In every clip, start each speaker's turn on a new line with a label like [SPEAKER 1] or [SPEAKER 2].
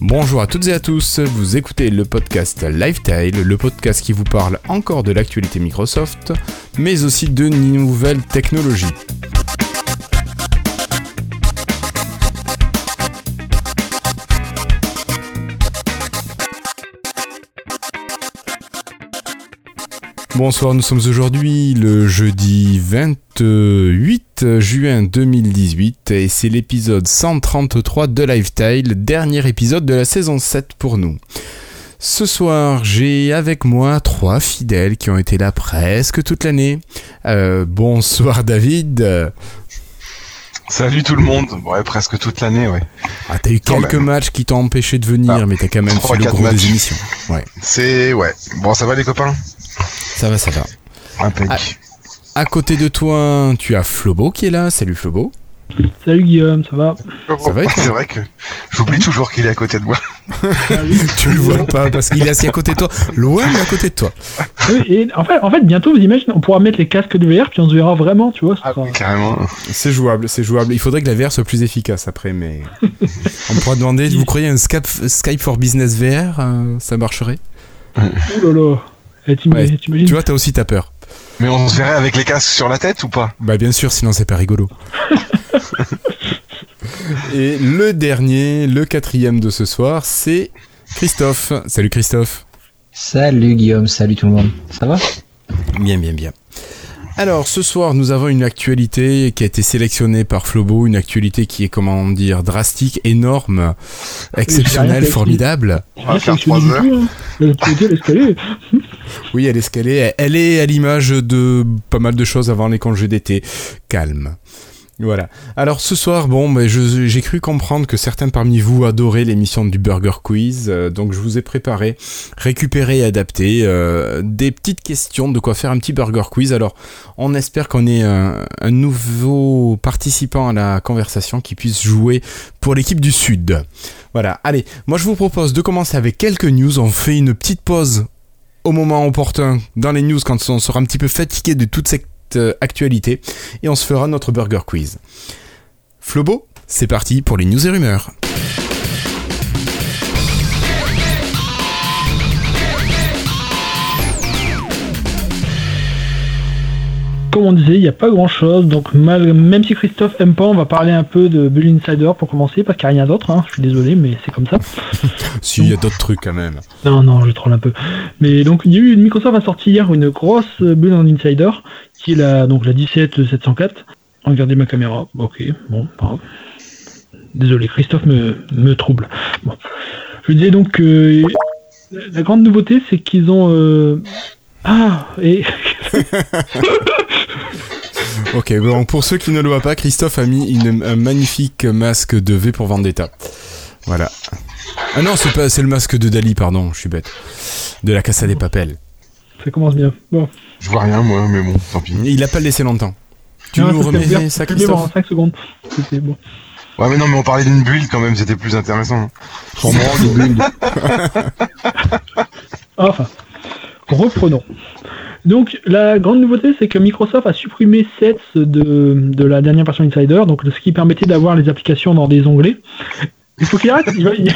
[SPEAKER 1] Bonjour à toutes et à tous, vous écoutez le podcast Lifetile, le podcast qui vous parle encore de l'actualité Microsoft, mais aussi de nouvelles technologies. Bonsoir, nous sommes aujourd'hui le jeudi 28 juin 2018 et c'est l'épisode 133 de Lifetile, dernier épisode de la saison 7 pour nous. Ce soir, j'ai avec moi trois fidèles qui ont été là presque toute l'année. Euh, bonsoir David.
[SPEAKER 2] Salut tout le monde. Ouais, presque toute l'année, ouais.
[SPEAKER 1] Ah, t'as eu
[SPEAKER 2] Quand
[SPEAKER 1] quelques
[SPEAKER 2] même.
[SPEAKER 1] matchs qui t'ont empêché de venir,
[SPEAKER 2] Ah,
[SPEAKER 1] mais t'as quand même
[SPEAKER 2] trois,
[SPEAKER 1] fait le
[SPEAKER 2] quatre
[SPEAKER 1] gros des
[SPEAKER 2] matchs.
[SPEAKER 1] émissions. Ouais,
[SPEAKER 2] C'est ouais. Bon, ça va les copains
[SPEAKER 1] ça va, ça va.
[SPEAKER 2] Impec.
[SPEAKER 1] Ah. À côté de toi, tu as Flobo qui est là. Salut Flobo.
[SPEAKER 3] Salut Guillaume, ça va
[SPEAKER 1] Ça va et toi
[SPEAKER 2] C'est vrai que j'oublie toujours qu'il est à côté de moi.
[SPEAKER 1] tu le vois pas parce qu'il est assis à côté de toi, loin mais à côté de toi.
[SPEAKER 3] Oui, et en, fait, en fait, bientôt, vous imaginez, on pourra mettre les casques de VR, puis on se verra vraiment, tu vois.
[SPEAKER 2] Ah
[SPEAKER 3] ce sera-
[SPEAKER 2] Carrément.
[SPEAKER 1] C'est jouable, c'est jouable. Il faudrait que la VR soit plus efficace après, mais on pourra demander. Vous croyez un Skype, Skype for Business VR, euh, ça marcherait
[SPEAKER 3] Ouh là là. Eh, t'im-
[SPEAKER 1] Ouais,
[SPEAKER 3] T'imagines
[SPEAKER 1] Tu vois, t'as aussi ta peur.
[SPEAKER 2] Mais on se verrait avec les casques sur la tête ou pas
[SPEAKER 1] Bah bien sûr, sinon c'est pas rigolo. Et le dernier, le quatrième de ce soir, c'est Christophe. Salut Christophe.
[SPEAKER 4] Salut Guillaume, salut tout le monde. Ça va
[SPEAKER 1] Bien, bien, bien. Alors, ce soir, nous avons une actualité qui a été sélectionnée par Flobo, une actualité qui est, comment dire, drastique, énorme,
[SPEAKER 3] rien
[SPEAKER 1] exceptionnelle,
[SPEAKER 3] fait.
[SPEAKER 1] formidable.
[SPEAKER 3] J'ai
[SPEAKER 2] va
[SPEAKER 3] rien
[SPEAKER 2] faire
[SPEAKER 3] sélectionné
[SPEAKER 2] trois
[SPEAKER 3] du tout, hein. Le côté, l'escalier.
[SPEAKER 1] Oui, elle est escalée, elle est à l'image de pas mal de choses avant les congés d'été. Calme. Voilà. Alors ce soir, bon, ben, je- j'ai cru comprendre que certains parmi vous adoraient l'émission du Burger Quiz, euh, donc je vous ai préparé, récupéré et adapté euh, des petites questions de quoi faire un petit Burger Quiz. Alors on espère qu'on ait un, un nouveau participant à la conversation qui puisse jouer pour l'équipe du Sud. Voilà. Allez, moi je vous propose de commencer avec quelques news. On fait une petite pause au moment opportun dans les news quand on sera un petit peu fatigué de toute cette euh, actualité et on se fera notre burger quiz. Flobo, c'est parti pour les news et rumeurs.
[SPEAKER 3] Comme on disait, il n'y a pas grand chose, donc mal- même si Christophe aime pas, on va parler un peu de Bull Insider pour commencer, parce qu'il n'y a rien d'autre, hein. je suis désolé, mais c'est comme ça.
[SPEAKER 1] Si, il y a d'autres trucs quand même.
[SPEAKER 3] Non, non, je troll un peu. Mais donc, il y a eu, Microsoft a sorti hier une grosse euh, bulle en Insider, qui est la, donc, la 17704. Regardez ma caméra. Ok, bon, pas grave. Désolé, Christophe me, me trouble. Bon. Je disais donc que euh, la grande nouveauté, c'est qu'ils ont... euh, Ah, et...
[SPEAKER 1] Ok, bon, pour ceux qui ne le voient pas, Christophe a mis une- un magnifique masque de V pour Vendetta. Voilà. Ah non, c'est pas, c'est le masque de Dali, pardon, je suis bête. De la Casa des Papels.
[SPEAKER 3] Ça commence bien. Bon.
[SPEAKER 2] Je vois rien moi, mais bon, tant pis.
[SPEAKER 1] Il a pas laissé longtemps. Tu
[SPEAKER 3] Non,
[SPEAKER 1] nous
[SPEAKER 3] ça, c'est
[SPEAKER 1] remets
[SPEAKER 3] bien.
[SPEAKER 1] ça,
[SPEAKER 3] C'est bien,
[SPEAKER 1] Christophe
[SPEAKER 3] bon, en 5 secondes. C'était bon.
[SPEAKER 2] Ouais, mais non, mais on parlait d'une bulle quand même, c'était plus intéressant. Pour moi,
[SPEAKER 3] Enfin, reprenons. Donc, la grande nouveauté, c'est que Microsoft a supprimé sets de, de la dernière version Insider, donc ce qui permettait d'avoir les applications dans des onglets. Il faut qu'il arrête. il va- il-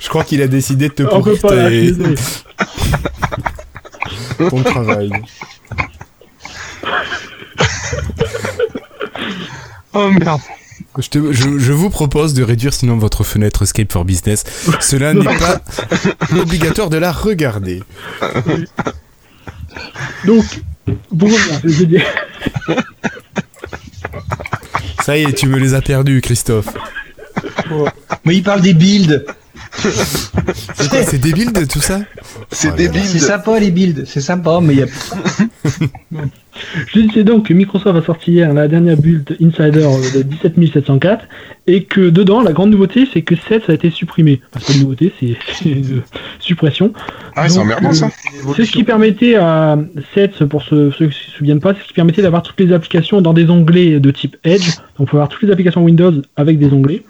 [SPEAKER 1] Je crois qu'il a décidé de te
[SPEAKER 3] on peut
[SPEAKER 1] pourrir
[SPEAKER 3] pas l'arrêter,
[SPEAKER 1] tes-
[SPEAKER 3] désolé.
[SPEAKER 1] ton travail.
[SPEAKER 2] oh merde.
[SPEAKER 1] Je, te- je- je vous propose de réduire sinon votre fenêtre Escape for Business. Cela n'est pas obligatoire de la regarder.
[SPEAKER 3] Donc, bon, je vais dire-
[SPEAKER 1] Ça y est, tu me les as perdus, Christophe.
[SPEAKER 4] Mais il parle des builds.
[SPEAKER 1] C'est quoi, c'est débile de tout ça
[SPEAKER 2] C'est
[SPEAKER 1] Voilà.
[SPEAKER 2] débile.
[SPEAKER 4] C'est sympa les builds, c'est sympa, mais il y a
[SPEAKER 3] Je disais donc que Microsoft a sorti hier la dernière build Insider euh, de 17704 et que dedans, la grande nouveauté, c'est que 7 ça a été supprimé. Enfin, c'est pas une nouveauté, c'est c'est une suppression.
[SPEAKER 2] Ah, ouais, c'est
[SPEAKER 3] Donc,
[SPEAKER 2] emmerdant ça.
[SPEAKER 3] C'est ce qui permettait à 7, pour ceux, ceux qui se souviennent pas, c'est ce qui permettait d'avoir toutes les applications dans des onglets de type Edge. Donc, on peut avoir toutes les applications Windows avec des onglets.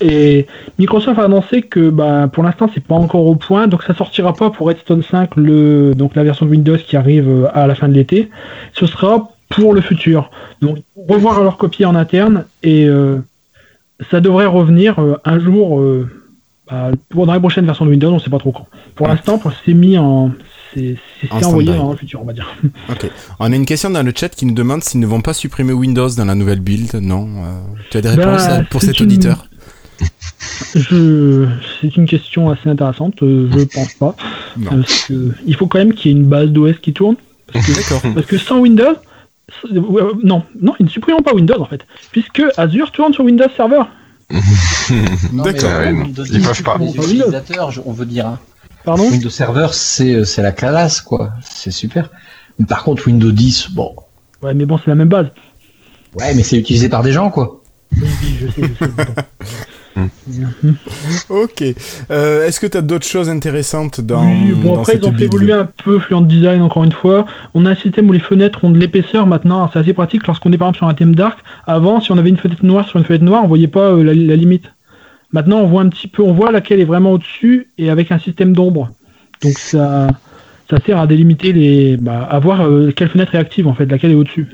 [SPEAKER 3] Et Microsoft a annoncé que bah, pour l'instant, c'est pas encore au point, donc ça sortira pas pour Redstone 5, le, donc la version de Windows qui arrive euh, à la fin de l'été. Ce sera pour le futur. Donc revoir leur copie en interne et euh, ça devrait revenir euh, un jour euh, bah, pour dans les prochaines versions de Windows, on sait pas trop quand. Pour
[SPEAKER 1] Ouais.
[SPEAKER 3] l'instant, pour- c'est mis en c'est c'est-
[SPEAKER 1] En
[SPEAKER 3] c'est envoyé
[SPEAKER 1] stand-by.
[SPEAKER 3] dans le futur, on va dire.
[SPEAKER 1] Ok. On a une question dans le chat qui nous demande s'ils ne vont pas supprimer Windows dans la nouvelle build. Non. euh, tu as des
[SPEAKER 3] Bah,
[SPEAKER 1] réponses à- pour
[SPEAKER 3] c'est
[SPEAKER 1] cet
[SPEAKER 3] une-
[SPEAKER 1] auditeur
[SPEAKER 3] Je c'est une question assez intéressante, euh, je pense pas
[SPEAKER 1] Non.
[SPEAKER 3] parce que il faut quand même qu'il y ait une base d'OS qui tourne
[SPEAKER 1] D'accord.
[SPEAKER 3] parce que sans Windows s- euh, non, non, ils ne supprimeront pas Windows en fait, puisque Azure tourne sur Windows Server.
[SPEAKER 1] D'accord.
[SPEAKER 2] Ah ouais, non. Ils peuvent pas.
[SPEAKER 4] Les utilisateurs, je- on veut dire. hein.
[SPEAKER 3] Pardon
[SPEAKER 4] Windows Server, c'est euh, c'est la classe, quoi. C'est super. Mais Par contre, Windows 10, bon.
[SPEAKER 3] Ouais, mais bon, c'est la même base.
[SPEAKER 4] Ouais, mais c'est utilisé par des gens, quoi.
[SPEAKER 3] Oui, oui, je sais, je sais. bon.
[SPEAKER 1] Ok. Euh, Est-ce que tu as d'autres choses intéressantes dans,
[SPEAKER 3] Oui, bon
[SPEAKER 1] dans
[SPEAKER 3] après
[SPEAKER 1] cette
[SPEAKER 3] ils ont fait
[SPEAKER 1] build
[SPEAKER 3] évoluer un peu Fluent Design encore une fois. On a un système où les fenêtres ont de l'épaisseur maintenant, c'est assez pratique lorsqu'on est par exemple sur un thème dark. Avant si on avait une fenêtre noire sur une fenêtre noire on voyait pas euh, la, la limite. Maintenant on voit un petit peu, on voit laquelle est vraiment au-dessus et avec un système d'ombre. Donc ça, ça sert à délimiter les, bah, à voir euh, quelle fenêtre est active en fait, laquelle est au-dessus.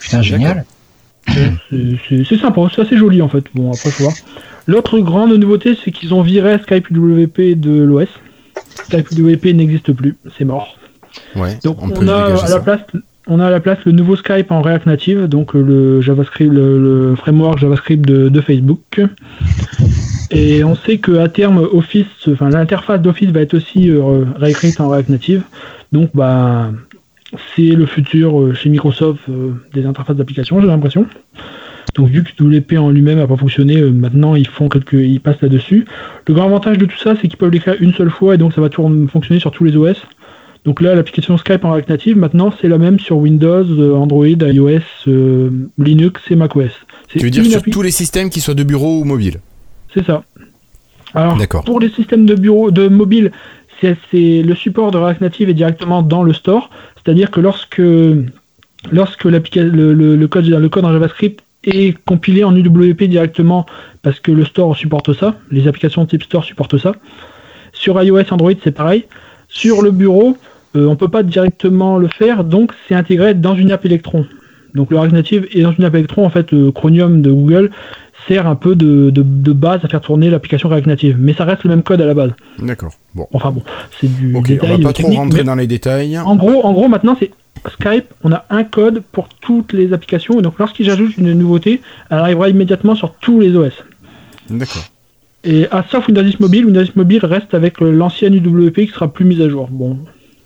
[SPEAKER 4] Putain, génial.
[SPEAKER 3] C'est- C'est c'est sympa, c'est assez joli en fait. Bon, après, faut voir. L'autre grande nouveauté, c'est qu'ils ont viré Skype UWP de l'OS. Skype UWP n'existe plus, c'est mort.
[SPEAKER 1] Ouais,
[SPEAKER 3] Donc,
[SPEAKER 1] on,
[SPEAKER 3] on,
[SPEAKER 1] peut
[SPEAKER 3] a
[SPEAKER 1] dégager
[SPEAKER 3] à
[SPEAKER 1] ça.
[SPEAKER 3] la place. On a à la place le nouveau Skype en React Native, donc euh, le JavaScript, le, le framework JavaScript de, de Facebook. Et on sait que à terme Office, enfin l'interface d'Office va être aussi euh, réécrite en React Native. Donc bah c'est le futur euh, chez Microsoft euh, des interfaces d'application, j'ai l'impression. Donc vu que WP en lui-même n'a pas fonctionné, euh, maintenant ils font quelques, ils passent là-dessus. Le grand avantage de tout ça, c'est qu'ils peuvent l'écrire une seule fois et donc ça va tourner, fonctionner sur tous les OS. Donc là, l'application Skype en React Native, maintenant c'est la même sur Windows, euh, Android, iOS, euh, Linux et macOS. C'est
[SPEAKER 1] Tu veux dire
[SPEAKER 3] une
[SPEAKER 1] sur
[SPEAKER 3] appli-
[SPEAKER 1] tous les systèmes, qu'ils soient de bureau ou mobile
[SPEAKER 3] c'est ça. Alors,
[SPEAKER 1] D'accord.
[SPEAKER 3] pour les systèmes de bureau, de mobile, c'est c'est- le support de React Native est directement dans le store. C'est-à-dire que lorsque, lorsque l'applica- le, le- le code, le code en JavaScript est compilé en UWP directement, parce que le store supporte ça, les applications type store supportent ça. Sur iOS, Android, c'est pareil. Sur le bureau, euh, on ne peut pas directement le faire, donc c'est intégré dans une app Electron. Donc le React Native est dans une app Electron, en fait, euh, Chromium de Google sert un peu de, de- de base à faire tourner l'application React Native. Mais ça reste le même code à la base.
[SPEAKER 1] D'accord. Bon.
[SPEAKER 3] Enfin bon, c'est du
[SPEAKER 1] Ok, on
[SPEAKER 3] détail
[SPEAKER 1] va pas
[SPEAKER 3] euh,
[SPEAKER 1] trop
[SPEAKER 3] technique,
[SPEAKER 1] rentrer
[SPEAKER 3] mais
[SPEAKER 1] dans les détails.
[SPEAKER 3] En gros, en gros, maintenant c'est Skype, on a un code pour toutes les applications. Et donc lorsqu'ils ajoutent une nouveauté, elle arrivera immédiatement sur tous les OS.
[SPEAKER 1] D'accord.
[SPEAKER 3] Et à sauf Windows 10 Mobile, Windows 10 Mobile reste avec le- l'ancienne UWP qui sera plus mise à jour. Bon,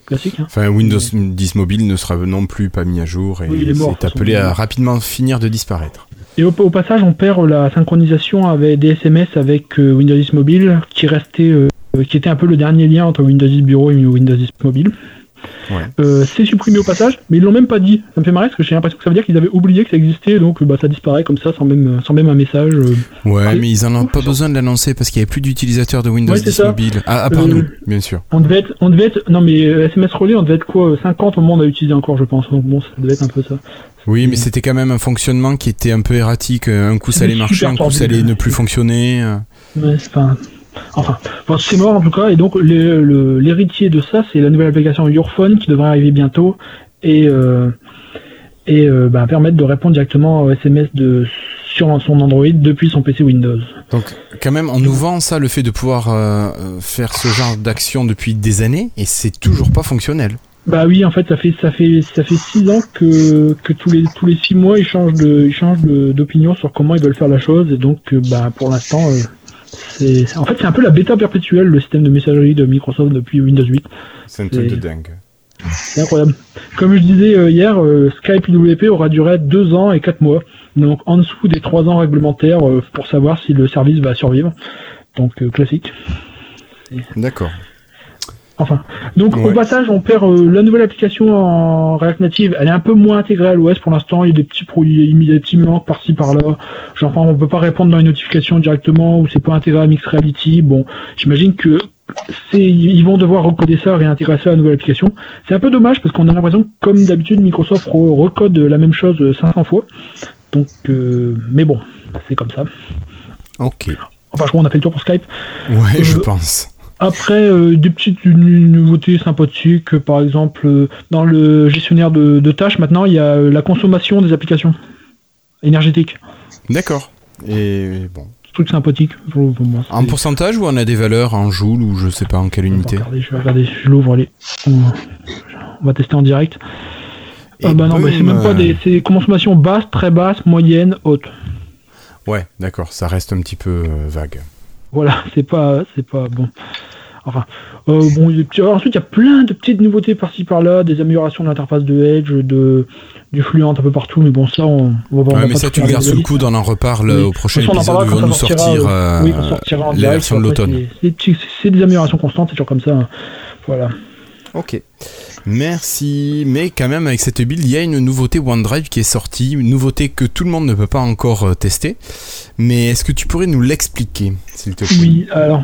[SPEAKER 3] classique. Hein.
[SPEAKER 1] Enfin, Windows 10 mobile ne sera non plus pas mis à jour et
[SPEAKER 3] Oui, il est mort,
[SPEAKER 1] c'est
[SPEAKER 3] de toute
[SPEAKER 1] appelé
[SPEAKER 3] façon.
[SPEAKER 1] à rapidement finir de disparaître.
[SPEAKER 3] Et au, au passage, on perd la synchronisation avec des SMS avec euh, Windows 10 Mobile, qui restait, euh, qui était un peu le dernier lien entre Windows 10 Bureau et Windows 10 Mobile.
[SPEAKER 1] Ouais.
[SPEAKER 3] Euh, c'est supprimé au passage, mais ils l'ont même pas dit. Ça me fait marrer parce que j'ai l'impression que ça veut dire qu'ils avaient oublié que ça existait, donc euh, bah, ça disparaît comme ça sans même, sans même un message. euh.
[SPEAKER 1] Ouais,
[SPEAKER 3] Ah,
[SPEAKER 1] mais ils en ont pas besoin de l'annoncer parce qu'il n'y avait plus d'utilisateurs de Windows
[SPEAKER 3] Ouais, c'est
[SPEAKER 1] 10
[SPEAKER 3] ça.
[SPEAKER 1] mobile. Ah, à part
[SPEAKER 3] Euh,
[SPEAKER 1] nous, bien sûr.
[SPEAKER 3] On devait être, on devait être, non mais euh, SMS relais, on devait être quoi, euh, 50 au monde à utiliser encore, je pense. Donc bon, ça devait être un peu ça.
[SPEAKER 1] Oui, mais c'était quand même un fonctionnement qui était un peu erratique. Un coup ça
[SPEAKER 3] C'était
[SPEAKER 1] allait marcher,
[SPEAKER 3] super
[SPEAKER 1] un coup ça
[SPEAKER 3] tordu.
[SPEAKER 1] allait ne plus fonctionner. euh.
[SPEAKER 3] Ouais, c'est pas- Enfin, bon, c'est mort en tout cas, et donc le- le- l'héritier de ça, c'est la nouvelle application Yourphone qui devrait arriver bientôt et, euh, et euh, bah, permettre de répondre directement aux SMS de, sur son Android depuis son PC Windows.
[SPEAKER 1] Donc, quand même, on nous vend ça, le fait de pouvoir euh, euh, faire ce genre d'action depuis des années, et c'est toujours pas fonctionnel.
[SPEAKER 3] Bah oui, en fait, ça fait ça fait ça fait six ans que, que tous les tous les six mois ils changent de ils changent de- d'opinion sur comment ils veulent faire la chose et donc euh, bah pour l'instant euh, c'est c'est- en fait c'est un peu la bêta perpétuelle le système de messagerie de Microsoft depuis Windows 8.
[SPEAKER 1] C'est un
[SPEAKER 3] truc de
[SPEAKER 1] dingue.
[SPEAKER 3] C'est incroyable. Comme je disais euh, hier, euh, Skype UWP aura duré 2 ans et 4 mois. Donc en dessous des 3 ans réglementaires euh, pour savoir si le service va survivre. Donc euh, classique.
[SPEAKER 1] D'accord.
[SPEAKER 3] Enfin. Donc
[SPEAKER 1] Ouais.
[SPEAKER 3] au passage, on perd euh, la nouvelle application en React Native. Elle est un peu moins intégrée à l'OS pour l'instant. Il y a des petits, pro- il y a des petits manques par-ci par-là. Genre enfin, on peut pas répondre dans les notifications directement ou c'est pas intégré à Mixed Reality. Bon, j'imagine que c'est, ils vont devoir recoder ça, réintégrer ça à la nouvelle application. C'est un peu dommage parce qu'on a l'impression que comme d'habitude Microsoft re- recode la même chose euh, 500 fois. Donc, euh, mais bon, c'est comme ça.
[SPEAKER 1] Ok.
[SPEAKER 3] Enfin, je crois qu'on a fait le tour pour Skype.
[SPEAKER 1] Ouais, je
[SPEAKER 3] Euh,
[SPEAKER 1] pense.
[SPEAKER 3] Après, euh, des petites nu- nouveautés sympathiques, euh, par exemple, euh, dans le gestionnaire de, de tâches, maintenant, il y a euh, la consommation des applications énergétiques.
[SPEAKER 1] D'accord. Et bon.
[SPEAKER 3] Truc sympathique. Pour, pour moi,
[SPEAKER 1] En
[SPEAKER 3] c'est-
[SPEAKER 1] pourcentage ou on a des valeurs en joules ou je sais pas en quelle
[SPEAKER 3] je vais
[SPEAKER 1] unité
[SPEAKER 3] regarder, Je vais regarder, je l'ouvre, allez. On, on va tester en direct.
[SPEAKER 1] Et
[SPEAKER 3] Ah bah non,
[SPEAKER 1] boum,
[SPEAKER 3] bah c'est même pas
[SPEAKER 1] euh,
[SPEAKER 3] des. C'est consommation basse, très basse, moyenne, haute.
[SPEAKER 1] euh, Ouais, d'accord, ça reste un petit peu euh, vague.
[SPEAKER 3] Voilà, c'est pas, c'est pas bon. Enfin, euh, bon, il y a des petits- alors ensuite il y a plein de petites nouveautés par-ci par-là, des améliorations de l'interface de Edge, de du fluent un peu partout, mais bon ça on, on va on va
[SPEAKER 1] Ouais,
[SPEAKER 3] pas
[SPEAKER 1] mais ça, tu
[SPEAKER 3] tout faire
[SPEAKER 1] le gardes
[SPEAKER 3] dans
[SPEAKER 1] sous le
[SPEAKER 3] la
[SPEAKER 1] coude, on en reparle
[SPEAKER 3] Oui.
[SPEAKER 1] au prochain
[SPEAKER 3] De toute façon, on en
[SPEAKER 1] épisode où
[SPEAKER 3] parlera
[SPEAKER 1] ils vont nous
[SPEAKER 3] quand ça sortira,
[SPEAKER 1] sortir
[SPEAKER 3] euh,
[SPEAKER 1] euh,
[SPEAKER 3] oui, qu'on sortira en
[SPEAKER 1] la
[SPEAKER 3] direct,
[SPEAKER 1] version de
[SPEAKER 3] après,
[SPEAKER 1] l'automne.
[SPEAKER 3] c'est- C'est c'est des améliorations constantes, c'est toujours comme ça. hein. Voilà.
[SPEAKER 1] Ok. Merci. Mais quand même, avec cette build, il y a une nouveauté OneDrive qui est sortie, une nouveauté que tout le monde ne peut pas encore euh, tester. Mais est-ce que tu pourrais nous l'expliquer, s'il te plaît
[SPEAKER 3] Oui, alors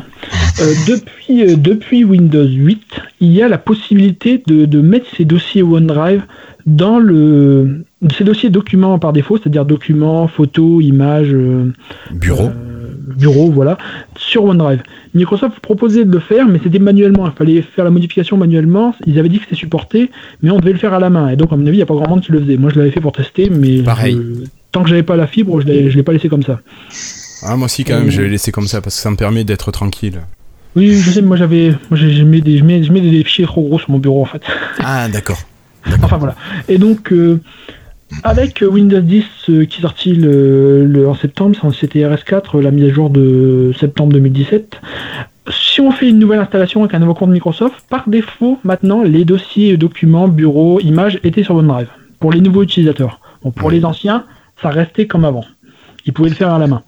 [SPEAKER 3] euh, depuis, euh, depuis Windows 8, il y a la possibilité de, de mettre ces dossiers OneDrive dans le ces dossiers documents par défaut, c'est-à-dire documents, photos, images, euh,
[SPEAKER 1] Bureau
[SPEAKER 3] euh, bureau, voilà, sur OneDrive. Microsoft proposait de le faire, mais c'était manuellement. Il fallait faire la modification manuellement. Ils avaient dit que c'était supporté, mais on devait le faire à la main. Et donc, à mon avis, il n'y a pas grand monde qui le faisait. Moi, je l'avais fait pour tester, mais
[SPEAKER 1] Pareil.
[SPEAKER 3] je- tant que j'avais pas la fibre, je l'ai je l'ai pas laissé comme ça.
[SPEAKER 1] Ah, Moi aussi, quand
[SPEAKER 3] Euh,
[SPEAKER 1] même, je l'ai laissé comme ça parce que ça me permet d'être tranquille.
[SPEAKER 3] Oui, je sais, moi j'avais, moi j'ai- je mets des, je mets, je mets des fichiers trop gros sur mon bureau en fait.
[SPEAKER 1] Ah, d'accord.
[SPEAKER 3] Enfin voilà. Et donc euh, avec euh, Windows 10 euh, qui est sorti le, le- en septembre, c'est en CTRS 4, euh, la mise à jour de septembre 2017. Si on fait une nouvelle installation avec un nouveau compte Microsoft, par défaut maintenant les dossiers, documents, bureaux, images étaient sur OneDrive pour les nouveaux utilisateurs. Bon, pour les anciens, ça restait comme avant. Ils pouvaient le faire à la main.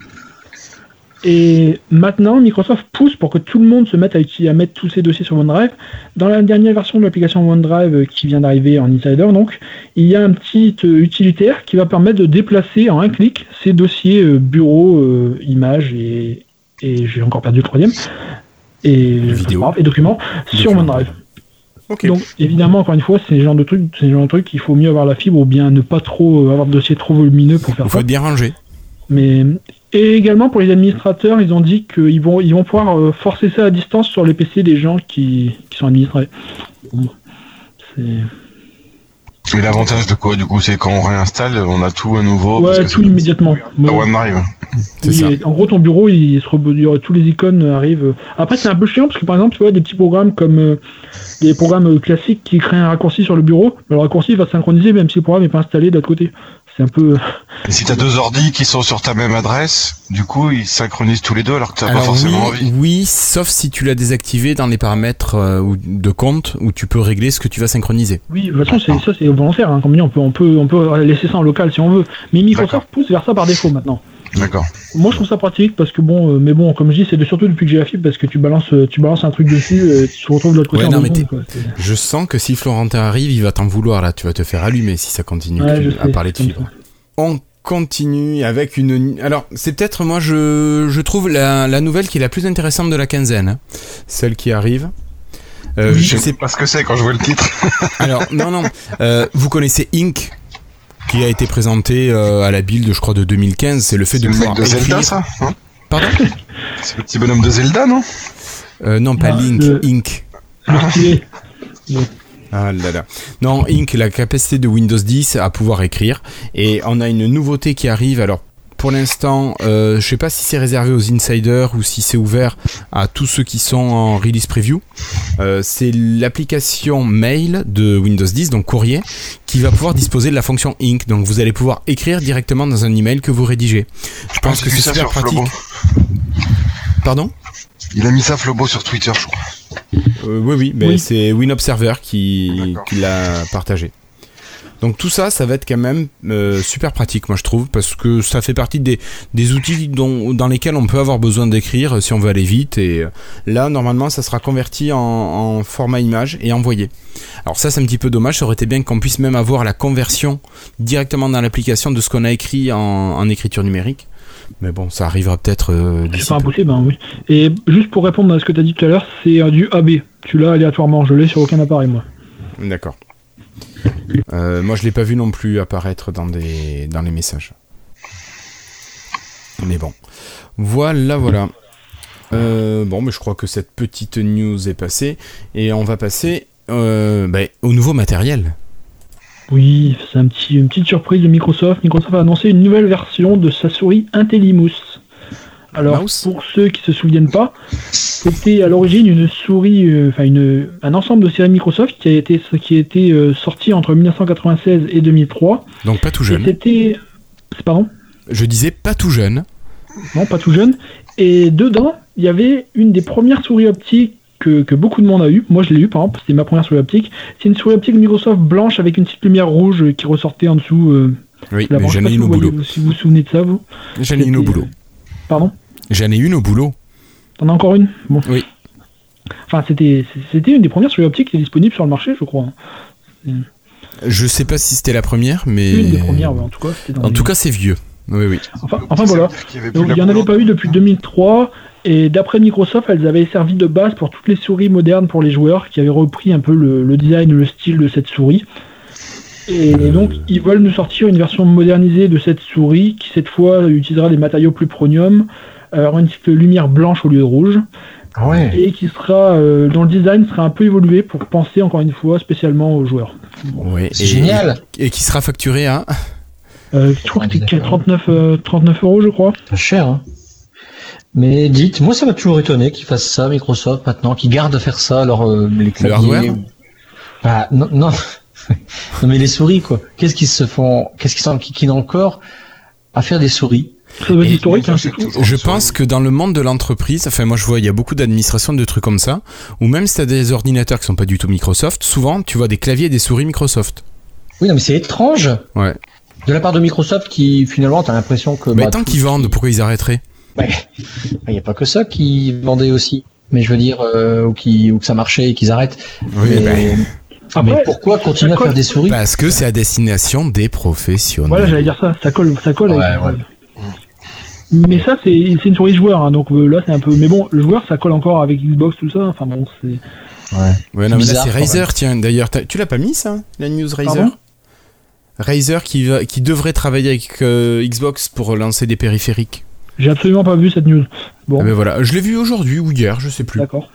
[SPEAKER 3] Et maintenant, Microsoft pousse pour que tout le monde se mette à, uti- à mettre tous ces dossiers sur OneDrive. Dans la dernière version de l'application OneDrive euh, qui vient d'arriver en Insider, donc, il y a un petit euh, utilitaire qui va permettre de déplacer en un clic ces dossiers euh, bureau, euh, images et, et j'ai encore perdu le troisième, et,
[SPEAKER 1] Vidéo.
[SPEAKER 3] et documents sur
[SPEAKER 1] Documents.
[SPEAKER 3] OneDrive.
[SPEAKER 1] Ok.
[SPEAKER 3] Donc évidemment, encore une fois, c'est le genre de truc, c'est le genre de truc, il faut mieux avoir la fibre ou bien ne pas trop euh, avoir de dossier trop volumineux pour faire
[SPEAKER 1] Il
[SPEAKER 3] ça.
[SPEAKER 1] faut être bien rangé.
[SPEAKER 3] Mais et également pour les administrateurs, ils ont dit qu'ils vont ils vont pouvoir euh, forcer ça à distance sur les PC des gens qui, qui sont administrés. Bon. C'est-
[SPEAKER 2] Et l'avantage de quoi Du coup, c'est quand on réinstalle, on a tout à nouveau. parce
[SPEAKER 3] Ouais,
[SPEAKER 2] que
[SPEAKER 3] tout
[SPEAKER 2] c'est-
[SPEAKER 3] immédiatement.
[SPEAKER 2] c'est
[SPEAKER 3] Ouais.
[SPEAKER 2] OneDrive.
[SPEAKER 1] Ah C'est
[SPEAKER 3] Oui,
[SPEAKER 1] ça.
[SPEAKER 3] et En gros, ton bureau, il se rebondit, tous les icônes euh, arrivent. Après, c'est un peu chiant parce que par exemple, tu vois des petits programmes comme euh, des programmes euh, classiques qui créent un raccourci sur le bureau, mais le raccourci va synchroniser même si le programme n'est pas installé de l'autre côté. C'est un peu.
[SPEAKER 2] Et si t'as deux ordi qui sont sur ta même adresse, du coup, ils synchronisent tous les deux alors que t'as pas
[SPEAKER 1] Alors oui,
[SPEAKER 2] forcément envie.
[SPEAKER 1] oui, sauf si tu l'as désactivé dans les paramètres euh, ou- de compte où tu peux régler ce que tu vas synchroniser.
[SPEAKER 3] Oui, de toute façon, c'est- ça c'est volontaire. Hein. Comme dit, on peut, on peut, on peut laisser ça en local si on veut. Mais Microsoft
[SPEAKER 2] D'accord.
[SPEAKER 3] pousse vers ça par défaut maintenant.
[SPEAKER 2] D'accord.
[SPEAKER 3] Moi, je trouve ça pratique parce que bon, euh, mais bon, comme je dis, c'est de- surtout depuis que j'ai la fibre parce que tu balances, euh, tu balances un truc dessus, euh, tu te retrouves de l'autre côté.
[SPEAKER 1] Ouais,
[SPEAKER 3] en
[SPEAKER 1] non,
[SPEAKER 3] deux
[SPEAKER 1] mais
[SPEAKER 3] secondes, quoi. C'est-
[SPEAKER 1] Je sens que si Florentin arrive, il va t'en vouloir là. Tu vas te faire allumer si ça continue
[SPEAKER 3] Ouais,
[SPEAKER 1] que-
[SPEAKER 3] je
[SPEAKER 1] à
[SPEAKER 3] sais,
[SPEAKER 1] parler de
[SPEAKER 3] c'est comme
[SPEAKER 1] fibre. On continue avec une. Alors, c'est peut-être moi je, je trouve la, la nouvelle qui est la plus intéressante de la quinzaine, hein. celle qui arrive. Euh,
[SPEAKER 2] Je
[SPEAKER 1] je
[SPEAKER 2] sais
[SPEAKER 1] sais
[SPEAKER 2] pas ce que c'est quand je vois le titre.
[SPEAKER 1] Alors, non, non. Euh, vous connaissez Inc qui a été présenté euh, à la build, je crois, de 2015. C'est le fait
[SPEAKER 2] C'est
[SPEAKER 1] de
[SPEAKER 2] le
[SPEAKER 1] pouvoir
[SPEAKER 2] mec de Zelda,
[SPEAKER 1] écrire-
[SPEAKER 2] ça hein
[SPEAKER 1] Pardon
[SPEAKER 2] C'est le petit bonhomme de Zelda, non
[SPEAKER 1] Euh, Non, pas
[SPEAKER 3] Non,
[SPEAKER 1] Link,
[SPEAKER 3] le-
[SPEAKER 1] Inc.
[SPEAKER 3] le stylet.
[SPEAKER 1] Ah là là. Non, Inc, la capacité de Windows 10 à pouvoir écrire. Et on a une nouveauté qui arrive. Alors, pour l'instant, euh, je sais pas si c'est réservé aux insiders ou si c'est ouvert à tous ceux qui sont en release preview. Euh, c'est l'application mail de Windows 10, donc courrier, qui va pouvoir disposer de la fonction Inc. Donc, vous allez pouvoir écrire directement dans un email que vous rédigez. Je pense
[SPEAKER 2] Ah,
[SPEAKER 1] que
[SPEAKER 2] j'ai vu
[SPEAKER 1] c'est
[SPEAKER 2] ça
[SPEAKER 1] super
[SPEAKER 2] sur Flobo.
[SPEAKER 1] pratique. Pardon
[SPEAKER 2] Il a mis ça Flobo sur Twitter, je crois.
[SPEAKER 1] Euh, oui, oui, mais
[SPEAKER 3] Oui.
[SPEAKER 1] c'est WinObserver qui,
[SPEAKER 2] D'accord.
[SPEAKER 1] qui l'a partagé. Donc tout ça, ça va être quand même euh, super pratique, moi je trouve, parce que ça fait partie des, des outils dont, dans lesquels on peut avoir besoin d'écrire euh, si on veut aller vite. Et euh, là, normalement, ça sera converti en, en format image et envoyé. Alors ça, c'est un petit peu dommage. Ça aurait été bien qu'on puisse même avoir la conversion directement dans l'application de ce qu'on a écrit en, en écriture numérique. Mais bon, ça arrivera peut-être euh,
[SPEAKER 3] C'est
[SPEAKER 1] d'ici
[SPEAKER 3] pas
[SPEAKER 1] peu.
[SPEAKER 3] impossible, hein, oui. Et juste pour répondre à ce que tu as dit tout à l'heure, c'est euh, du AB. Tu l'as aléatoirement, je l'ai sur aucun appareil, moi.
[SPEAKER 1] D'accord. Euh, moi, je l'ai pas vu non plus apparaître dans, des, dans les messages. Mais bon. Voilà, voilà. Euh, bon, mais je crois que cette petite news est passée. Et on va passer euh, bah, au nouveau matériel.
[SPEAKER 3] Oui, c'est un petit, une petite surprise de Microsoft. Microsoft a annoncé une nouvelle version de sa souris Intellimousse. Alors,
[SPEAKER 1] Mouse
[SPEAKER 3] pour ceux qui se souviennent pas, c'était à l'origine une souris, euh, enfin une, un ensemble de séries Microsoft qui a été, qui a été euh, sorti entre 1996 et 2003.
[SPEAKER 1] Donc pas tout
[SPEAKER 3] Et
[SPEAKER 1] jeune.
[SPEAKER 3] c'était, c'est pardon,
[SPEAKER 1] Je disais pas tout jeune.
[SPEAKER 3] non, pas tout jeune. Et dedans, il y avait une des premières souris optiques que, que beaucoup de monde a eu. Moi, je l'ai eu par exemple, c'était ma première souris optique. C'est une souris optique Microsoft blanche avec une petite lumière rouge euh, qui ressortait en dessous. euh,
[SPEAKER 1] Oui,
[SPEAKER 3] la
[SPEAKER 1] mais
[SPEAKER 3] branche.
[SPEAKER 1] j'en ai
[SPEAKER 3] Je sais
[SPEAKER 1] une au
[SPEAKER 3] pas si vous
[SPEAKER 1] boulot.
[SPEAKER 3] voyez- Si vous vous souvenez de ça, vous
[SPEAKER 1] J'en ai une au
[SPEAKER 3] C'était- euh,
[SPEAKER 1] boulot.
[SPEAKER 3] Pardon
[SPEAKER 1] J'en ai une au boulot.
[SPEAKER 3] T'en as encore une Bon.
[SPEAKER 1] Oui.
[SPEAKER 3] Enfin, c'était c'était une des premières souris optiques qui est disponible sur le marché, je crois. hein.
[SPEAKER 1] Je sais pas si c'était la première, mais.
[SPEAKER 3] Une des premières, ouais, en tout cas. c'était dans
[SPEAKER 1] En
[SPEAKER 3] les-
[SPEAKER 1] tout cas, c'est vieux. Oui, oui.
[SPEAKER 3] Enfin, enfin, voilà.
[SPEAKER 2] Qu'il y avait plus
[SPEAKER 3] Donc,
[SPEAKER 2] la
[SPEAKER 3] il n'y en avait
[SPEAKER 2] couleur.
[SPEAKER 3] pas eu depuis 2003. Et d'après Microsoft, elles avaient servi de base pour toutes les souris modernes pour les joueurs qui avaient repris un peu le, le design, le style de cette souris. Et
[SPEAKER 1] Euh.
[SPEAKER 3] donc, ils veulent nous sortir une version modernisée de cette souris qui, cette fois, utilisera des matériaux plus pronium, avoir une petite lumière blanche au lieu de rouge.
[SPEAKER 4] Ah ouais.
[SPEAKER 3] et qui sera euh, dont le design sera un peu évolué pour penser encore une fois spécialement aux joueurs.
[SPEAKER 1] Ouais,
[SPEAKER 4] C'est
[SPEAKER 1] et-
[SPEAKER 4] génial.
[SPEAKER 1] Et qui sera facturé à.
[SPEAKER 3] Euh, je trouve que c'est 39, euh, 39 euros je crois.
[SPEAKER 4] Pas cher. Hein. Mais dites, moi ça m'a toujours étonné qu'ils fassent ça, Microsoft maintenant, qu'ils gardent à faire ça, alors euh, les claviers.
[SPEAKER 1] hardware
[SPEAKER 4] Bah, non, non. non mais les souris quoi. Qu'est-ce qu'ils se font Qu'est-ce qu'ils sont qui, qui dans le corps à faire des souris
[SPEAKER 3] Ça doit être
[SPEAKER 1] Et-
[SPEAKER 3] historique, hein,
[SPEAKER 2] mais
[SPEAKER 3] c'est
[SPEAKER 2] c'est
[SPEAKER 3] tout.
[SPEAKER 2] tout.
[SPEAKER 1] Je pense que dans le monde de l'entreprise, enfin moi je vois il y a beaucoup d'administrations de trucs comme ça, ou même si t'as des ordinateurs qui sont pas du tout Microsoft, souvent tu vois des claviers et des souris Microsoft.
[SPEAKER 4] Euh, Oui, non mais c'est étrange.
[SPEAKER 1] Ouais.
[SPEAKER 4] De la part de Microsoft qui finalement t'as l'impression que.
[SPEAKER 1] Mais
[SPEAKER 4] bah,
[SPEAKER 1] tant
[SPEAKER 4] tout-
[SPEAKER 1] qu'ils vendent, pourquoi ils arrêteraient
[SPEAKER 4] Il n'y a pas que ça qui vendait aussi. Mais je veux dire, euh, ou, qui, ou que ça marchait et qu'ils arrêtent. mais,
[SPEAKER 1] bah.
[SPEAKER 4] mais
[SPEAKER 3] Après,
[SPEAKER 4] pourquoi continuer à
[SPEAKER 3] ça colle-
[SPEAKER 4] faire des souris
[SPEAKER 1] Eh ben, Parce que c'est à destination des professionnels.
[SPEAKER 3] Voilà, j'allais dire ça, ça colle, ça colle.
[SPEAKER 4] Ouais,
[SPEAKER 3] avec-
[SPEAKER 4] ouais.
[SPEAKER 3] Mais ça c'est c'est une souris joueur, hein, donc euh, là c'est un peu. Mais bon, le joueur ça colle encore avec Xbox tout ça. Enfin bon, c'est.
[SPEAKER 1] Ouais, non, mais là
[SPEAKER 4] Bizarre,
[SPEAKER 1] c'est
[SPEAKER 4] quand même.
[SPEAKER 1] Razer, tiens, d'ailleurs, t'as- tu l'as pas mis ça, la news Razer
[SPEAKER 3] Pardon
[SPEAKER 1] Razer qui, va- qui devrait travailler avec euh, Xbox pour lancer des périphériques.
[SPEAKER 3] J'ai absolument pas vu cette news. Bon,
[SPEAKER 1] Ah ben voilà, je l'ai vu aujourd'hui ou hier, je sais plus.
[SPEAKER 3] d'accord.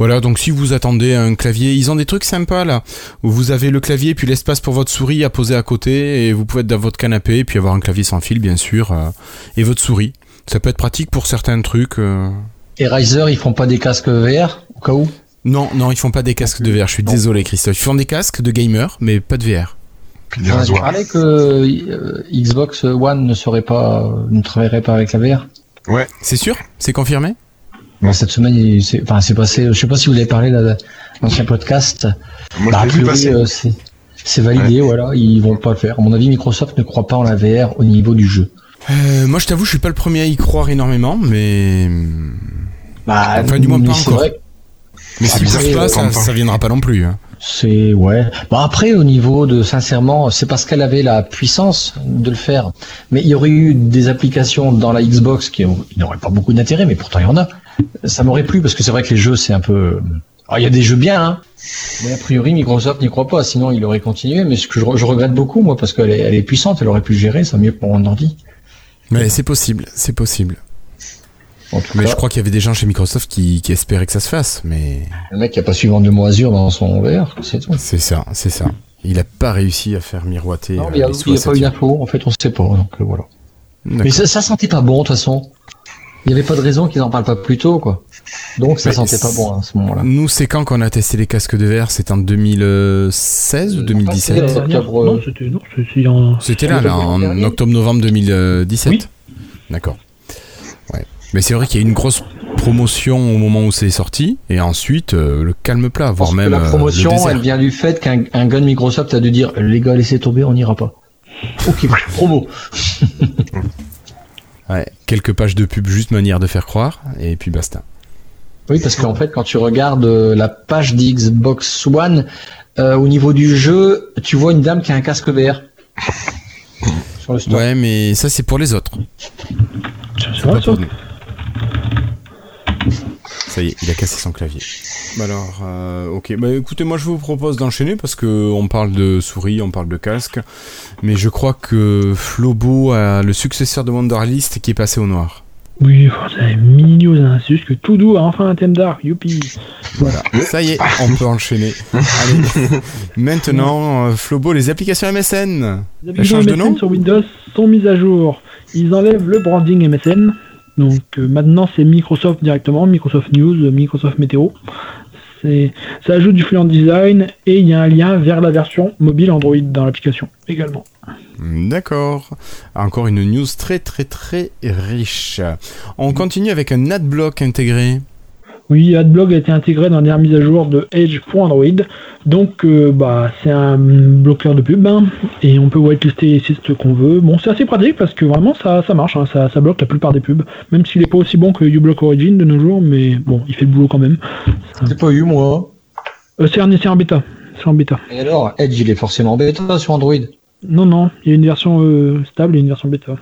[SPEAKER 1] Voilà, donc si vous attendez un clavier, ils ont des trucs sympas là, où vous avez le clavier puis l'espace pour votre souris à poser à côté, et vous pouvez être dans votre canapé, et puis avoir un clavier sans fil bien sûr, euh, et votre souris. Ça peut être pratique pour certains trucs. euh.
[SPEAKER 4] Et Riser, ils font pas des casques VR au cas où
[SPEAKER 1] Non, non, ils font pas des casques de VR, je suis
[SPEAKER 4] Non.
[SPEAKER 1] désolé Christophe. Ils font des casques de gamer, mais pas de VR.
[SPEAKER 2] Puis des
[SPEAKER 4] On a
[SPEAKER 2] rasoirs.
[SPEAKER 4] parlé que euh, Xbox One ne serait pas, ne travaillerait pas avec la VR.
[SPEAKER 1] C'est sûr C'est confirmé
[SPEAKER 4] Mais cette semaine, il- c'est enfin, c'est passé. Je sais pas si vous avez parlé là, dans l'ancien podcast.
[SPEAKER 2] Moi,
[SPEAKER 4] Bah, a
[SPEAKER 2] je l'ai vu
[SPEAKER 4] priori,
[SPEAKER 2] passer.
[SPEAKER 4] euh, c'est c'est validé. Voilà, ils vont pas le faire. À mon avis, Microsoft ne croit pas en la VR au niveau du jeu.
[SPEAKER 1] Euh, Moi je t'avoue, je suis pas le premier à y croire énormément, mais...
[SPEAKER 4] Bah,
[SPEAKER 1] Enfin, du moins, pas
[SPEAKER 4] mais c'est
[SPEAKER 1] encore.
[SPEAKER 4] vrai
[SPEAKER 1] Mais
[SPEAKER 2] Ah,
[SPEAKER 1] si
[SPEAKER 4] bizarre,
[SPEAKER 1] pas,
[SPEAKER 4] euh,
[SPEAKER 1] ça,
[SPEAKER 2] enfin.
[SPEAKER 1] ça viendra pas non plus. hein.
[SPEAKER 4] C'est ouais. Bon après au niveau de sincèrement, c'est parce qu'elle avait la puissance de le faire. Mais il y aurait eu des applications dans la Xbox qui, ont- qui n'auraient pas beaucoup d'intérêt, mais pourtant il y en a. Ça m'aurait plu parce que c'est vrai que les jeux c'est un peu. Alors il y a des jeux bien, hein. Mais a priori Microsoft n'y croit pas, sinon il aurait continué. Mais ce que je, re- je regrette beaucoup moi parce qu'elle est, elle est puissante, elle aurait pu gérer ça mieux pour mon ordi.
[SPEAKER 1] Mais c'est possible, c'est possible.
[SPEAKER 4] En tout
[SPEAKER 1] Mais
[SPEAKER 4] cas,
[SPEAKER 1] je crois qu'il y avait des gens chez Microsoft qui, qui espéraient que ça se fasse, mais...
[SPEAKER 4] le mec qui a pas su vendre le mot Azure dans son verre, c'est tout.
[SPEAKER 1] C'est ça, c'est ça. Il a pas réussi à faire miroiter.
[SPEAKER 4] Non,
[SPEAKER 1] euh,
[SPEAKER 4] mais il n'y a,
[SPEAKER 1] les sous
[SPEAKER 4] il y a
[SPEAKER 1] à
[SPEAKER 4] pas
[SPEAKER 1] cette
[SPEAKER 4] eu
[SPEAKER 1] île.
[SPEAKER 4] d'info, en fait on sait pas, donc euh, voilà.
[SPEAKER 1] D'accord.
[SPEAKER 4] Mais ça, ça sentait pas bon, de toute façon. Il n'y avait pas de raison qu'ils n'en parlent pas plus tôt, quoi. Donc ça
[SPEAKER 1] Mais
[SPEAKER 4] sentait
[SPEAKER 1] c'est-
[SPEAKER 4] pas bon hein, à ce moment-là.
[SPEAKER 1] Nous, c'est quand qu'on a testé les casques de verre C'était en 2016 ou
[SPEAKER 4] Euh,
[SPEAKER 1] 2017
[SPEAKER 4] pas c'était- octobre,
[SPEAKER 3] Non,
[SPEAKER 4] euh,
[SPEAKER 3] c'était non, c'est- c'est en-
[SPEAKER 1] C'était là, là, en
[SPEAKER 4] dernier.
[SPEAKER 1] octobre-novembre 2017
[SPEAKER 3] Oui.
[SPEAKER 1] D'accord. Ouais. Mais c'est vrai qu'il y a eu une grosse promotion au moment où c'est sorti, et ensuite, euh, le calme plat,
[SPEAKER 4] Je pense
[SPEAKER 1] voire
[SPEAKER 4] que
[SPEAKER 1] même
[SPEAKER 4] la
[SPEAKER 1] euh,
[SPEAKER 4] promotion,
[SPEAKER 1] le désert.
[SPEAKER 4] elle vient du fait qu'un un gun Microsoft a dû dire les gars, laissez tomber, on n'ira pas. Ok, promo.
[SPEAKER 1] Ouais. Quelques pages de pub, juste manière de faire croire, et puis basta.
[SPEAKER 4] Oui, parce qu'en fait, quand tu regardes euh, la page d'Xbox One, euh, au niveau du jeu, tu vois une dame qui a un casque VR. Sur le store.
[SPEAKER 1] Ouais, mais ça, c'est pour les autres.
[SPEAKER 3] C'est vrai, ça
[SPEAKER 1] pour nous. Ça y est, il a cassé son clavier. alors, euh, ok. Bah écoutez, moi je vous propose d'enchaîner parce que on parle de souris, on parle de casque, mais je crois que Flobo a le successeur de Wanderlist qui est passé au noir.
[SPEAKER 3] Oui, c'est mignon, hein. c'est juste que tout doux a enfin un thème d'art, youpi.
[SPEAKER 1] Voilà, ça y est, on peut enchaîner. Allez. Maintenant, euh, Flobo, les applications MSN.
[SPEAKER 3] Les
[SPEAKER 1] Elle change de
[SPEAKER 3] MSN
[SPEAKER 1] nom
[SPEAKER 3] sur Windows sont mises à jour. Ils enlèvent le branding MSN. Donc euh, maintenant c'est Microsoft directement, Microsoft News, euh, Microsoft Météo. C'est- Ça ajoute du fluent design et il y a un lien vers la version mobile Android dans l'application également.
[SPEAKER 1] D'accord. Encore une news très très très riche. On continue avec un adblock intégré.
[SPEAKER 3] Oui, AdBlog a été intégré dans la dernière mise à jour de Edge pour Android. Donc, euh, bah, c'est un bloqueur de pub hein, et on peut whitelister les sites qu'on veut. Bon, c'est assez pratique parce que vraiment ça, ça marche, hein, ça, ça bloque la plupart des pubs. Même s'il n'est pas aussi bon que uBlock Origin de nos jours, mais bon, il fait le boulot quand même.
[SPEAKER 4] J'ai pas eu, moi.
[SPEAKER 3] Euh, c'est un essai en bêta. C'est en bêta.
[SPEAKER 4] Et alors, Edge, il est forcément bêta sur Android.
[SPEAKER 3] Non, non, il y a une version euh, stable et une version bêta.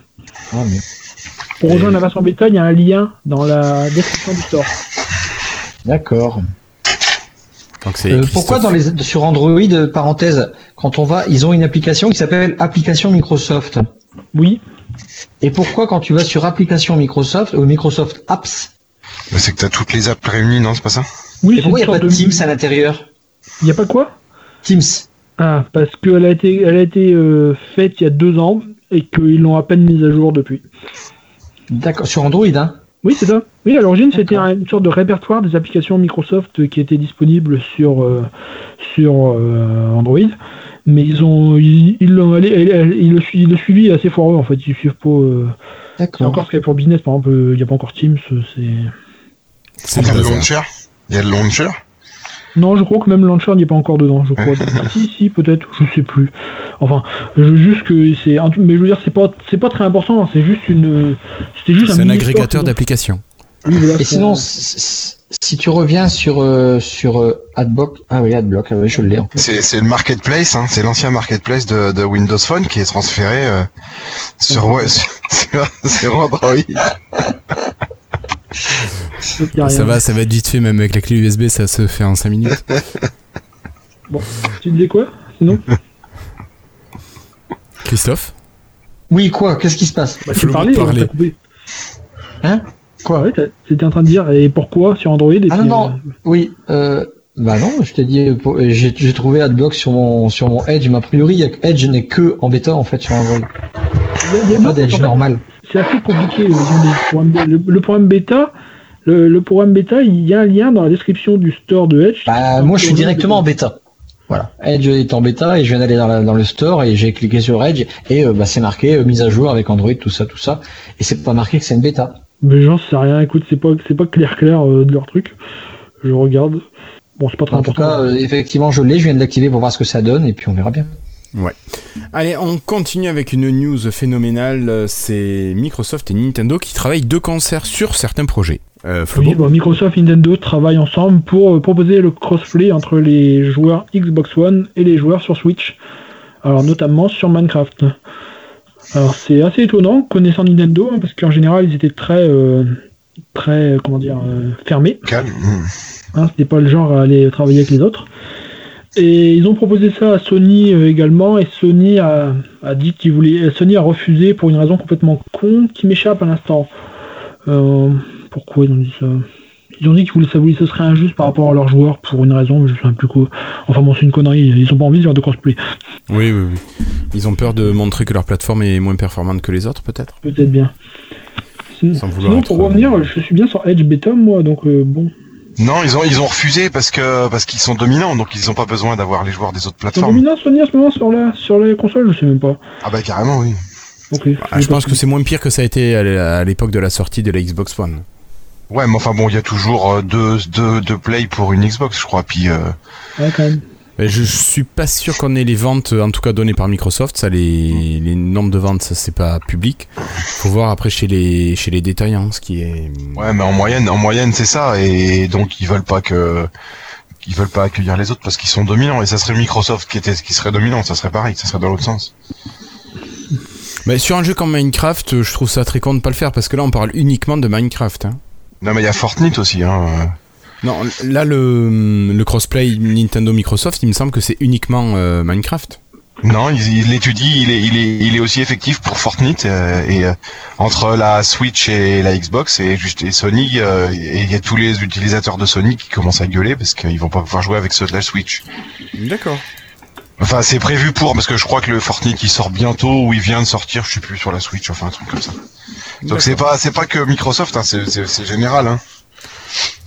[SPEAKER 4] Ah, mais...
[SPEAKER 3] Pour rejoindre la version bêta, il y a un lien dans la description du store.
[SPEAKER 4] D'accord.
[SPEAKER 1] Donc c'est
[SPEAKER 4] Euh,
[SPEAKER 1] Christophe.
[SPEAKER 4] pourquoi dans les, sur Android, euh, parenthèse, quand on va, ils ont une application qui s'appelle Application Microsoft.
[SPEAKER 3] Oui,
[SPEAKER 4] Et pourquoi quand tu vas sur Application Microsoft ou Microsoft Apps,
[SPEAKER 2] Mais c'est que t'as toutes les apps réunies, non, c'est pas ça
[SPEAKER 3] oui,
[SPEAKER 4] et pourquoi il
[SPEAKER 3] une
[SPEAKER 4] n'y a pas
[SPEAKER 3] sorte
[SPEAKER 4] de Teams à l'intérieur
[SPEAKER 3] Il n'y a pas quoi
[SPEAKER 4] Teams.
[SPEAKER 3] Ah, parce qu'elle a été, elle a été euh, faite il y a deux ans et qu'ils l'ont à peine mise à jour depuis.
[SPEAKER 4] D'accord. Sur Android, hein.
[SPEAKER 3] Oui, c'est ça. Oui, à l'origine, c'était
[SPEAKER 4] D'accord.
[SPEAKER 3] un- une sorte de répertoire des applications Microsoft qui étaient disponibles sur, euh, sur euh, Android. Mais ils ont ils, ils l'ont allé, elle- elle- ils le, su- ils le suivi est assez foireux en fait. Ils suivent pas. euh, c'est
[SPEAKER 4] D'accord.
[SPEAKER 3] encore ce qu'il y a pour business, par exemple, euh, il n'y a pas encore Teams. c'est...
[SPEAKER 1] C'est
[SPEAKER 2] Il y a
[SPEAKER 1] le
[SPEAKER 2] le
[SPEAKER 1] bazar.
[SPEAKER 2] launcher Il y a le launcher
[SPEAKER 3] Non, je crois que même Launcher n'y est pas encore dedans. Je crois. si, si, peut-être. Je sais plus. Enfin, je, juste que c'est. un tout- Mais je veux dire, c'est pas, c'est pas très important. hein, C'est juste une. C'était juste
[SPEAKER 1] C'est un
[SPEAKER 3] mini-store
[SPEAKER 1] agrégateur
[SPEAKER 3] qu'ils ont-
[SPEAKER 1] d'applications.
[SPEAKER 3] Oui, voilà,
[SPEAKER 4] Et
[SPEAKER 3] c'est-
[SPEAKER 4] sinon, s- s- si tu reviens sur euh, sur euh, Adblock, ah oui Adblock, ah oui, je l'ai. en fait.
[SPEAKER 2] C'est c'est le marketplace, hein, c'est l'ancien marketplace de, de Windows Phone qui est transféré euh, sur, ouais, sur, sur- sur Android.
[SPEAKER 3] donc il y a
[SPEAKER 1] Ça
[SPEAKER 3] rien.
[SPEAKER 1] va, ça va être vite fait, même avec la clé USB, ça se fait en 5 minutes.
[SPEAKER 3] Tu disais quoi Sinon
[SPEAKER 1] Christophe
[SPEAKER 4] Oui quoi Qu'est-ce qui se passe
[SPEAKER 3] Bah, tu
[SPEAKER 1] Flo
[SPEAKER 3] parlais, on
[SPEAKER 1] parlait.
[SPEAKER 3] t'a coupé.
[SPEAKER 4] Hein
[SPEAKER 3] Quoi ouais, t'as- T'étais en train de dire et pourquoi sur Android et
[SPEAKER 4] Ah
[SPEAKER 3] puis,
[SPEAKER 4] non, non.
[SPEAKER 3] euh,
[SPEAKER 4] Oui. Euh, bah non, je t'ai dit, euh, pour- euh, j'ai j'ai trouvé Adblock sur mon sur mon Edge, mais a priori il y a- Edge n'est que en bêta en fait sur Android.
[SPEAKER 3] il y a- il y a
[SPEAKER 4] Pas
[SPEAKER 3] d'autres, en
[SPEAKER 4] d'Edge
[SPEAKER 3] fait.
[SPEAKER 4] normal.
[SPEAKER 3] C'est assez compliqué. le- le programme bê- Le, le programme bêta, le, le programme bêta, il y a un lien dans la description du store de Edge.
[SPEAKER 4] Bah moi je suis directement en bêta. Voilà. Edge est en bêta et je viens d'aller dans, la- dans le store et j'ai cliqué sur Edge et euh, bah, c'est marqué euh, mise à jour avec Android tout ça tout ça et c'est pas marqué que c'est une bêta.
[SPEAKER 3] Mais j'en sais rien. Écoute, c'est pas c'est pas clair clair euh, de leur truc. Je regarde. Bon, c'est pas très
[SPEAKER 4] En tout
[SPEAKER 3] important.
[SPEAKER 4] cas, euh, effectivement, je l'ai, je viens de l'activer pour voir ce que ça donne et puis on verra bien.
[SPEAKER 1] Allez, on continue avec une news phénoménale. euh, C'est Microsoft et Nintendo qui travaillent de concert sur certains projets. Euh, Flobo
[SPEAKER 3] Oui, bon, Microsoft et Nintendo travaillent ensemble pour euh, proposer le crossplay entre les joueurs Xbox One et les joueurs sur Switch. Alors notamment sur Minecraft. Alors c'est assez étonnant connaissant Nintendo hein, parce qu'en général ils étaient très euh, très euh, comment dire euh, fermés.
[SPEAKER 2] Calme. hmm.
[SPEAKER 3] Hein, C'était pas le genre à aller travailler avec les autres. Et ils ont proposé ça à Sony euh, également, et Sony a, a dit qu'il voulait. euh, Sony a refusé pour une raison complètement con qui m'échappe à l'instant. Euh, pourquoi ils ont dit ça Ils ont dit qu'ils voulaient ça voulait- ce serait injuste par rapport à leurs joueurs pour une raison, je sais plus quoi. Enfin bon, c'est une connerie, ils ont pas envie de faire de crossplay.
[SPEAKER 1] Oui, oui, oui. Ils ont peur de montrer que leur plateforme est moins performante que les autres, peut-être
[SPEAKER 3] Peut-être bien. Sin-
[SPEAKER 1] Sans
[SPEAKER 3] Sinon,
[SPEAKER 1] vouloir être- euh,
[SPEAKER 3] pour revenir, je suis bien sur Edge Beta, moi, donc euh, bon.
[SPEAKER 2] Non, ils ont ils ont refusé parce que parce qu'ils sont dominants, donc ils n'ont pas besoin d'avoir les joueurs des autres
[SPEAKER 3] Ils sont
[SPEAKER 2] plateformes.
[SPEAKER 3] dominants Sony en ce moment sur la sur les consoles, je sais même pas.
[SPEAKER 2] Ah bah carrément oui.
[SPEAKER 3] Ok,
[SPEAKER 1] Ah, Je pense que c'est moins pire que ça a été à l'é- à l'époque de la sortie de la Xbox One.
[SPEAKER 2] Ouais, mais enfin bon, il y a toujours euh, deux deux deux play pour une Xbox, je crois. Puis euh,
[SPEAKER 3] Ouais, quand même.
[SPEAKER 1] Mais je suis pas sûr qu'on ait les ventes, en tout cas données par Microsoft. Ça, les, les nombres de ventes, ça c'est pas public. Faut voir après chez les chez les détaillants, ce qui est.
[SPEAKER 2] ouais, mais en moyenne en moyenne c'est ça, et donc ils veulent pas que ils veulent pas accueillir les autres parce qu'ils sont dominants. Et ça serait Microsoft qui était qui serait dominant, ça serait pareil, ça serait dans l'autre sens.
[SPEAKER 1] Mais sur un jeu comme Minecraft, euh, je trouve ça très con de pas le faire parce que là on parle uniquement de Minecraft. hein.
[SPEAKER 2] Non, mais il y a Fortnite aussi. Hein.
[SPEAKER 1] Non, là le le crossplay Nintendo Microsoft, il me semble que c'est uniquement euh, Minecraft.
[SPEAKER 2] Non, il il l'étudie, il est, il, est, il est aussi effectif pour Fortnite euh, et euh, entre la Switch et la Xbox et juste et Sony, euh, et il y a tous les utilisateurs de Sony qui commencent à gueuler parce qu'ils vont pas pouvoir jouer avec ceux de la Switch.
[SPEAKER 1] D'accord.
[SPEAKER 2] Enfin, c'est prévu pour parce que je crois que le Fortnite il sort bientôt ou il vient de sortir, je sais plus sur la Switch, enfin un truc comme ça. Donc c'est pas c'est pas que Microsoft, hein, c'est- c'est c'est général. Hein.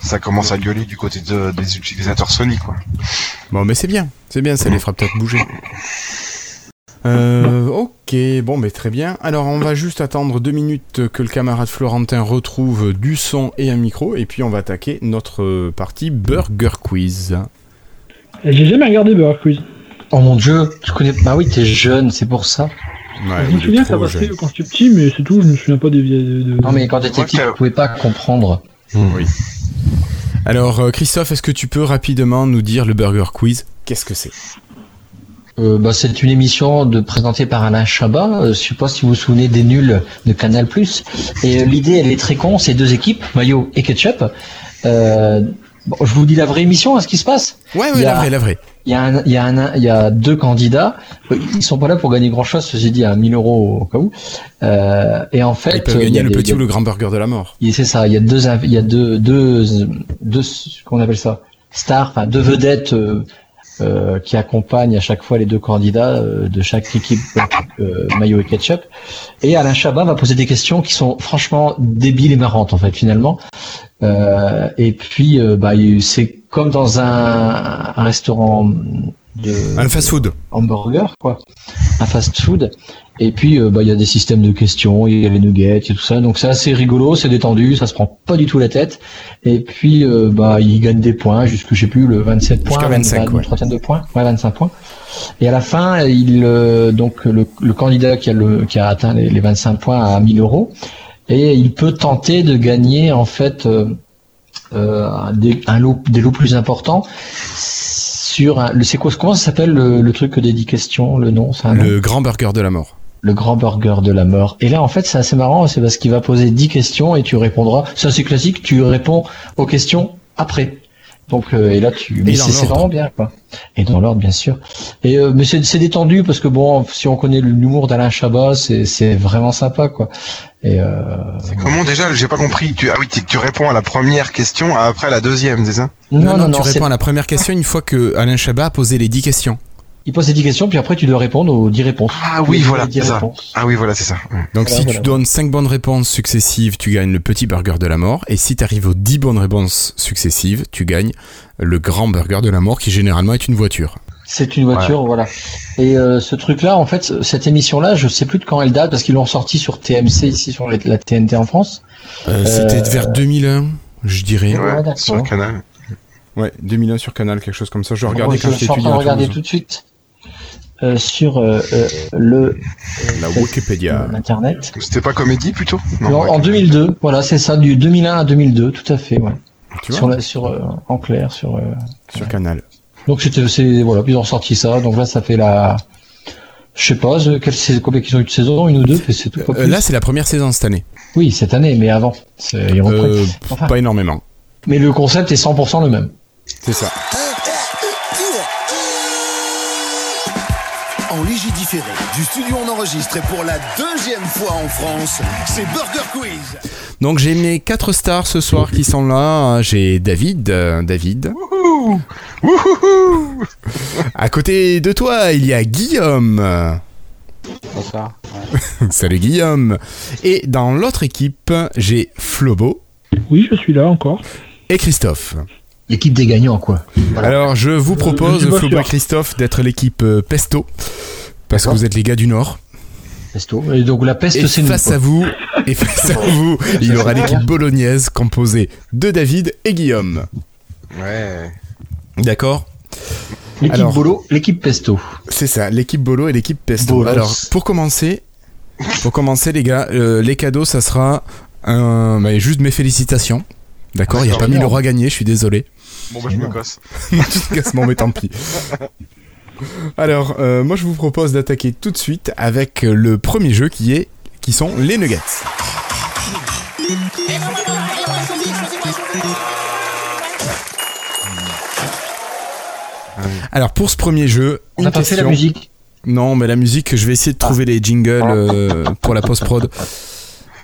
[SPEAKER 2] Ça commence à gueuler du côté de- des utilisateurs Sony quoi.
[SPEAKER 1] Bon, mais c'est bien, c'est bien, ça les fera peut-être bouger. Euh, ok, bon, mais très bien. Alors, on va juste attendre deux minutes que le camarade Florentin retrouve du son et un micro, et puis on va attaquer notre euh, partie Burger Quiz.
[SPEAKER 3] J'ai jamais regardé Burger Quiz.
[SPEAKER 4] Oh mon dieu, tu connais. Bah oui, t'es jeune, c'est pour ça.
[SPEAKER 1] Ouais,
[SPEAKER 3] je me souviens, ça passait quand j'étais petit, mais c'est tout, je me souviens pas des vieilles. de- de-
[SPEAKER 4] Non, mais quand t'étais
[SPEAKER 2] Ouais,
[SPEAKER 4] petit,
[SPEAKER 2] t'as-
[SPEAKER 4] tu pouvais pas comprendre.
[SPEAKER 5] Mmh.
[SPEAKER 1] Alors, euh, Christophe, est-ce que tu peux rapidement nous dire le Burger Quiz Qu'est-ce que c'est
[SPEAKER 4] Euh, bah, c'est une émission de présentée par Alain Chabat. Euh, je sais pas si vous vous souvenez des nuls de Canal+. Et euh, l'idée, elle est très con. C'est deux équipes, maillot et ketchup. Euh, bon, je vous dis la vraie émission, hein, ce qui se passe.
[SPEAKER 1] Ouais,
[SPEAKER 4] Il
[SPEAKER 1] ouais,
[SPEAKER 4] y a-
[SPEAKER 1] la vraie, la vraie.
[SPEAKER 4] Il y, a un, il, y a un- il y a deux candidats. Euh, Ils sont pas là pour gagner grand chose. J'ai dit à 1000 euros au cas où. Euh, et en fait,
[SPEAKER 1] Ils peuvent
[SPEAKER 4] euh, il y
[SPEAKER 1] gagner
[SPEAKER 4] a
[SPEAKER 1] le
[SPEAKER 4] des- il y
[SPEAKER 1] petit
[SPEAKER 4] a-
[SPEAKER 1] ou le grand burger de la mort.
[SPEAKER 4] il- C'est ça. Il y a deux, inv- il y a deux, deux, deux, qu'on appelle ça, stars, enfin deux vedettes euh, euh, qui accompagnent à chaque fois les deux candidats euh, de chaque équipe euh, maillot et ketchup. Et Alain Chabat va poser des questions qui sont franchement débiles et marrantes en fait finalement. Euh, et puis, euh, bah, il- c'est comme dans un, un restaurant de
[SPEAKER 1] Un fast-food.
[SPEAKER 4] hamburger, quoi, un fast-food. Et puis, euh, bah, il y a des systèmes de questions, il y a les nuggets et tout ça. Donc, c'est assez rigolo, c'est détendu, ça se prend pas du tout la tête. Et puis, euh, bah, il gagne des points jusque, je sais plus, le 27 points,
[SPEAKER 1] Jusqu'à 25, ouais.
[SPEAKER 4] une trentaine de points, ouais, 25 points. Et à la fin, il, euh, donc, le, le candidat qui a, le, qui a atteint les, les 25 points à 1000 euros, et il peut tenter de gagner, en fait, euh, euh, des, un lot, des lots plus importants sur un- le c'est quoi comment ça s'appelle le, le truc des 10 questions le nom c'est un nom le...
[SPEAKER 1] Le grand burger de la mort.
[SPEAKER 4] grand burger de la mort et là en fait c'est assez marrant c'est parce qu'il va poser 10 questions et tu répondras ça c'est classique tu réponds aux questions après donc euh, et là tu mais
[SPEAKER 1] dans
[SPEAKER 4] c'est c'est
[SPEAKER 1] l'ordre.
[SPEAKER 4] vraiment bien quoi et dans l'ordre bien sûr et euh, mais c'est c'est détendu parce que bon si on connaît l'humour d'Alain Chabat c'est c'est vraiment sympa quoi et euh,
[SPEAKER 2] Comment déjà J'ai pas compris. Tu, ah oui, tu, tu réponds à la première question, ah, après à la deuxième, c'est ça
[SPEAKER 1] Non, non, tu
[SPEAKER 4] c'est-
[SPEAKER 1] réponds à la première question une fois que Alain Chabat a posé les 10 questions.
[SPEAKER 4] il pose les 10 questions puis après tu dois répondre aux 10 réponses
[SPEAKER 2] Ah oui,
[SPEAKER 4] Les
[SPEAKER 2] voilà,
[SPEAKER 4] 10
[SPEAKER 2] c'est ça.
[SPEAKER 4] réponses.
[SPEAKER 2] Ah oui, voilà, c'est ça. Ouais.
[SPEAKER 1] Donc
[SPEAKER 4] Voilà,
[SPEAKER 1] si
[SPEAKER 4] voilà.
[SPEAKER 1] tu donnes 5 bonnes réponses successives, tu gagnes le petit burger de la mort. Et si tu arrives aux 10 bonnes réponses successives, tu gagnes le grand burger de la mort qui généralement est une voiture.
[SPEAKER 4] C'est une voiture, voilà. Et euh, ce truc-là, en fait, c- cette émission-là, je sais plus de quand elle date parce qu'ils l'ont sortie sur TMC ici sur les- la TNT en France.
[SPEAKER 1] Euh, C'était vers 2001, je dirais.
[SPEAKER 4] Ouais,
[SPEAKER 2] Ouais,
[SPEAKER 4] d'accord.
[SPEAKER 2] sur le canal.
[SPEAKER 1] Ouais, 2001 sur Canal, quelque chose comme ça. Je
[SPEAKER 4] Bon,
[SPEAKER 1] regardais quand
[SPEAKER 4] je
[SPEAKER 1] j'étais
[SPEAKER 4] suis en train de
[SPEAKER 1] étudiant. à
[SPEAKER 4] regarder
[SPEAKER 1] Toulouse.
[SPEAKER 4] tout de suite euh, sur euh, euh, le
[SPEAKER 1] La
[SPEAKER 4] cette-
[SPEAKER 1] Wikipédia.
[SPEAKER 4] internet.
[SPEAKER 2] C'était pas comédie plutôt
[SPEAKER 4] en,
[SPEAKER 2] ouais.
[SPEAKER 4] en 2002, voilà, c'est ça, du 2001 à 2002, tout à fait, ouais.
[SPEAKER 1] Tu vois
[SPEAKER 4] Sur, la, sur euh, en clair, sur. euh,
[SPEAKER 1] Sur Canal.
[SPEAKER 4] Donc c'était, c'est voilà, puis ils ont sorti ça. Donc là, ça fait la, je sais pas, euh, quelle saison, combien ils ont eu de saison, une ou deux, puis c'est tout. pas
[SPEAKER 1] Euh,
[SPEAKER 4] plus.
[SPEAKER 1] là, c'est la première saison cette année.
[SPEAKER 4] oui, cette année, mais avant, c'est- ils reprennent.
[SPEAKER 1] Euh,
[SPEAKER 4] Enfin.
[SPEAKER 1] Pas énormément.
[SPEAKER 4] Mais le concept est 100% le même.
[SPEAKER 1] C'est ça.
[SPEAKER 6] En léger différé, du studio on enregistre et pour la deuxième fois en France, c'est Burger Quiz.
[SPEAKER 1] Donc j'ai mes quatre stars ce soir qui sont là. J'ai David, euh, David. à côté de toi, il y a Guillaume. Salut Guillaume. Et dans l'autre équipe, j'ai Flobo
[SPEAKER 3] Oui, je suis là encore.
[SPEAKER 1] et Christophe.
[SPEAKER 4] L'équipe des gagnants, quoi.
[SPEAKER 1] Alors je
[SPEAKER 4] Euh,
[SPEAKER 1] vous propose,
[SPEAKER 3] je suis
[SPEAKER 1] Flobo
[SPEAKER 3] pas
[SPEAKER 1] et
[SPEAKER 3] sûr.
[SPEAKER 1] Christophe, d'être l'équipe euh, Pesto. Parce que
[SPEAKER 4] D'accord.
[SPEAKER 1] vous êtes les gars du Nord.
[SPEAKER 4] Pesto. Et donc la peste,
[SPEAKER 1] Et
[SPEAKER 4] c'est nous.
[SPEAKER 1] face à
[SPEAKER 4] quoi.
[SPEAKER 1] vous, et face à vous, il y aura
[SPEAKER 4] c'est
[SPEAKER 1] l'équipe bolognaise composée de David et Guillaume.
[SPEAKER 2] Ouais.
[SPEAKER 1] D'accord
[SPEAKER 4] L'équipe
[SPEAKER 1] Alors-
[SPEAKER 4] Bolo, l'équipe Pesto.
[SPEAKER 1] C'est ça, l'équipe Bolo et l'équipe Pesto.
[SPEAKER 4] Bolos.
[SPEAKER 1] Alors, pour commencer, pour commencer les gars, euh, les cadeaux, ça sera un... bah, juste mes félicitations. D'accord, il n'y a pas
[SPEAKER 4] D'accord.
[SPEAKER 1] mille euros à gagner, je suis désolé.
[SPEAKER 2] Bon, bah, je me casse.
[SPEAKER 1] Moi, je te casse mon, mais tant pis. Alors, euh, moi je vous propose d'attaquer tout de suite avec euh, le premier jeu qui est qui sont les nuggets. Alors pour ce premier jeu,
[SPEAKER 4] On
[SPEAKER 1] une
[SPEAKER 4] n'a pas fait la
[SPEAKER 1] question-
[SPEAKER 4] musique.
[SPEAKER 1] Non, mais la musique, je vais essayer de trouver
[SPEAKER 4] Ah.
[SPEAKER 1] les jingles euh, pour la post-prod.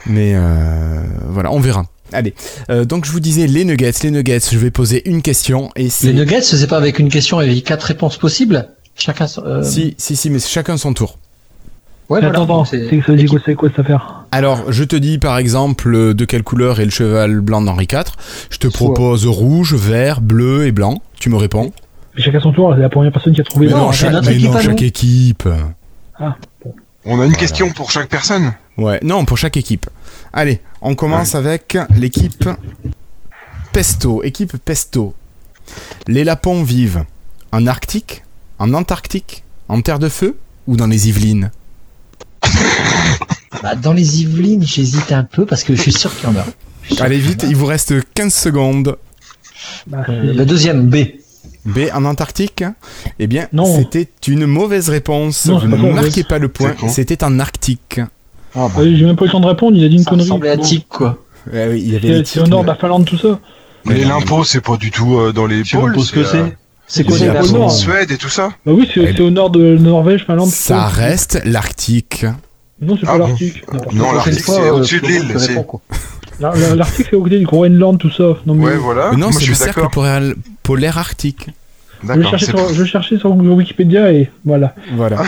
[SPEAKER 1] Mais euh, voilà, on verra. Allez, Euh, donc je vous disais les nuggets, les nuggets, je vais poser une question et
[SPEAKER 4] Les
[SPEAKER 1] c'est...
[SPEAKER 4] nuggets, c'est pas avec une question et quatre réponses possibles Chacun. euh,
[SPEAKER 1] Si, si, si, mais chacun son tour.
[SPEAKER 4] Ouais, voilà.
[SPEAKER 3] Attends, attends,
[SPEAKER 4] C'est-
[SPEAKER 3] c'est- ça veut dire quoi, c'est quoi cette affaire
[SPEAKER 1] Alors, je te dis par exemple euh, de quelle couleur est le cheval blanc d'Henri IV. Je te propose rouge, vert, bleu et blanc. Tu me réponds.
[SPEAKER 3] Mais chacun son tour, c'est la première personne qui a trouvé.
[SPEAKER 1] Mais
[SPEAKER 4] non,
[SPEAKER 1] non,
[SPEAKER 4] c'est
[SPEAKER 1] chaque,
[SPEAKER 4] notre
[SPEAKER 1] mais
[SPEAKER 4] équipe
[SPEAKER 1] non,
[SPEAKER 4] à
[SPEAKER 1] chaque
[SPEAKER 4] nous.
[SPEAKER 1] équipe.
[SPEAKER 3] Ah,
[SPEAKER 2] On a une question pour chaque personne.
[SPEAKER 1] Ouais, non, pour chaque équipe. Allez, on commence avec l'équipe Pesto. Équipe Pesto. Les lapons vivent en Arctique, en Antarctique, en Terre de Feu ou dans les Yvelines
[SPEAKER 4] Bah, dans les Yvelines, j'hésite un peu parce que je suis sûr qu'il y en a.
[SPEAKER 1] Allez vite, il vous reste 15 secondes.
[SPEAKER 3] bah,
[SPEAKER 4] Euh,
[SPEAKER 3] c'est-
[SPEAKER 4] le deuxième, B.
[SPEAKER 1] B en Antarctique Eh bien,
[SPEAKER 3] Non.
[SPEAKER 1] c'était une mauvaise réponse.
[SPEAKER 3] Non,
[SPEAKER 1] vous
[SPEAKER 3] c'est
[SPEAKER 1] ne
[SPEAKER 3] pas con,
[SPEAKER 1] marquez
[SPEAKER 3] ouais.
[SPEAKER 1] pas le point.
[SPEAKER 2] C'est con.
[SPEAKER 1] C'était en Arctique.
[SPEAKER 3] Ouais, Bah, J'ai même pas eu le temps de répondre, il a dit une
[SPEAKER 4] Ça
[SPEAKER 3] connerie.
[SPEAKER 4] ressemblait à
[SPEAKER 3] Bon.
[SPEAKER 4] Tic, quoi.
[SPEAKER 1] Eh oui, il y avait les
[SPEAKER 3] C'est Euh, c'est au
[SPEAKER 1] tics,
[SPEAKER 3] nord de
[SPEAKER 1] mais-
[SPEAKER 3] la Finlande, tout ça.
[SPEAKER 1] Mais
[SPEAKER 2] Mais
[SPEAKER 1] non,
[SPEAKER 2] l'impôt, c'est pas du tout euh, dans les
[SPEAKER 5] Je sais
[SPEAKER 2] pôles.
[SPEAKER 5] pas ce que
[SPEAKER 2] euh,
[SPEAKER 5] c'est.
[SPEAKER 4] C'est quoi
[SPEAKER 1] Les
[SPEAKER 4] les
[SPEAKER 1] Yvelines.
[SPEAKER 4] lapins
[SPEAKER 3] non.
[SPEAKER 2] Suède et tout ça.
[SPEAKER 3] Bah oui, c'est
[SPEAKER 2] Eh
[SPEAKER 1] Elle-
[SPEAKER 2] ben,
[SPEAKER 3] c'est au nord de Norvège, Finlande. tout
[SPEAKER 1] Ça reste l'Arctique.
[SPEAKER 3] Non, c'est
[SPEAKER 2] Ah
[SPEAKER 3] pas
[SPEAKER 2] bon.
[SPEAKER 3] l'Arctique. N'importe
[SPEAKER 2] Non,
[SPEAKER 3] quoi.
[SPEAKER 2] l'Arctique,
[SPEAKER 4] Prochaine fois,
[SPEAKER 2] c'est
[SPEAKER 4] euh,
[SPEAKER 2] au-dessus de
[SPEAKER 4] faut que
[SPEAKER 2] l'île,
[SPEAKER 4] je
[SPEAKER 2] c'est-
[SPEAKER 4] réponds, quoi.
[SPEAKER 3] L'Ar- l'Ar- L'Arctique, c'est au côté du Groenland, tout ça. Non, mais
[SPEAKER 2] Ouais, voilà.
[SPEAKER 1] Mais non,
[SPEAKER 2] Moi,
[SPEAKER 1] c'est
[SPEAKER 2] je
[SPEAKER 1] le
[SPEAKER 2] suis
[SPEAKER 1] cercle
[SPEAKER 2] d'accord.
[SPEAKER 1] polaire, polaire arctique.
[SPEAKER 3] je,
[SPEAKER 2] D'accord.
[SPEAKER 3] cherchais
[SPEAKER 2] c'est
[SPEAKER 3] sur, je cherchais sur Wikipédia et voilà.
[SPEAKER 1] Voilà.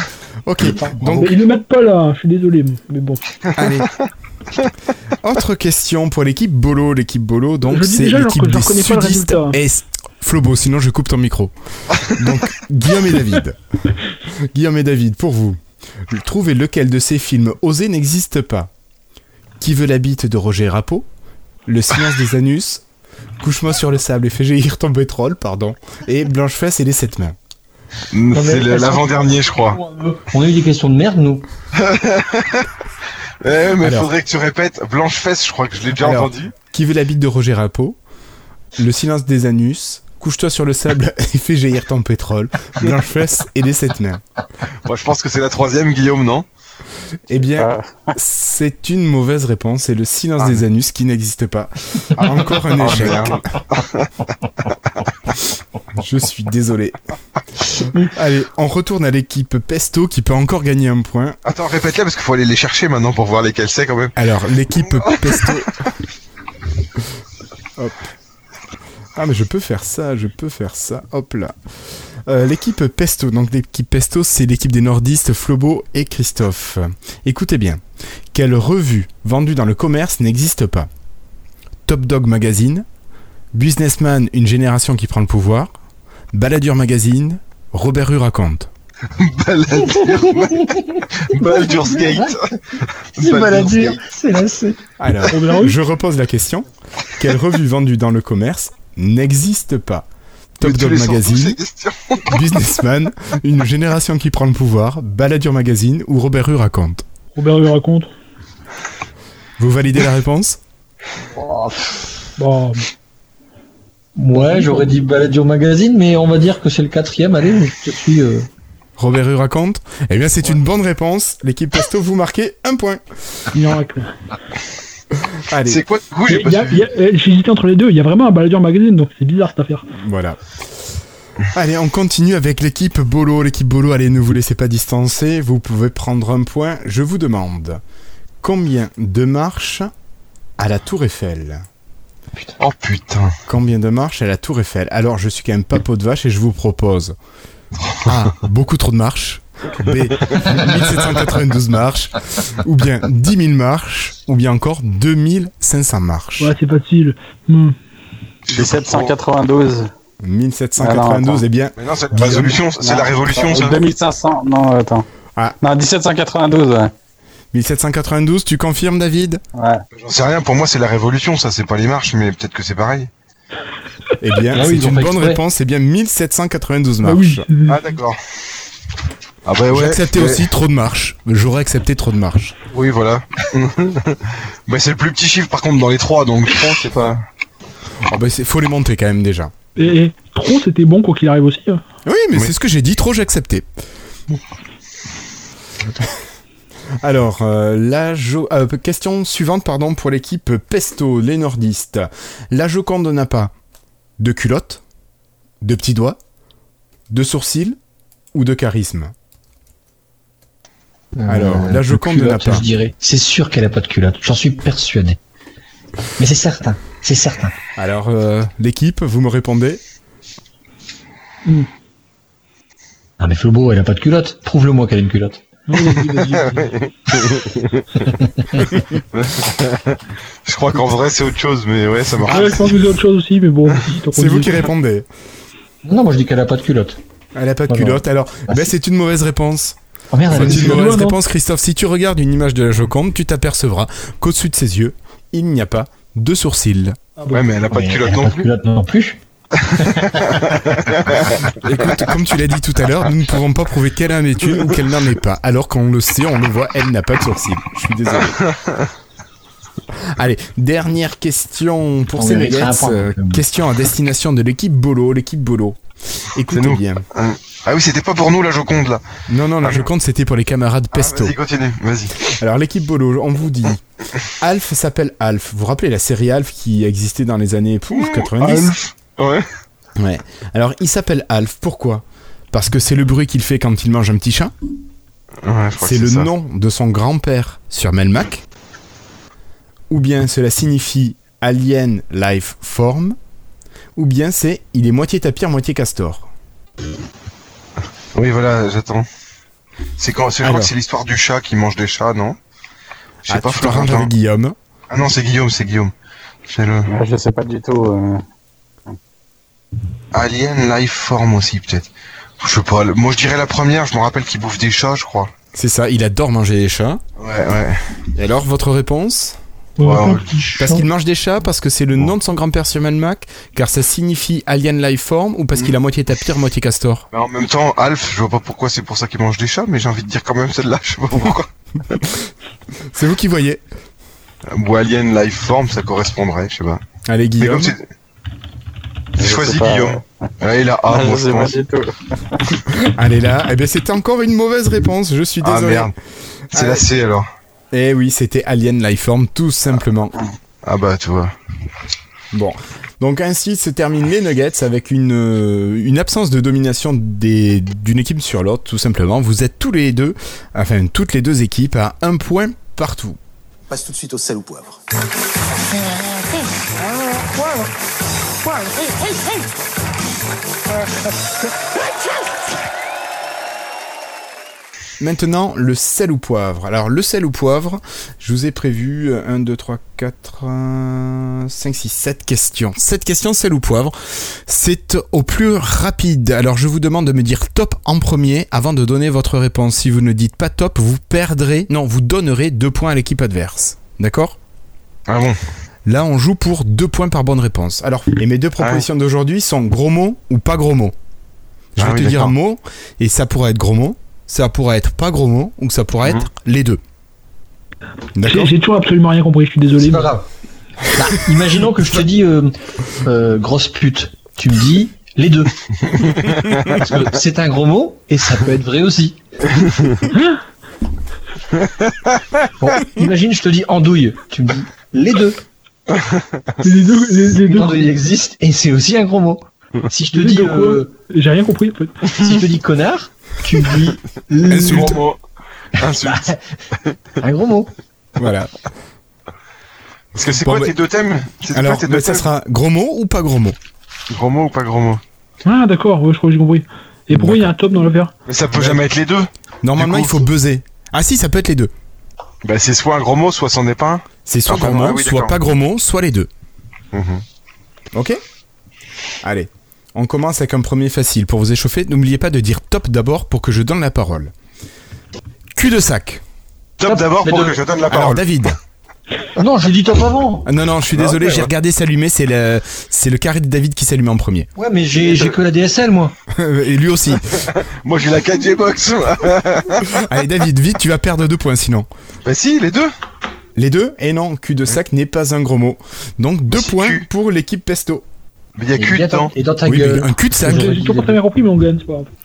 [SPEAKER 1] Ok, donc
[SPEAKER 3] Mais ils ne mettent pas là, hein, je suis désolé. Mais bon.
[SPEAKER 1] allez. Autre question pour l'équipe Bolo. L'équipe Bolo,
[SPEAKER 3] Je
[SPEAKER 1] donc
[SPEAKER 3] le dis
[SPEAKER 1] c'est
[SPEAKER 3] déjà, alors
[SPEAKER 1] l'équipe
[SPEAKER 3] que je
[SPEAKER 1] des
[SPEAKER 3] reconnais pas le
[SPEAKER 1] sudistes
[SPEAKER 3] résultat.
[SPEAKER 1] est. Flobo, sinon je coupe ton micro. Donc, Guillaume et David. Guillaume et David, pour vous, trouvez lequel de ces films osés n'existe pas Qui veut la bite de Roger Rapeau Le silence des anus Couche-moi sur le sable et fais jaillir ton pétrole, pardon. Et Blanche-Fesse et les sept mains.
[SPEAKER 2] c'est le- l'avant-dernier, je crois.
[SPEAKER 4] On a eu des questions de merde, nous.
[SPEAKER 2] Eh, mais
[SPEAKER 1] Alors.
[SPEAKER 2] faudrait que tu répètes. Blanche fesse, je crois que je l'ai déjà
[SPEAKER 1] Alors.
[SPEAKER 2] entendu.
[SPEAKER 1] Qui veut la bite de Roger Rapeau Le silence des anus. Couche-toi sur le sable et fais jaillir ton pétrole. Blanche fesse et les sept mains.
[SPEAKER 2] Moi, je pense que c'est la troisième, Guillaume, non
[SPEAKER 1] Eh bien, c'est une mauvaise réponse. C'est le silence
[SPEAKER 2] Ah.
[SPEAKER 1] des anus qui n'existe pas. Encore un échec.
[SPEAKER 2] merde.
[SPEAKER 1] Je suis désolé. Allez, on retourne à l'équipe Pesto qui peut encore gagner un point.
[SPEAKER 2] Attends, répète-la parce qu'il faut aller les chercher maintenant pour voir lesquels c'est quand même.
[SPEAKER 1] Alors, l'équipe Pesto. Hop. Ah, mais je peux faire ça, je peux faire ça. Hop là. Euh, l'équipe Pesto. Donc, l'équipe Pesto, c'est l'équipe des nordistes Flobo et Christophe. Écoutez bien. Quelle revue vendue dans le commerce n'existe pas Top Dog Magazine, Businessman, une génération qui prend le pouvoir, Balladur Magazine, Robert Hue raconte.
[SPEAKER 2] Baldur's Gate.
[SPEAKER 4] C'est
[SPEAKER 2] Baldur's
[SPEAKER 4] pas la dure,
[SPEAKER 2] Gate.
[SPEAKER 4] c'est la C.
[SPEAKER 1] Alors,
[SPEAKER 3] Robert Hue
[SPEAKER 1] je repose la question. Quelle revue vendue dans le commerce n'existe pas Top
[SPEAKER 2] Mais tu
[SPEAKER 1] Dog
[SPEAKER 2] les sens tous,
[SPEAKER 1] Magazine,
[SPEAKER 2] ces questions.
[SPEAKER 1] Businessman, Une génération qui prend le pouvoir, Balladur Magazine ou Robert Hue raconte
[SPEAKER 3] Robert lui raconte.
[SPEAKER 1] Vous validez la réponse
[SPEAKER 4] Oh,
[SPEAKER 3] Bon,
[SPEAKER 4] Ouais, j'aurais dit balade au magazine, mais on va dire que c'est le quatrième. Allez, je suis. euh,
[SPEAKER 1] Robert Hue raconte Eh bien, c'est une bonne réponse. L'équipe Pesto, vous marquez un point.
[SPEAKER 3] il y en a que-
[SPEAKER 1] Allez,
[SPEAKER 2] C'est quoi du coup J'ai
[SPEAKER 3] Mais
[SPEAKER 2] pas
[SPEAKER 3] il y a-
[SPEAKER 2] suivi.
[SPEAKER 3] il y a- euh, J'ai hésité entre les deux. Il y a vraiment un Balladur Magazine, donc c'est bizarre cette affaire.
[SPEAKER 1] voilà. Allez, on continue avec l'équipe Bolo. L'équipe Bolo, allez, ne vous laissez pas distancer. Vous pouvez prendre un point. Je vous demande combien de marches à la Tour Eiffel
[SPEAKER 2] Oh putain.
[SPEAKER 1] Combien de marches à la Tour Eiffel Alors, je suis quand même pas peau de vache et je vous propose A. Beaucoup trop de marches. B. 1792 marches. Ou bien 10 000 marches. Ou bien encore 2500 marches.
[SPEAKER 3] Ouais, c'est facile. Hmm.
[SPEAKER 5] Les 792.
[SPEAKER 1] 1792,
[SPEAKER 5] attends.
[SPEAKER 1] eh bien,
[SPEAKER 2] Mais non, c'est
[SPEAKER 1] Guillaume.
[SPEAKER 2] la résolution, c'est
[SPEAKER 5] Non.
[SPEAKER 2] la
[SPEAKER 5] Bah,
[SPEAKER 2] révolution ça.
[SPEAKER 5] 2500. Non, attends.
[SPEAKER 1] Ah.
[SPEAKER 5] Non, 1792, ouais.
[SPEAKER 1] 1792, tu confirmes, David
[SPEAKER 5] Ouais.
[SPEAKER 2] J'en sais rien, pour moi c'est la révolution ça, c'est pas les marches, mais peut-être que c'est pareil.
[SPEAKER 1] Eh bien,
[SPEAKER 4] Ah oui,
[SPEAKER 1] c'est
[SPEAKER 4] ils ont
[SPEAKER 1] une
[SPEAKER 4] fait
[SPEAKER 1] bonne
[SPEAKER 4] exprès.
[SPEAKER 1] réponse, c'est bien 1792
[SPEAKER 3] Ah
[SPEAKER 1] marches.
[SPEAKER 3] oui.
[SPEAKER 2] Ah d'accord. Ah
[SPEAKER 4] Eh
[SPEAKER 2] bah ouais.
[SPEAKER 1] J'ai accepté
[SPEAKER 2] mais-
[SPEAKER 1] aussi trop de marches. J'aurais accepté trop de marches.
[SPEAKER 2] Oui, voilà. bah c'est le plus petit chiffre par contre dans les trois, donc je pense que c'est pas...
[SPEAKER 1] Ah bah, c'est- faut les monter quand même déjà.
[SPEAKER 3] Et, et Eh, trop, c'était bon, quoi qu'il arrive aussi. hein.
[SPEAKER 1] Oui, mais
[SPEAKER 2] Oui.
[SPEAKER 1] c'est ce que j'ai dit, trop j'ai accepté. Alors, euh, la jo- euh, question suivante pardon, pour l'équipe Pesto, les nordistes. La Joconde n'a pas de culotte, de petits doigts, de sourcils ou de charisme Alors, là, je
[SPEAKER 4] Euh, de
[SPEAKER 1] compte de
[SPEAKER 4] culotte,
[SPEAKER 1] lapin.
[SPEAKER 4] Je dirais. C'est sûr qu'elle a pas de culotte. J'en suis persuadé. Mais c'est certain. C'est certain.
[SPEAKER 1] Alors, euh, l'équipe, vous me répondez
[SPEAKER 4] Ah mais Flobo, elle a pas de culotte. Prouve-le-moi qu'elle a une culotte.
[SPEAKER 3] Oui, vas-y, vas-y, vas-y.
[SPEAKER 2] Je crois qu'en vrai, c'est autre chose, mais ouais, ça
[SPEAKER 1] Ah,
[SPEAKER 2] marche.
[SPEAKER 3] Ouais, je pense que c'est autre chose aussi, mais bon. si, tant qu'on
[SPEAKER 1] C'est vous
[SPEAKER 3] dit-
[SPEAKER 1] qui répondez.
[SPEAKER 4] Non, moi je dis qu'elle a pas de culotte.
[SPEAKER 1] Elle a pas de
[SPEAKER 4] Voilà.
[SPEAKER 1] culotte. Alors,
[SPEAKER 4] Ah,
[SPEAKER 1] ben,
[SPEAKER 4] si.
[SPEAKER 1] c'est une mauvaise réponse.
[SPEAKER 4] Oh merde, elle a
[SPEAKER 1] C'est
[SPEAKER 4] une
[SPEAKER 1] une
[SPEAKER 3] c'est
[SPEAKER 1] mauvaise
[SPEAKER 3] loin, non
[SPEAKER 1] réponse, Christophe. Si tu regardes une image de la Joconde, tu t'apercevras qu'au-dessus de ses yeux, il n'y a pas de sourcils.
[SPEAKER 2] Ouais, mais elle a pas de
[SPEAKER 4] Mais
[SPEAKER 2] culotte
[SPEAKER 4] elle a
[SPEAKER 2] non
[SPEAKER 4] Pas de
[SPEAKER 2] plus.
[SPEAKER 4] culotte non plus.
[SPEAKER 1] Écoute, comme tu l'as dit tout à l'heure, nous ne pouvons pas prouver qu'elle en est une ou qu'elle n'en est pas. Alors qu'on le sait, on le voit, elle n'a pas de sourcils. Je suis désolé. Allez, dernière question pour
[SPEAKER 4] On
[SPEAKER 1] ces
[SPEAKER 4] mériterait un
[SPEAKER 1] nuggets.
[SPEAKER 4] point.
[SPEAKER 1] Euh, Question à destination de l'équipe Bolo. L'équipe Bolo. Écoutez
[SPEAKER 2] nous.
[SPEAKER 1] bien.
[SPEAKER 2] Ah oui, c'était pas pour nous, la Joconde, là.
[SPEAKER 1] Non, non, la Joconde, c'était pour les camarades
[SPEAKER 2] Ah,
[SPEAKER 1] Pesto.
[SPEAKER 2] Vas-y, continue, vas-y.
[SPEAKER 1] Alors l'équipe Bolo, on vous dit, Alf s'appelle Alf. Vous vous rappelez la série Alf qui existait dans les années pouf, 90
[SPEAKER 2] Alf. Ah, Ouais.
[SPEAKER 1] Ouais. Alors il s'appelle Alf, pourquoi Parce que c'est le bruit qu'il fait quand il mange un petit chat.
[SPEAKER 2] Ouais, je crois que
[SPEAKER 1] C'est le
[SPEAKER 2] ça.
[SPEAKER 1] nom de son grand-père sur Melmac. Ou bien cela signifie Alien Life Form. Ou bien c'est il est moitié tapir, moitié castor.
[SPEAKER 2] Oui, voilà, j'attends. C'est quand, c'est- je crois
[SPEAKER 1] Alors.
[SPEAKER 2] que c'est l'histoire du chat qui mange des chats, non Je sais
[SPEAKER 1] Ah,
[SPEAKER 2] pas,
[SPEAKER 1] tu t'arranges
[SPEAKER 2] Florentin.
[SPEAKER 1] avec Guillaume.
[SPEAKER 2] Ah non, c'est Guillaume, c'est Guillaume. C'est le
[SPEAKER 5] Ouais, Je sais pas du tout. euh.
[SPEAKER 2] Alien Life Form aussi, peut-être. Je sais pas, le- moi je dirais la première, je me rappelle qu'il bouffe des chats, je crois.
[SPEAKER 1] C'est ça, il adore manger les chats.
[SPEAKER 2] Ouais, ouais.
[SPEAKER 1] Et alors, votre réponse
[SPEAKER 3] Ouais,
[SPEAKER 2] Ouais,
[SPEAKER 3] attends,
[SPEAKER 2] ouais.
[SPEAKER 3] petit chat.
[SPEAKER 1] Parce qu'il mange des chats, parce que c'est le nom de son grand-père sur Melmac, car ça signifie Alien Life Form, ou parce qu'il a moitié tapir, moitié castor
[SPEAKER 2] Mais en même temps, Alf, je vois pas pourquoi c'est pour ça qu'il mange des chats, mais j'ai envie de dire quand même celle-là, je sais pas pourquoi.
[SPEAKER 1] C'est vous qui voyez.
[SPEAKER 2] Ou Alien Life Form, ça correspondrait, je sais pas.
[SPEAKER 1] Allez,
[SPEAKER 2] Mais
[SPEAKER 1] Guillaume.
[SPEAKER 2] comme c'est.
[SPEAKER 5] Je
[SPEAKER 2] J'ai
[SPEAKER 5] sais
[SPEAKER 2] choisi
[SPEAKER 5] pas.
[SPEAKER 2] Guillaume. Là, il a A,
[SPEAKER 5] Ah, je
[SPEAKER 2] moi je
[SPEAKER 5] sais pas
[SPEAKER 2] pense.
[SPEAKER 5] du tout.
[SPEAKER 1] Allez là. Eh bien, c'était encore une mauvaise réponse, je suis
[SPEAKER 2] Ah
[SPEAKER 1] désolé.
[SPEAKER 2] merde. C'est la C alors.
[SPEAKER 1] Eh oui, c'était Alien Life Form, tout simplement.
[SPEAKER 2] Ah bah, tu vois.
[SPEAKER 1] Bon. Donc ainsi se terminent les Nuggets avec une, euh, une absence de domination des- d'une équipe sur l'autre, tout simplement. Vous êtes tous les deux, enfin toutes les deux équipes, à un point partout.
[SPEAKER 6] Passe tout de suite au sel ou poivre.
[SPEAKER 1] Maintenant, le sel ou poivre. Alors, le sel ou poivre, je vous ai prévu euh, 1, 2, 3, 4, 5, 6, 7 questions. 7 questions, sel ou poivre. C'est au plus rapide. Alors, je vous demande de me dire top en premier avant de donner votre réponse. Si vous ne dites pas top, vous perdrez, non, vous donnerez 2 points à l'équipe adverse. D'accord
[SPEAKER 2] Ah bon
[SPEAKER 1] Là, on joue pour 2 points par bonne réponse. Alors, et mes deux propositions d'aujourd'hui sont gros mot ou pas gros mot. Je
[SPEAKER 2] Ah
[SPEAKER 1] vais
[SPEAKER 2] oui,
[SPEAKER 1] te dire
[SPEAKER 2] d'accord.
[SPEAKER 1] un mot, et ça pourra être gros mot, ça pourra être pas gros mot, ou ça pourra
[SPEAKER 2] Mhm.
[SPEAKER 1] être les deux.
[SPEAKER 3] J'ai
[SPEAKER 1] D'accord
[SPEAKER 3] j'ai toujours absolument rien compris, je suis désolé.
[SPEAKER 4] C'est pas grave. Bah, imaginons que je te dis euh, euh, grosse pute. Tu me dis les deux. Parce que c'est un gros mot et ça peut être vrai aussi. Bon, imagine je te dis andouille. Tu me dis les deux.
[SPEAKER 3] Les deux, les- les deux-
[SPEAKER 4] L'andouille existe et c'est aussi un gros mot. Si je te
[SPEAKER 3] Les
[SPEAKER 4] dis
[SPEAKER 3] deux quoi
[SPEAKER 4] euh,
[SPEAKER 3] J'ai rien compris. en fait.
[SPEAKER 4] si je te dis connard, tu me dis
[SPEAKER 1] Insulte. Bah.
[SPEAKER 4] gros mot.
[SPEAKER 2] Insulte.
[SPEAKER 4] un gros mot.
[SPEAKER 1] Voilà.
[SPEAKER 2] Parce que c'est
[SPEAKER 1] Bon,
[SPEAKER 2] quoi
[SPEAKER 1] bah-
[SPEAKER 2] tes deux thèmes C'était quoi
[SPEAKER 1] Alors,
[SPEAKER 2] tes
[SPEAKER 1] bah,
[SPEAKER 2] deux
[SPEAKER 1] ça
[SPEAKER 2] thèmes
[SPEAKER 1] sera gros mot ou pas gros mot
[SPEAKER 2] Gros mot ou pas gros mot
[SPEAKER 3] Ah, d'accord, ouais, je crois que j'ai compris. Et pourquoi il y a un top dans l'affaire
[SPEAKER 2] Mais ça peut jamais être les deux.
[SPEAKER 1] Normalement,
[SPEAKER 2] Du
[SPEAKER 1] il
[SPEAKER 2] coup-
[SPEAKER 1] faut buzzer. Ah si, ça peut être les deux.
[SPEAKER 2] Bah, c'est soit un gros mot, soit c'en est pas un.
[SPEAKER 1] C'est soit
[SPEAKER 2] Ah,
[SPEAKER 1] gros
[SPEAKER 2] pardon,
[SPEAKER 1] mot,
[SPEAKER 2] ah oui,
[SPEAKER 1] soit
[SPEAKER 2] d'accord.
[SPEAKER 1] pas gros mot, soit les deux.
[SPEAKER 2] Mhm.
[SPEAKER 1] Ok Allez, on commence avec un premier facile. Pour vous échauffer, n'oubliez pas de dire top d'abord pour que je donne la parole. Cul de sac.
[SPEAKER 2] Top d'abord
[SPEAKER 4] les
[SPEAKER 2] pour
[SPEAKER 4] deux.
[SPEAKER 2] que je donne la
[SPEAKER 1] Alors
[SPEAKER 2] parole.
[SPEAKER 1] David.
[SPEAKER 4] Ah non, j'ai dit top avant.
[SPEAKER 1] Ah, Non, non, je suis désolé, j'ai regardé s'allumer, c'est le, c'est le carré de David qui s'allume en premier.
[SPEAKER 4] Ouais, mais j'ai j'ai que la DSL moi.
[SPEAKER 1] Et lui aussi.
[SPEAKER 2] Moi j'ai la 4G box. moi.
[SPEAKER 1] Allez, David, vite, tu vas perdre deux points sinon.
[SPEAKER 2] bah si, les deux.
[SPEAKER 1] Les deux Et non, cul de sac n'est pas un gros mot. Donc deux
[SPEAKER 2] si,
[SPEAKER 1] points
[SPEAKER 2] cul.
[SPEAKER 1] pour l'équipe Pesto.
[SPEAKER 2] Mais il y a
[SPEAKER 4] Et
[SPEAKER 2] cul
[SPEAKER 4] bien,
[SPEAKER 2] dedans.
[SPEAKER 4] Et dans ta
[SPEAKER 1] Oui, mais euh,
[SPEAKER 4] gueule.
[SPEAKER 1] un cul de sac.
[SPEAKER 4] J'aurais
[SPEAKER 3] J'ai
[SPEAKER 4] dit
[SPEAKER 3] toujours
[SPEAKER 4] les
[SPEAKER 3] pas très bien compris, mais on gagne, c'est pas grave.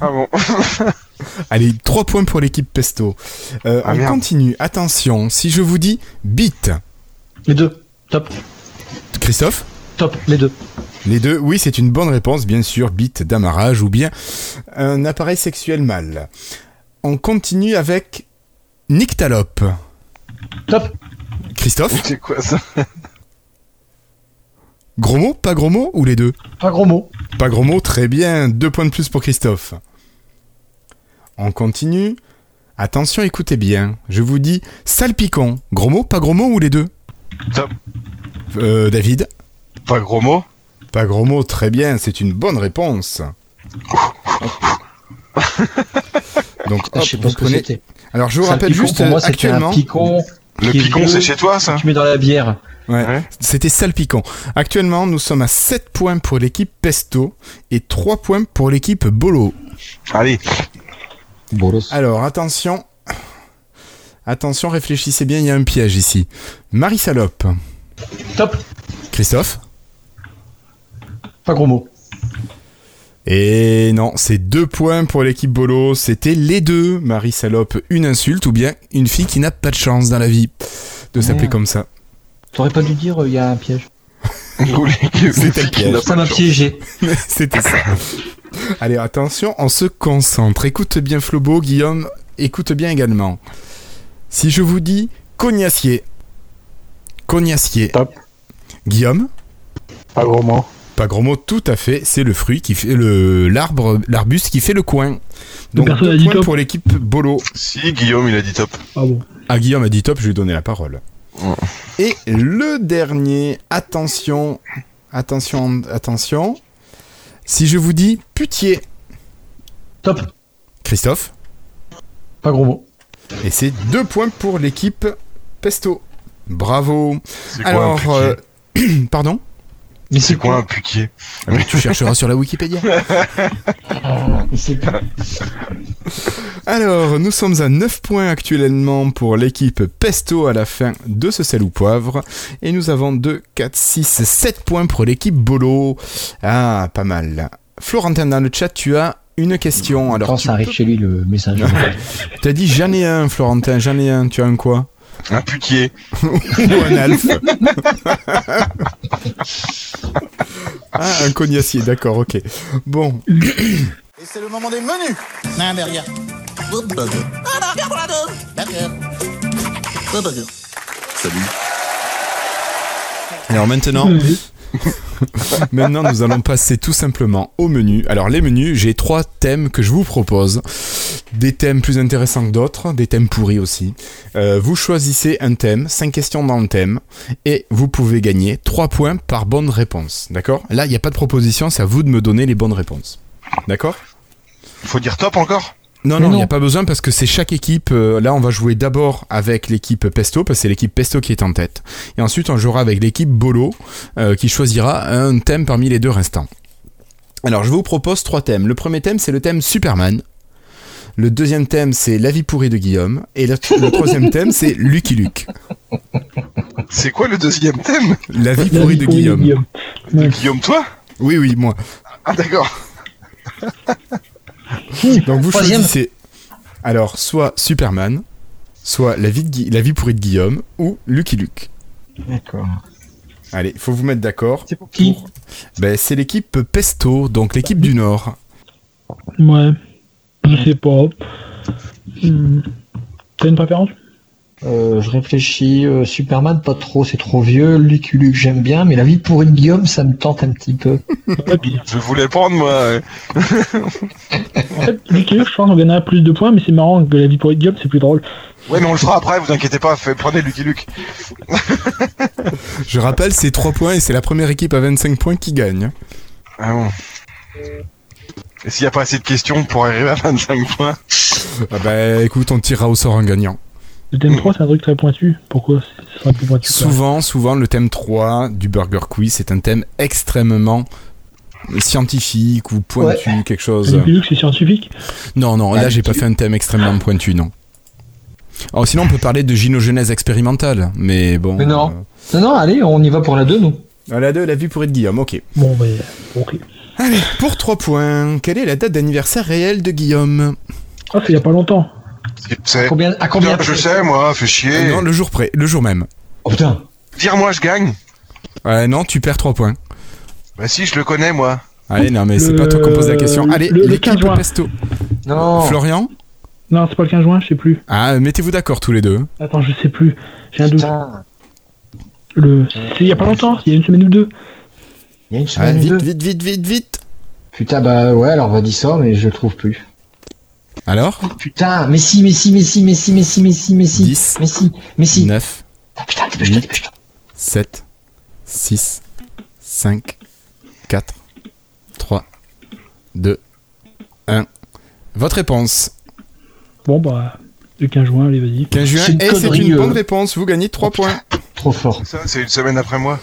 [SPEAKER 2] Ah bon.
[SPEAKER 1] Allez, trois points pour l'équipe Pesto. Euh,
[SPEAKER 2] Ah,
[SPEAKER 1] on
[SPEAKER 2] merde.
[SPEAKER 1] continue. Attention, si je vous dis bite,
[SPEAKER 4] Les deux. Top.
[SPEAKER 1] Christophe
[SPEAKER 4] Top. Les deux.
[SPEAKER 1] Les deux, oui, c'est une bonne réponse, bien sûr, bite d'amarrage ou bien un appareil sexuel mâle. On continue avec Nick Talop.
[SPEAKER 4] Top.
[SPEAKER 1] Christophe,
[SPEAKER 2] C'est quoi ça
[SPEAKER 1] gros mot, pas gros mot ou les deux
[SPEAKER 4] Pas gros mot.
[SPEAKER 1] Pas gros mot, très bien. Deux points de plus pour Christophe. On continue. Attention, écoutez bien. Je vous dis salpicon. Gros mot, pas gros mot ou les deux
[SPEAKER 2] Top.
[SPEAKER 1] Euh, David
[SPEAKER 2] Pas gros mot
[SPEAKER 1] Pas gros mot, très bien. C'est une bonne réponse. Donc, hop,
[SPEAKER 4] je sais pas
[SPEAKER 1] vous
[SPEAKER 4] ce que
[SPEAKER 1] prenez-
[SPEAKER 4] c'était.
[SPEAKER 1] Alors, je vous
[SPEAKER 4] Ça, le
[SPEAKER 1] rappelle
[SPEAKER 4] picon,
[SPEAKER 1] juste
[SPEAKER 4] pour moi,
[SPEAKER 1] euh,
[SPEAKER 4] c'était un
[SPEAKER 1] actuellement.
[SPEAKER 4] picon
[SPEAKER 2] Le
[SPEAKER 4] Qui est
[SPEAKER 2] picon,
[SPEAKER 4] vieux.
[SPEAKER 2] c'est chez toi, ça
[SPEAKER 4] que tu mets dans la bière.
[SPEAKER 1] Ouais.
[SPEAKER 2] Ouais.
[SPEAKER 1] C'était salpicon. Actuellement, nous sommes à 7 points pour l'équipe Pesto et 3 points pour l'équipe Bolo.
[SPEAKER 2] Allez,
[SPEAKER 4] Bolos.
[SPEAKER 1] Alors, attention. Attention, réfléchissez bien, il y a un piège ici. Marie Salope.
[SPEAKER 4] Top.
[SPEAKER 1] Christophe
[SPEAKER 4] Pas gros mot.
[SPEAKER 1] Et non, c'est 2 points pour l'équipe Bolo. C'était les deux. Marie Salope, une insulte ou bien une fille qui n'a pas de chance dans la vie de s'appeler
[SPEAKER 4] Merde.
[SPEAKER 1] comme ça.
[SPEAKER 4] T'aurais pas dû dire, euh, il y a un piège.
[SPEAKER 1] C'était le piège.
[SPEAKER 4] Ça m'a piégé.
[SPEAKER 1] C'était ça. Allez, attention, on se concentre. Écoute bien Flobo, Guillaume, écoute bien également. Si je vous dis cognacier, cognacier.
[SPEAKER 5] Top.
[SPEAKER 1] Guillaume,
[SPEAKER 5] Pas gros mot.
[SPEAKER 1] pas gros mot, tout à fait, c'est le fruit qui fait le l'arbre, l'arbuste qui fait le coin. Donc
[SPEAKER 3] personne
[SPEAKER 1] deux
[SPEAKER 3] a dit
[SPEAKER 1] points
[SPEAKER 3] top.
[SPEAKER 1] pour l'équipe Bolo.
[SPEAKER 2] Si, Guillaume, il a dit top.
[SPEAKER 3] Ah bon.
[SPEAKER 1] Ah, Guillaume a dit top, je lui ai donné la parole.
[SPEAKER 2] Ouais.
[SPEAKER 1] Et le dernier, attention, attention, attention. Si je vous dis putier,
[SPEAKER 4] Top.
[SPEAKER 1] Christophe
[SPEAKER 4] Pas gros mot.
[SPEAKER 1] Et c'est deux points pour l'équipe Pesto. Bravo.
[SPEAKER 2] C'est quoi un
[SPEAKER 1] Alors,
[SPEAKER 2] puquier
[SPEAKER 1] euh, pardon
[SPEAKER 4] Mais
[SPEAKER 2] C'est quoi un puquier
[SPEAKER 1] Tu chercheras sur la Wikipédia.
[SPEAKER 4] C'est quoi
[SPEAKER 1] Alors, nous sommes à 9 points actuellement pour l'équipe Pesto à la fin de ce sel ou poivre. Et nous avons 2, 4, 6, 7 points pour l'équipe Bolo. Ah, pas mal. Florentin, dans le chat, tu as une question. Alors,
[SPEAKER 4] Quand
[SPEAKER 1] tu
[SPEAKER 4] ça arrive chez lui, le message.
[SPEAKER 1] as dit j'en ai un, Florentin, j'en ai un. Tu as un quoi
[SPEAKER 2] Un puquier.
[SPEAKER 1] Ou un alf Ah, un cognacier, d'accord, ok. Bon,
[SPEAKER 6] Et c'est le moment des menus.
[SPEAKER 7] Un burger. Deux burgers. Un burger Ah, pour la deux. Burger. Deux burgers.
[SPEAKER 1] Alors maintenant, maintenant nous allons passer tout simplement au menu. Alors les menus, j'ai trois thèmes que je vous propose. Des thèmes plus intéressants que d'autres, des thèmes pourris aussi. Euh, vous choisissez un thème, cinq questions dans le thème, et vous pouvez gagner trois points par bonne réponse. D'accord Là, il n'y a pas de proposition, c'est à vous de me donner les bonnes réponses. D'accord
[SPEAKER 2] Faut dire top encore
[SPEAKER 1] non,
[SPEAKER 4] Mais
[SPEAKER 1] non, il
[SPEAKER 4] non.
[SPEAKER 1] n'y a pas besoin parce que c'est chaque équipe. euh, là, on va jouer d'abord avec l'équipe Pesto, parce que c'est l'équipe Pesto qui est en tête. Et ensuite, on jouera avec l'équipe Bolo, euh, qui choisira un thème parmi les deux restants. Alors, je vous propose trois thèmes. Le premier thème, c'est le thème Superman. Le deuxième thème, c'est La vie pourrie de Guillaume. Et le, le troisième thème, c'est Lucky Luke.
[SPEAKER 2] C'est quoi le deuxième thème
[SPEAKER 1] La vie
[SPEAKER 3] La
[SPEAKER 1] pourrie
[SPEAKER 3] vie
[SPEAKER 1] de
[SPEAKER 3] pourrie
[SPEAKER 1] Guillaume.
[SPEAKER 3] Ouais.
[SPEAKER 2] Euh, Guillaume, toi
[SPEAKER 1] Oui, oui, moi.
[SPEAKER 2] Ah d'accord.
[SPEAKER 1] Donc, vous
[SPEAKER 4] Troisième.
[SPEAKER 1] choisissez. Alors, soit Superman, soit La vie, de Gui- la vie pourrie de Guillaume, ou Lucky Luke.
[SPEAKER 4] D'accord.
[SPEAKER 1] Allez, faut vous mettre d'accord.
[SPEAKER 4] C'est pour qui
[SPEAKER 1] Ben, c'est l'équipe Pesto, donc l'équipe du Nord.
[SPEAKER 3] Ouais. Je sais pas. Hmm. T'as une préférence
[SPEAKER 4] Euh, je réfléchis. euh, Superman, pas trop, c'est trop vieux. Lucky Luke, j'aime bien, mais la vie pour une Guillaume, ça me tente un petit peu.
[SPEAKER 2] Je voulais le prendre moi. euh.
[SPEAKER 3] En fait, Lucky Luke, je pense qu'on gagnerait plus de points, mais c'est marrant que la vie pour Guillaume, c'est plus drôle.
[SPEAKER 2] Ouais mais on le fera après, vous inquiétez pas, fait- prenez Lucky Luke.
[SPEAKER 1] Je rappelle, c'est 3 points et c'est la première équipe à 25 points qui gagne.
[SPEAKER 2] Ah bon. Et s'il n'y a pas assez de questions pour arriver à 25 points
[SPEAKER 1] Ah ben, écoute, on tirera au sort un gagnant.
[SPEAKER 3] Le thème 3, c'est un truc très pointu. Pourquoi ce serait plus pointu que ça
[SPEAKER 1] Souvent, souvent, le thème 3 du Burger Quiz, c'est un thème extrêmement scientifique ou pointu, quelque chose.
[SPEAKER 3] Lucky Luke, c'est scientifique.
[SPEAKER 1] Non, non,
[SPEAKER 4] Ah,
[SPEAKER 1] là, j'ai pas
[SPEAKER 4] tu-
[SPEAKER 1] fait un thème extrêmement pointu, non. Alors, sinon, on peut parler de gynogenèse expérimentale, mais bon.
[SPEAKER 4] Mais non. Non, non, allez, on y va pour la 2, nous.
[SPEAKER 1] euh, à la 2, la vue pourrie de Guillaume, ok.
[SPEAKER 3] Bon, bah, ok.
[SPEAKER 1] Allez, pour 3 points, quelle est la date d'anniversaire réelle de Guillaume
[SPEAKER 3] Ah, c'est il y a pas longtemps.
[SPEAKER 2] C'est...
[SPEAKER 4] Combien, à combien
[SPEAKER 2] je sais moi, fais
[SPEAKER 1] Euh,
[SPEAKER 4] Eh.
[SPEAKER 2] chier.
[SPEAKER 1] Non, le jour près, le jour même.
[SPEAKER 4] Oh putain.
[SPEAKER 2] Dire moi je gagne.
[SPEAKER 1] Ouais, Euh, non, tu perds 3 points.
[SPEAKER 2] Bah si je le connais moi.
[SPEAKER 1] Allez, non, mais c'est
[SPEAKER 3] Le-
[SPEAKER 1] pas toi qu'on pose la question. Allez,
[SPEAKER 3] le- le
[SPEAKER 1] l'équipe
[SPEAKER 3] 15 juin.
[SPEAKER 1] Pesto.
[SPEAKER 4] Non.
[SPEAKER 1] Florian
[SPEAKER 3] Non, c'est pas le 15 juin, je sais plus.
[SPEAKER 1] Ah, mettez-vous d'accord tous les deux.
[SPEAKER 3] Attends, je sais plus. J'ai un doute.
[SPEAKER 4] Putain,
[SPEAKER 3] Le... c'est Il y a pas longtemps, il y a une semaine ou deux.
[SPEAKER 4] il y a une
[SPEAKER 1] Ouais,
[SPEAKER 4] semaine ou
[SPEAKER 1] Ah, vite,
[SPEAKER 4] deux.
[SPEAKER 1] vite, vite, vite, vite.
[SPEAKER 4] Putain, bah ouais, alors on va dire ça, mais je le trouve plus.
[SPEAKER 1] Alors
[SPEAKER 4] Putain, mais si, mais si, mais si, mais si, mais si, mais si, mais si,
[SPEAKER 1] Dix.
[SPEAKER 4] mais si, mais si. Ah,
[SPEAKER 1] 9,
[SPEAKER 4] Putain, dépêche-toi, dépêche-toi.
[SPEAKER 1] 7, 6, 5, 4, 3, 2, 1. Votre réponse.
[SPEAKER 3] Bon, bah, le 15 juin, allez, vas-y.
[SPEAKER 1] 15 juin.
[SPEAKER 4] C'est une
[SPEAKER 1] Et c'est
[SPEAKER 4] connerie,
[SPEAKER 1] une
[SPEAKER 4] euh.
[SPEAKER 1] bonne réponse. Vous gagnez
[SPEAKER 3] Oh,
[SPEAKER 1] 3 points.
[SPEAKER 4] Oh, Trop fort.
[SPEAKER 2] Ça, c'est une semaine après moi.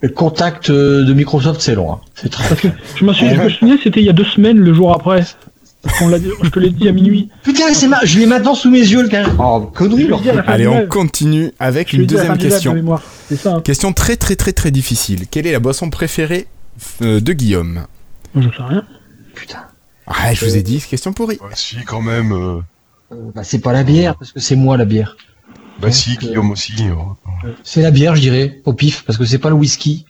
[SPEAKER 4] Le contact euh, de Microsoft, c'est long. hein. C'est très.
[SPEAKER 3] Parce que je me souviens, je me souviens, c'était il y a deux semaines, le jour après. Parce qu'on l'a dit- je te l'ai dit à minuit.
[SPEAKER 4] Putain, c'est ma... je l'ai maintenant sous mes yeux, le gars. Oh,
[SPEAKER 3] Je
[SPEAKER 4] connerie,
[SPEAKER 3] l'ai
[SPEAKER 4] leur.
[SPEAKER 3] dit à la fin
[SPEAKER 1] Allez,
[SPEAKER 3] du
[SPEAKER 1] on
[SPEAKER 3] live.
[SPEAKER 1] continue avec
[SPEAKER 3] Je l'ai
[SPEAKER 1] une
[SPEAKER 3] dit à la fin
[SPEAKER 1] deuxième
[SPEAKER 3] du live, de
[SPEAKER 1] question.
[SPEAKER 3] mémoire. C'est ça. hein.
[SPEAKER 1] Question très très très très difficile. Quelle est la boisson préférée euh, de Guillaume
[SPEAKER 3] Moi, je sais rien.
[SPEAKER 4] Putain.
[SPEAKER 1] Ah, je vous ai dit, question pourrie.
[SPEAKER 2] Bah, si, quand même. euh,
[SPEAKER 4] Euh, Bah, c'est pas la bière, parce que c'est moi la bière.
[SPEAKER 2] Bah, si, Guillaume aussi. oh.
[SPEAKER 4] C'est la bière, je dirais, au pif, parce que c'est pas le whisky.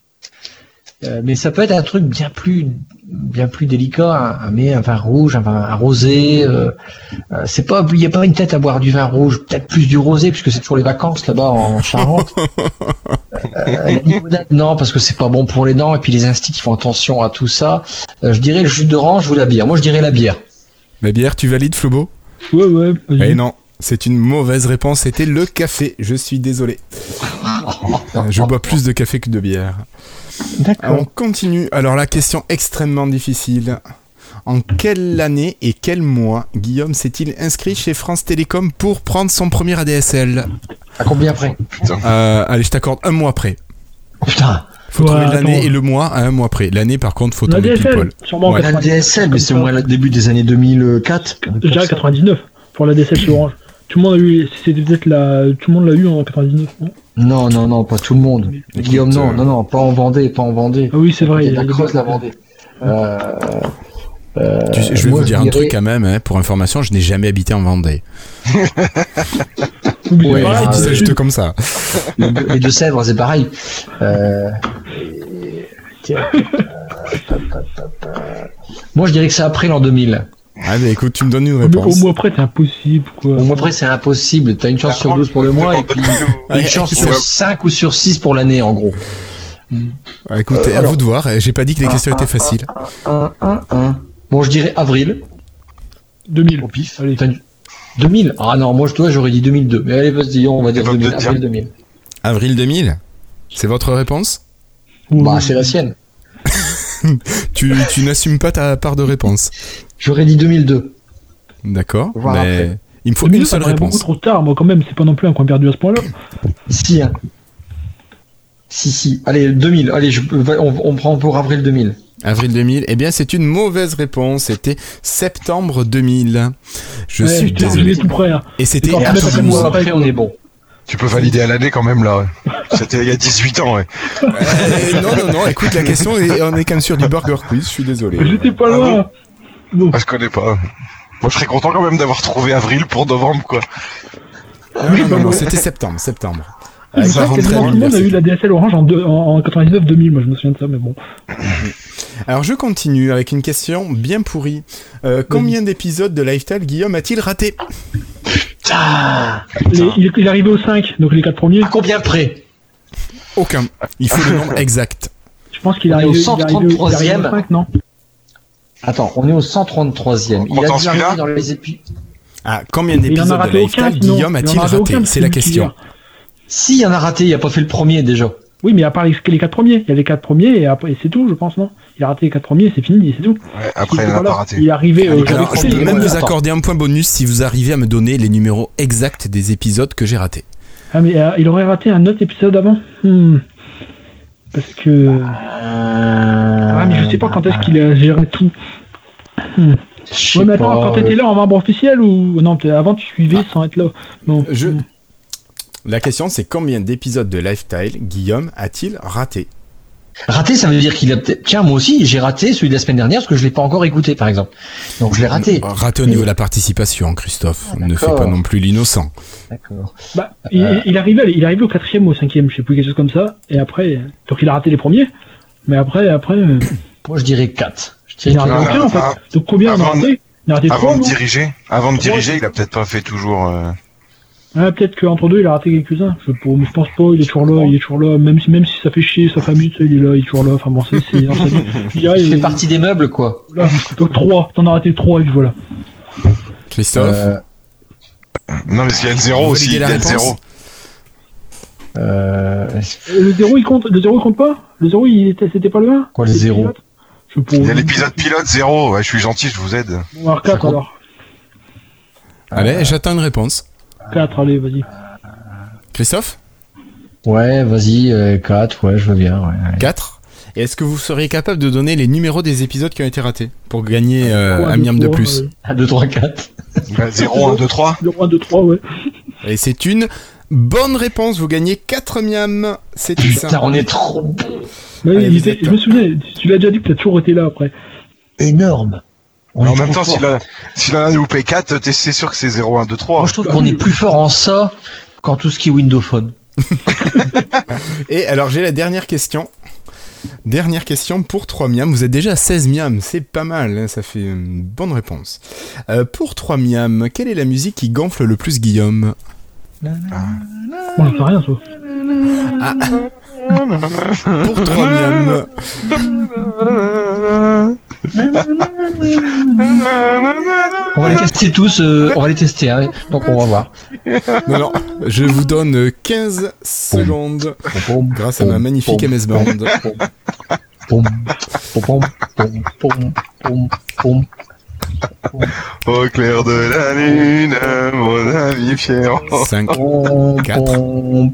[SPEAKER 4] Euh, mais ça peut être un truc bien plus, bien plus délicat, un, un- mais un vin rouge, un, vin, un rosé. euh, euh, c'est pas, il y a pas une tête à boire du vin rouge, peut-être plus du rosé, puisque c'est toujours les vacances là-bas en Charente. Euh, la limonade, non, parce que c'est pas bon pour les dents, et puis les instits qui font attention à tout ça. Euh, je dirais le jus d'orange ou la bière. Moi, je dirais la bière.
[SPEAKER 1] La bière, tu valides, Flobo
[SPEAKER 3] Ouais, ouais, vas-y.
[SPEAKER 1] Eh non, c'est une mauvaise réponse. C'était le café. Je suis désolé. Je bois plus de café que de bière.
[SPEAKER 4] D'accord.
[SPEAKER 1] On continue. Alors la question extrêmement difficile. En quelle année et quel mois Guillaume s'est-il inscrit chez France Télécom pour prendre son premier ADSL
[SPEAKER 4] À combien après
[SPEAKER 2] Putain.
[SPEAKER 1] Euh, Allez, je t'accorde un mois après.
[SPEAKER 4] oh, Putain,
[SPEAKER 1] Faut
[SPEAKER 3] Ouais,
[SPEAKER 1] trouver
[SPEAKER 3] attends.
[SPEAKER 1] l'année et le mois à un mois près. L'année, par contre, faut
[SPEAKER 3] La
[SPEAKER 1] tomber pile
[SPEAKER 3] DSL,
[SPEAKER 1] poil.
[SPEAKER 3] sûrement en
[SPEAKER 1] Ouais.
[SPEAKER 4] la
[SPEAKER 3] 90.
[SPEAKER 4] DSL, mais c'est au moins le début des années 2004.
[SPEAKER 3] Je dirais 99 pour la DSL sur Orange. Tout le monde a eu, c'était peut-être la, tout le monde l'a eu en 99, non
[SPEAKER 4] Non, non, non, pas tout le monde. Guillaume, non,
[SPEAKER 1] euh,
[SPEAKER 4] non, non, pas en Vendée, pas en Vendée.
[SPEAKER 3] Ah oui, c'est vrai.
[SPEAKER 4] Il y a
[SPEAKER 3] il
[SPEAKER 4] de la
[SPEAKER 3] y a-
[SPEAKER 4] creuse, la Vendée. Euh,
[SPEAKER 1] Tu sais, je vais
[SPEAKER 4] moi,
[SPEAKER 1] vous dire
[SPEAKER 4] je
[SPEAKER 1] un
[SPEAKER 4] dirais-
[SPEAKER 1] truc quand même, hein, pour information, je n'ai jamais habité en Vendée.
[SPEAKER 3] N'oubliez
[SPEAKER 1] Ouais,
[SPEAKER 4] Ouais,
[SPEAKER 3] pas,
[SPEAKER 1] je
[SPEAKER 4] ah,
[SPEAKER 1] dis
[SPEAKER 3] le
[SPEAKER 1] ça
[SPEAKER 4] oui.
[SPEAKER 1] juste comme ça.
[SPEAKER 4] les Deux- les Deux-Sèvres, c'est pareil. Euh, et- tiens, euh, pa, pa, pa, pa. Moi, je dirais que c'est après l'an 2000.
[SPEAKER 1] Ah, mais écoute, tu me donnes une
[SPEAKER 3] Sud, Au
[SPEAKER 1] réponse.
[SPEAKER 3] mois près, c'est impossible, quoi.
[SPEAKER 4] Au moins, après, c'est impossible. T'as une chance sur
[SPEAKER 2] Par contre,
[SPEAKER 4] 12 pour le
[SPEAKER 2] je
[SPEAKER 4] mois et
[SPEAKER 2] demande
[SPEAKER 4] puis
[SPEAKER 2] pas de-
[SPEAKER 1] Ouais,
[SPEAKER 4] une chance
[SPEAKER 1] écoute,
[SPEAKER 4] sur 5 ou sur 6 pour l'année, en gros.
[SPEAKER 1] ouais, Ah, écoute, à vous de voir. J'ai pas dit que les questions étaient faciles.
[SPEAKER 4] 1, 1, 1. Bon, je dirais avril,
[SPEAKER 3] 2000.
[SPEAKER 4] au pif. Bah,
[SPEAKER 3] Allez.
[SPEAKER 4] T'as une- 2000 Ah non, moi, je dois, j'aurais dit 2002. Mais allez, vas-y, on va dire
[SPEAKER 2] va
[SPEAKER 4] 2000.
[SPEAKER 2] peut-être dire-
[SPEAKER 4] Avril 2000.
[SPEAKER 1] Avril 2000 C'est votre réponse
[SPEAKER 4] Bah, c'est la sienne.
[SPEAKER 1] Tu, tu n'assumes pas ta part de réponse.
[SPEAKER 4] J'aurais dit 2002.
[SPEAKER 1] D'accord.
[SPEAKER 4] Voir
[SPEAKER 1] Mais il me faut
[SPEAKER 3] 2000,
[SPEAKER 1] une
[SPEAKER 3] ça
[SPEAKER 1] seule
[SPEAKER 3] paraît beaucoup
[SPEAKER 1] réponse.
[SPEAKER 3] trop tard, moi, quand même. C'est pas non plus un coin perdu à ce point-là.
[SPEAKER 4] Si, hein. Si, si. Allez, 2000. Allez, je, on, on prend pour avril 2000.
[SPEAKER 1] Avril 2000, eh bien c'est une mauvaise réponse. C'était septembre 2000. Je
[SPEAKER 3] Ouais,
[SPEAKER 1] suis
[SPEAKER 3] j'étais-
[SPEAKER 1] désolé.
[SPEAKER 3] j'étais tout près, là.
[SPEAKER 1] Et c'était
[SPEAKER 3] Et
[SPEAKER 4] Et
[SPEAKER 3] Ah, mais
[SPEAKER 4] après,
[SPEAKER 3] parce que
[SPEAKER 1] absolument-
[SPEAKER 3] moi-
[SPEAKER 4] après, on est bon.
[SPEAKER 2] Tu peux valider à l'année quand même, là. ouais. C'était il y a 18 ans, ouais.
[SPEAKER 1] Euh, non, non, non, écoute, la question, est- on est quand même sur du burger quiz, je suis désolé.
[SPEAKER 3] J'étais pas
[SPEAKER 2] Ah
[SPEAKER 3] loin. Bon,
[SPEAKER 2] Ah, je connais pas. Moi, je serais content quand même d'avoir trouvé avril pour novembre, quoi.
[SPEAKER 1] Non, non, non, non, c'était septembre, septembre.
[SPEAKER 3] c'est
[SPEAKER 1] Avec la
[SPEAKER 3] vrai que
[SPEAKER 1] rentrée à
[SPEAKER 3] quasiment tout le monde a eu
[SPEAKER 1] l'université.
[SPEAKER 3] la DSL orange en, deux- en, en 99-2000, moi je me souviens de ça, mais bon.
[SPEAKER 1] Alors je continue avec une question bien pourrie. Euh, combien d'épisodes de Lifestyle Guillaume a-t-il raté
[SPEAKER 3] Les- il, est- il est arrivé au 5, donc les 4 premiers.
[SPEAKER 4] À combien près
[SPEAKER 1] Aucun. Il faut le nombre exact.
[SPEAKER 3] Je pense qu'il est
[SPEAKER 4] On est au
[SPEAKER 3] arrivé, il est arrivé au- il est arrivé au
[SPEAKER 4] 133e.
[SPEAKER 3] 5, non
[SPEAKER 4] Attends, on est au 133e. Il
[SPEAKER 2] Attends,
[SPEAKER 4] a dû
[SPEAKER 2] celui-là
[SPEAKER 4] arriver dans les épisodes.
[SPEAKER 1] Ah, combien
[SPEAKER 3] Et Il en a
[SPEAKER 1] d'épisodes de
[SPEAKER 3] raté aucun,
[SPEAKER 1] Lifestyle
[SPEAKER 3] sinon.
[SPEAKER 1] Guillaume
[SPEAKER 3] Il en
[SPEAKER 1] a-t-il
[SPEAKER 3] raté aucun,
[SPEAKER 1] raté C'est la
[SPEAKER 3] parce qu'il est
[SPEAKER 1] question.
[SPEAKER 4] Si, il y en a raté, il a pas fait le premier déjà.
[SPEAKER 3] Oui, mais à part les 4 premiers, il y a les 4 premiers et après et c'est tout, je pense, non Il a raté les 4 premiers, c'est fini, c'est tout.
[SPEAKER 2] Ouais, après,
[SPEAKER 3] il,
[SPEAKER 2] elle l'a
[SPEAKER 3] voilà,
[SPEAKER 2] pas raté.
[SPEAKER 3] il est arrivé euh, au
[SPEAKER 4] Allez,
[SPEAKER 1] Ah, Alors, je
[SPEAKER 4] compté,
[SPEAKER 1] peux
[SPEAKER 4] ouais,
[SPEAKER 1] même vous
[SPEAKER 4] attends.
[SPEAKER 1] accorder un point bonus si vous arrivez à me donner les numéros exacts des épisodes que j'ai ratés.
[SPEAKER 3] Ah, mais euh, il aurait raté un autre épisode avant Hmm. Parce que. Ah, mais je sais pas quand est-ce qu'il a géré tout.
[SPEAKER 4] Je sais
[SPEAKER 3] Ouais, mais attends,
[SPEAKER 4] pas,
[SPEAKER 3] quand
[SPEAKER 4] euh,
[SPEAKER 3] t'étais là en membre officiel ou. Non, t'es- avant tu suivais sans être là. Non.
[SPEAKER 1] Je... La question, c'est combien d'épisodes de Lifestyle Guillaume a-t-il raté
[SPEAKER 4] Raté, ça veut dire qu'il a peut-être. Tiens, moi aussi, j'ai raté celui de la semaine dernière parce que je l'ai pas encore écouté, par exemple. Donc je l'ai raté.
[SPEAKER 1] Raté au niveau de la participation, Christophe.
[SPEAKER 3] Ah,
[SPEAKER 1] ne fais pas
[SPEAKER 4] d'accord.
[SPEAKER 1] non plus l'innocent.
[SPEAKER 4] D'accord.
[SPEAKER 3] Bah,
[SPEAKER 2] Euh.
[SPEAKER 3] il, il, est arrivé, il est arrivé au 4 ou au 5 je sais plus, quelque chose comme ça. Et après. Donc il a raté les premiers. Mais après, après. euh,
[SPEAKER 4] Moi, je dirais 4. Je
[SPEAKER 3] Il
[SPEAKER 4] dirais
[SPEAKER 3] en a
[SPEAKER 2] Ah,
[SPEAKER 3] raté aucun en
[SPEAKER 2] ah,
[SPEAKER 3] fait. Donc combien on a
[SPEAKER 2] avant-
[SPEAKER 3] raté Il en a raté trois,
[SPEAKER 2] Avant de
[SPEAKER 3] non
[SPEAKER 2] diriger, avant de
[SPEAKER 3] Trois,
[SPEAKER 2] diriger, il a peut-être pas fait toujours. euh,
[SPEAKER 3] Ah, peut-être qu'entre deux, il a raté quelques-uns. Je, pour- je pense pas, il est toujours là, il est toujours là. Même si, même si ça fait chier sa famille, tu sais, il est là, il est toujours là. Enfin bon, c'est. c'est- Je dirais,
[SPEAKER 4] Il fait
[SPEAKER 3] il-
[SPEAKER 4] partie des meubles, quoi.
[SPEAKER 3] voilà. Donc 3, t'en as raté 3, et puis voilà.
[SPEAKER 1] Christophe
[SPEAKER 4] Euh,
[SPEAKER 2] Non, mais il y a le zéro
[SPEAKER 1] Vous
[SPEAKER 2] aussi.
[SPEAKER 1] validez
[SPEAKER 2] Il y
[SPEAKER 1] la
[SPEAKER 2] a le
[SPEAKER 1] réponse
[SPEAKER 2] zéro.
[SPEAKER 4] euh,
[SPEAKER 3] Euh, Le 0 il compte, le 0 il compte pas Le 0 il était, c'était pas le 1
[SPEAKER 4] Quoi, le
[SPEAKER 3] C'était
[SPEAKER 4] zéro
[SPEAKER 3] pilote Je
[SPEAKER 2] Il
[SPEAKER 3] pour...
[SPEAKER 2] y a l'épisode pilote zéro. Ouais, je suis gentil, je vous aide.
[SPEAKER 3] Bon, alors 4
[SPEAKER 4] compte.
[SPEAKER 3] alors. euh,
[SPEAKER 1] Allez, j'attends une réponse.
[SPEAKER 3] 4, allez,
[SPEAKER 1] Euh,
[SPEAKER 3] vas-y.
[SPEAKER 1] Christophe
[SPEAKER 4] ouais, vas-y, 4, ouais, je veux bien. Ouais.
[SPEAKER 1] 4. Et est-ce que vous seriez capable de donner les numéros des épisodes qui ont été ratés pour gagner euh, un miam de plus
[SPEAKER 4] 1, 2, 3, 4.
[SPEAKER 2] Ouais, Zéro, un, deux, trois.
[SPEAKER 3] 0, 1, 2, 3, ouais.
[SPEAKER 1] Et c'est une bonne réponse, vous gagnez 4 miams. C'est tout
[SPEAKER 4] Putain,
[SPEAKER 1] simple.
[SPEAKER 4] on est trop bon.
[SPEAKER 3] Mais
[SPEAKER 1] Allez,
[SPEAKER 3] il
[SPEAKER 1] vous
[SPEAKER 3] était-
[SPEAKER 1] êtes
[SPEAKER 3] je me souviens, tu- tu l'as déjà dit que t'as toujours été là après.
[SPEAKER 4] Énorme. On
[SPEAKER 2] Mais
[SPEAKER 4] est
[SPEAKER 2] en même
[SPEAKER 4] trop
[SPEAKER 2] temps,
[SPEAKER 4] fort.
[SPEAKER 2] s'il a- s'il en a loupé 4, c'est sûr que c'est 0, 1, 2, 3.
[SPEAKER 4] Moi, je trouve qu'on est plus fort en ça qu'en tout ce qui est Windowphone.
[SPEAKER 1] Et alors j'ai la dernière question. Dernière question pour 3 miams. Vous êtes déjà à 16 miams, c'est pas mal, hein, ça fait une bonne réponse. Euh, pour 3 miams, quelle est la musique qui gonfle le plus Guillaume
[SPEAKER 3] Bon, j'en sais rien, ça.
[SPEAKER 1] Pour 3 miams,
[SPEAKER 4] On va les tester tous, euh, on va les tester, hein, donc on va voir.
[SPEAKER 1] Non, non, je vous donne 15 secondes grâce à ma magnifique MS Band.
[SPEAKER 4] Pom, pom, pom, pom, pom, pom.
[SPEAKER 2] Au clair de la lune, mon ami Pierrot.
[SPEAKER 1] 5.
[SPEAKER 4] Pom,
[SPEAKER 1] Quatre,